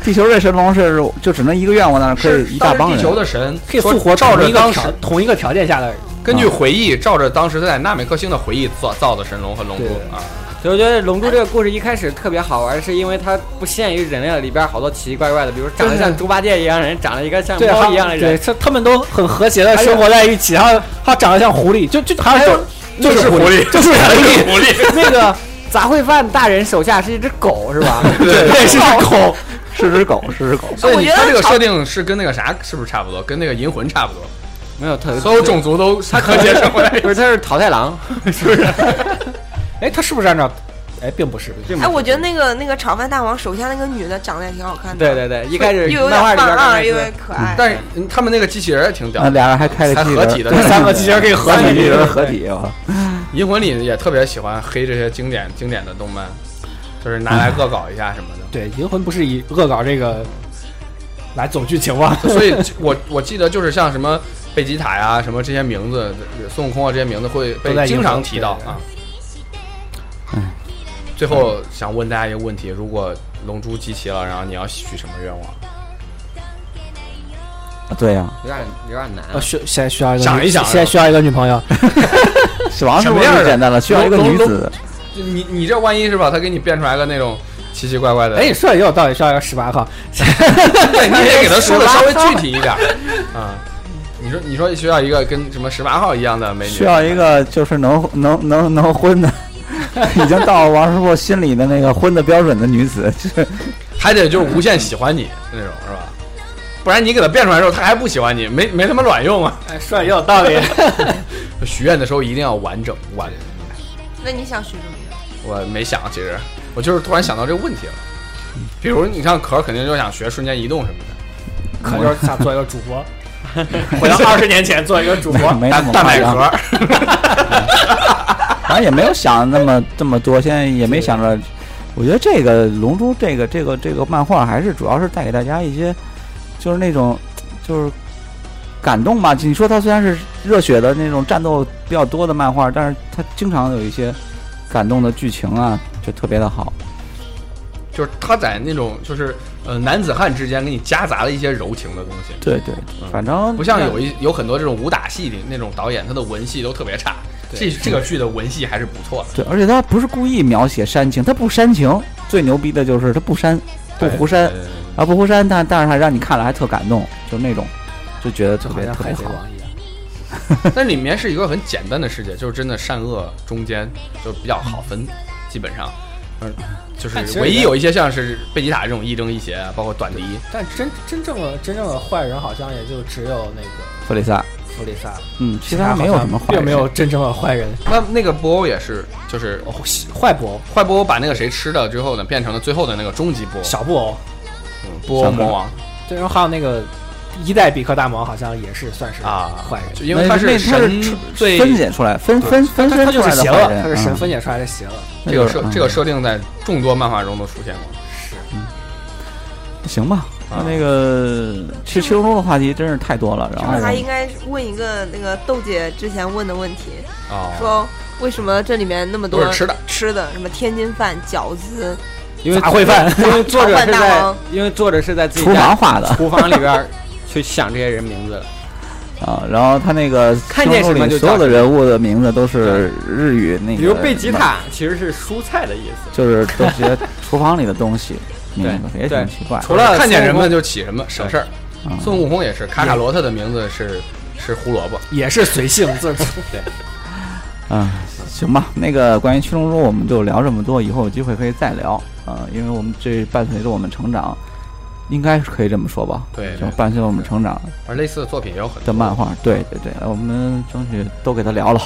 Speaker 7: 地球这神龙是就只能一个愿望，但是可以一大帮
Speaker 3: 地球
Speaker 7: 人。
Speaker 3: 的神
Speaker 6: 可以
Speaker 3: 说
Speaker 6: 复活
Speaker 3: 照
Speaker 6: 同
Speaker 3: 着
Speaker 6: 一个
Speaker 3: 当时
Speaker 7: 啊
Speaker 6: 条同一个条件下的人，
Speaker 3: 根据回忆，照着当时在纳美克星的回忆造造的神龙和龙珠
Speaker 6: 对对对
Speaker 3: 啊，
Speaker 4: 所以我觉得《龙珠》这个故事一开始特别好玩，是因为它不限于人类了，里边好多奇奇怪怪的，比如长得像猪八戒一样的人，长得一个像
Speaker 6: 对，
Speaker 4: 猫
Speaker 6: 还
Speaker 4: 一样的
Speaker 6: 对
Speaker 4: 人，
Speaker 6: 他他们都很和谐的生活在一起，然后他长得像狐狸，就就好像就
Speaker 3: 就是狐狸
Speaker 6: 就是狐
Speaker 7: 哎
Speaker 6: 狸，
Speaker 3: 狐狸，
Speaker 4: 那个杂烩饭大人手下是一只狗，是吧？哦
Speaker 3: 对
Speaker 6: 对，是只狗，
Speaker 7: 是只狗，是只狗。
Speaker 3: 所以
Speaker 5: 我
Speaker 3: 你
Speaker 5: 觉得
Speaker 3: 它这个
Speaker 5: 好
Speaker 3: 设定是跟那个啥是不是差不多？跟那个银魂差不多，
Speaker 4: 没有特别
Speaker 3: 所有种族都和谐生 活在一起
Speaker 4: 不是，它是淘汰 狼，
Speaker 6: 哎，他是不是按照？哎，并不是，
Speaker 4: 并不
Speaker 5: 哎，
Speaker 4: 是
Speaker 5: 我觉得那个那个炒饭大王手下那个女的长得也挺好看的，
Speaker 4: 对对对，一开始
Speaker 5: 又有
Speaker 4: 漫画
Speaker 5: 点
Speaker 4: 里边
Speaker 5: 犯
Speaker 4: 刚
Speaker 5: 二，
Speaker 4: 开始
Speaker 5: 又有点可爱。
Speaker 3: 但是嗯他们那个机器人也挺屌
Speaker 7: 啊，
Speaker 3: 的，
Speaker 7: 俩人还开了
Speaker 3: 才
Speaker 7: 机器
Speaker 3: 合体
Speaker 7: 人
Speaker 3: 的，
Speaker 6: 三个机器人可以合
Speaker 7: 三个机器
Speaker 6: 体，
Speaker 7: 人合体啊！
Speaker 3: 银魂里也特别喜欢黑这些经典经典的动漫，就是拿来恶搞一下什么 的。
Speaker 6: 对，银魂不是以恶搞这个来走剧 情吗？
Speaker 3: 所以我我记得就是像什么贝吉塔呀、什么这些名字，孙悟空啊这些名字会
Speaker 6: 都在
Speaker 3: 被
Speaker 6: 银
Speaker 3: 经
Speaker 6: 魂
Speaker 3: 常提到
Speaker 6: 对
Speaker 3: 啊。
Speaker 7: 嗯
Speaker 3: 最后想问大家一个问题：如果龙珠集齐了，然后你要许什么愿望？
Speaker 7: 对呀，
Speaker 4: 有
Speaker 3: 嗯
Speaker 4: 点有点难啊。
Speaker 6: 呃，需现在需要一个女，
Speaker 3: 想一想
Speaker 6: 现在需要一个女朋友，
Speaker 7: 死亡是
Speaker 3: 什
Speaker 7: 不
Speaker 3: 么
Speaker 7: 是
Speaker 3: 样的
Speaker 7: 简单了？需要一个
Speaker 3: 龙
Speaker 7: 女
Speaker 3: 龙
Speaker 7: 子。
Speaker 3: 就你你这万一是吧，他给你变出来个那种奇奇怪怪的，
Speaker 6: 哎，你说的也有道理，需要一个十八号，
Speaker 3: 对，你得给他说的稍微具体一点 啊。你说你说需要一个跟什么十八号一样的美女，
Speaker 7: 需要一个就是能能能能婚的， 已经到王师傅心里的那个婚的标准的女子，就是
Speaker 3: 还得就是无限喜欢你那种，是吧？不然你给他变出来之后，他还不喜欢你，没没他妈卵用啊！
Speaker 6: 哎，说的也有道理。
Speaker 3: 许愿的时候一定要完整完。
Speaker 5: 那你想许什么？
Speaker 3: 我没想，其实我就是突然想到这个问题了。比如你看壳儿肯定就想学瞬间移动什么的，
Speaker 6: 可就是想做一个主 播，回到二十年前做一个主播，
Speaker 7: 啊没那么
Speaker 3: 蛋
Speaker 7: 夸
Speaker 3: 白
Speaker 7: 张
Speaker 3: 壳。
Speaker 7: 反正也没有想那么这么多，现在也没想着。我觉得这个《龙珠》这个这个这个漫画还是主要是带给大家一些，就是那种就是感动吧。你说它虽然是热血的那种战斗比较多的漫画，但是它经常有一些感动的剧情啊，就特别的好。
Speaker 3: 就是他在那种就是呃男子汉之间给你夹杂了一些柔情的东西，
Speaker 7: 对对，反正
Speaker 3: 不像有一有很多这种武打戏里那种导演，他的文戏都特别差。这这个剧的文戏还是不错的。
Speaker 7: 对，而且他不是故意描写煽情，他不煽情。最牛逼的就是他不煽，不
Speaker 3: 对
Speaker 7: 胡煽
Speaker 3: 对对对
Speaker 7: 啊，不胡煽，但但是他让你看了还特感动，就那种，就觉得特
Speaker 6: 就 好
Speaker 7: 别
Speaker 6: 像
Speaker 7: 特
Speaker 6: 海
Speaker 7: 别
Speaker 6: 贼
Speaker 7: 好。
Speaker 6: 王一样。
Speaker 3: 但里面是一个很简单的世界，就是真的善恶中间就比较好分，基本上，嗯，就
Speaker 6: 但其
Speaker 3: 是
Speaker 6: 实
Speaker 3: 唯一
Speaker 6: 也
Speaker 3: 有一些像是贝吉塔这种亦正亦邪，包括短笛，
Speaker 6: 但真真正的真正的坏人好像也就只有那个
Speaker 7: 弗里萨，
Speaker 6: 弗利萨，
Speaker 7: 嗯，其他没有什么坏
Speaker 6: 并
Speaker 7: 人，
Speaker 6: 没有真正的坏人。
Speaker 3: 那那个波欧也是，就是
Speaker 6: 哦坏布偶，
Speaker 3: 坏波欧把那个谁吃了之后呢，变成了最后的那个终极波欧
Speaker 6: 小布偶，
Speaker 3: 嗯波欧魔王
Speaker 6: 对，然后还有那个一代比克大魔好像也是算是
Speaker 3: 啊，
Speaker 6: 坏人，
Speaker 3: 就因为他
Speaker 7: 那那他
Speaker 3: 神
Speaker 7: 是
Speaker 3: 最
Speaker 7: 分解出来，分分分
Speaker 6: 他
Speaker 7: 身
Speaker 6: 他
Speaker 7: 出
Speaker 6: 就
Speaker 7: 来
Speaker 6: 是
Speaker 7: 的
Speaker 6: 邪
Speaker 7: 坏
Speaker 6: 恶，
Speaker 7: 人，
Speaker 6: 他是神
Speaker 7: 嗯
Speaker 6: 分解出来的邪恶。
Speaker 7: 那
Speaker 3: 这
Speaker 7: 就
Speaker 3: 个
Speaker 7: 是
Speaker 3: 设
Speaker 7: 嗯
Speaker 3: 这个设定在众多漫画中都出现过。
Speaker 7: 行吧。那
Speaker 3: 啊
Speaker 7: 那个其实七龙珠的话题真是太多了，然
Speaker 5: 是不是还
Speaker 7: 后
Speaker 5: 应该问一个那个豆姐之前问的问题，
Speaker 3: 哦，
Speaker 5: 说为什么这里面那么多
Speaker 3: 都是吃的
Speaker 5: 吃的，什么天津饭、饺子，
Speaker 4: 因为
Speaker 6: 杂烩饭，
Speaker 4: 因为作者是
Speaker 5: 杂烩大
Speaker 4: 在
Speaker 5: 王，
Speaker 4: 因为作者是在自己
Speaker 7: 厨
Speaker 4: 家
Speaker 7: 房画的
Speaker 4: 厨房里边儿去想这些人名字的。
Speaker 7: 啊，然后他那个
Speaker 4: 看见
Speaker 7: 七
Speaker 4: 什么
Speaker 7: 龙珠里
Speaker 4: 就
Speaker 7: 所有
Speaker 4: 叫
Speaker 7: 的
Speaker 4: 什么
Speaker 7: 人物的名字都是日语那个，
Speaker 4: 比如贝吉塔其实是蔬菜的意思，
Speaker 7: 就是都是些厨房里的东西，名字也
Speaker 4: 对
Speaker 7: 挺奇怪。
Speaker 4: 除了
Speaker 3: 看见什么
Speaker 4: 孙悟
Speaker 3: 就起什么，省事儿。
Speaker 7: 嗯
Speaker 3: 孙悟空也是，卡卡罗特的名字是是胡萝卜。
Speaker 6: 也是随性，就是对，
Speaker 7: 嗯，行吧，那个关于七龙珠我们就聊这么多，以后有机会可以再聊。呃，因为我们这伴随着我们成长，应该是可以这么说吧？
Speaker 3: 对对
Speaker 7: 就伴随着我们成长
Speaker 3: 而类似的作品也有很多
Speaker 7: 的漫画，对对对，我们争取都给他聊了。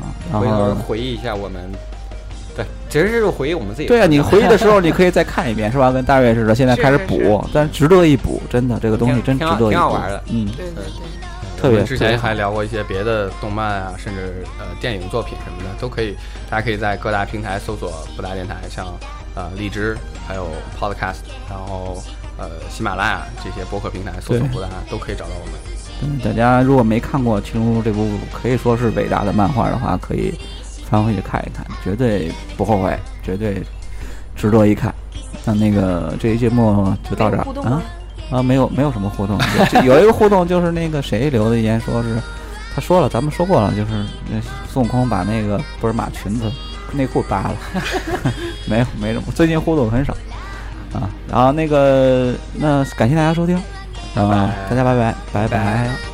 Speaker 7: 啊，
Speaker 4: 空
Speaker 7: 然
Speaker 4: 回头
Speaker 7: 后
Speaker 4: 回忆一下我们，对，其实是回忆我们自己。
Speaker 7: 对啊，你回去的时候你可以再看一遍，是吧？跟大卫似的，现在开始
Speaker 5: 是是
Speaker 7: 补，
Speaker 5: 是
Speaker 7: 但值得一补，真的这个东西
Speaker 4: 挺
Speaker 7: 真值
Speaker 4: 挺好
Speaker 7: 得一补，
Speaker 4: 挺好玩的
Speaker 7: 嗯，
Speaker 5: 对对对。
Speaker 7: 特
Speaker 3: 我
Speaker 7: 别
Speaker 3: 们之前还聊过一些别的动漫啊，甚至呃电影作品什么的，都可以，大家可以在各大平台搜索“不达电台”，像呃荔枝，还有 Podcast，然后呃喜马拉雅这些播客平台搜索“
Speaker 7: 对
Speaker 3: 不达”都可以找到我们。
Speaker 7: 嗯，大家如果没看过《七龙珠》这部可以说是伟大的漫画的话，可以翻回去看一看，绝对不后悔，绝对值得一看。那那个这一节目就到这儿
Speaker 5: 互动
Speaker 7: 啊
Speaker 5: 吗？
Speaker 7: 啊，没有没有什么互动，有这有一个互动就是那个谁留的言，说是啊他说了，咱们说过了，就是那孙悟空把那个布尔玛裙子内裤扒了， 没有没什么，最近互动很少啊。然后那个那感谢大家收听，啊，大家拜拜拜拜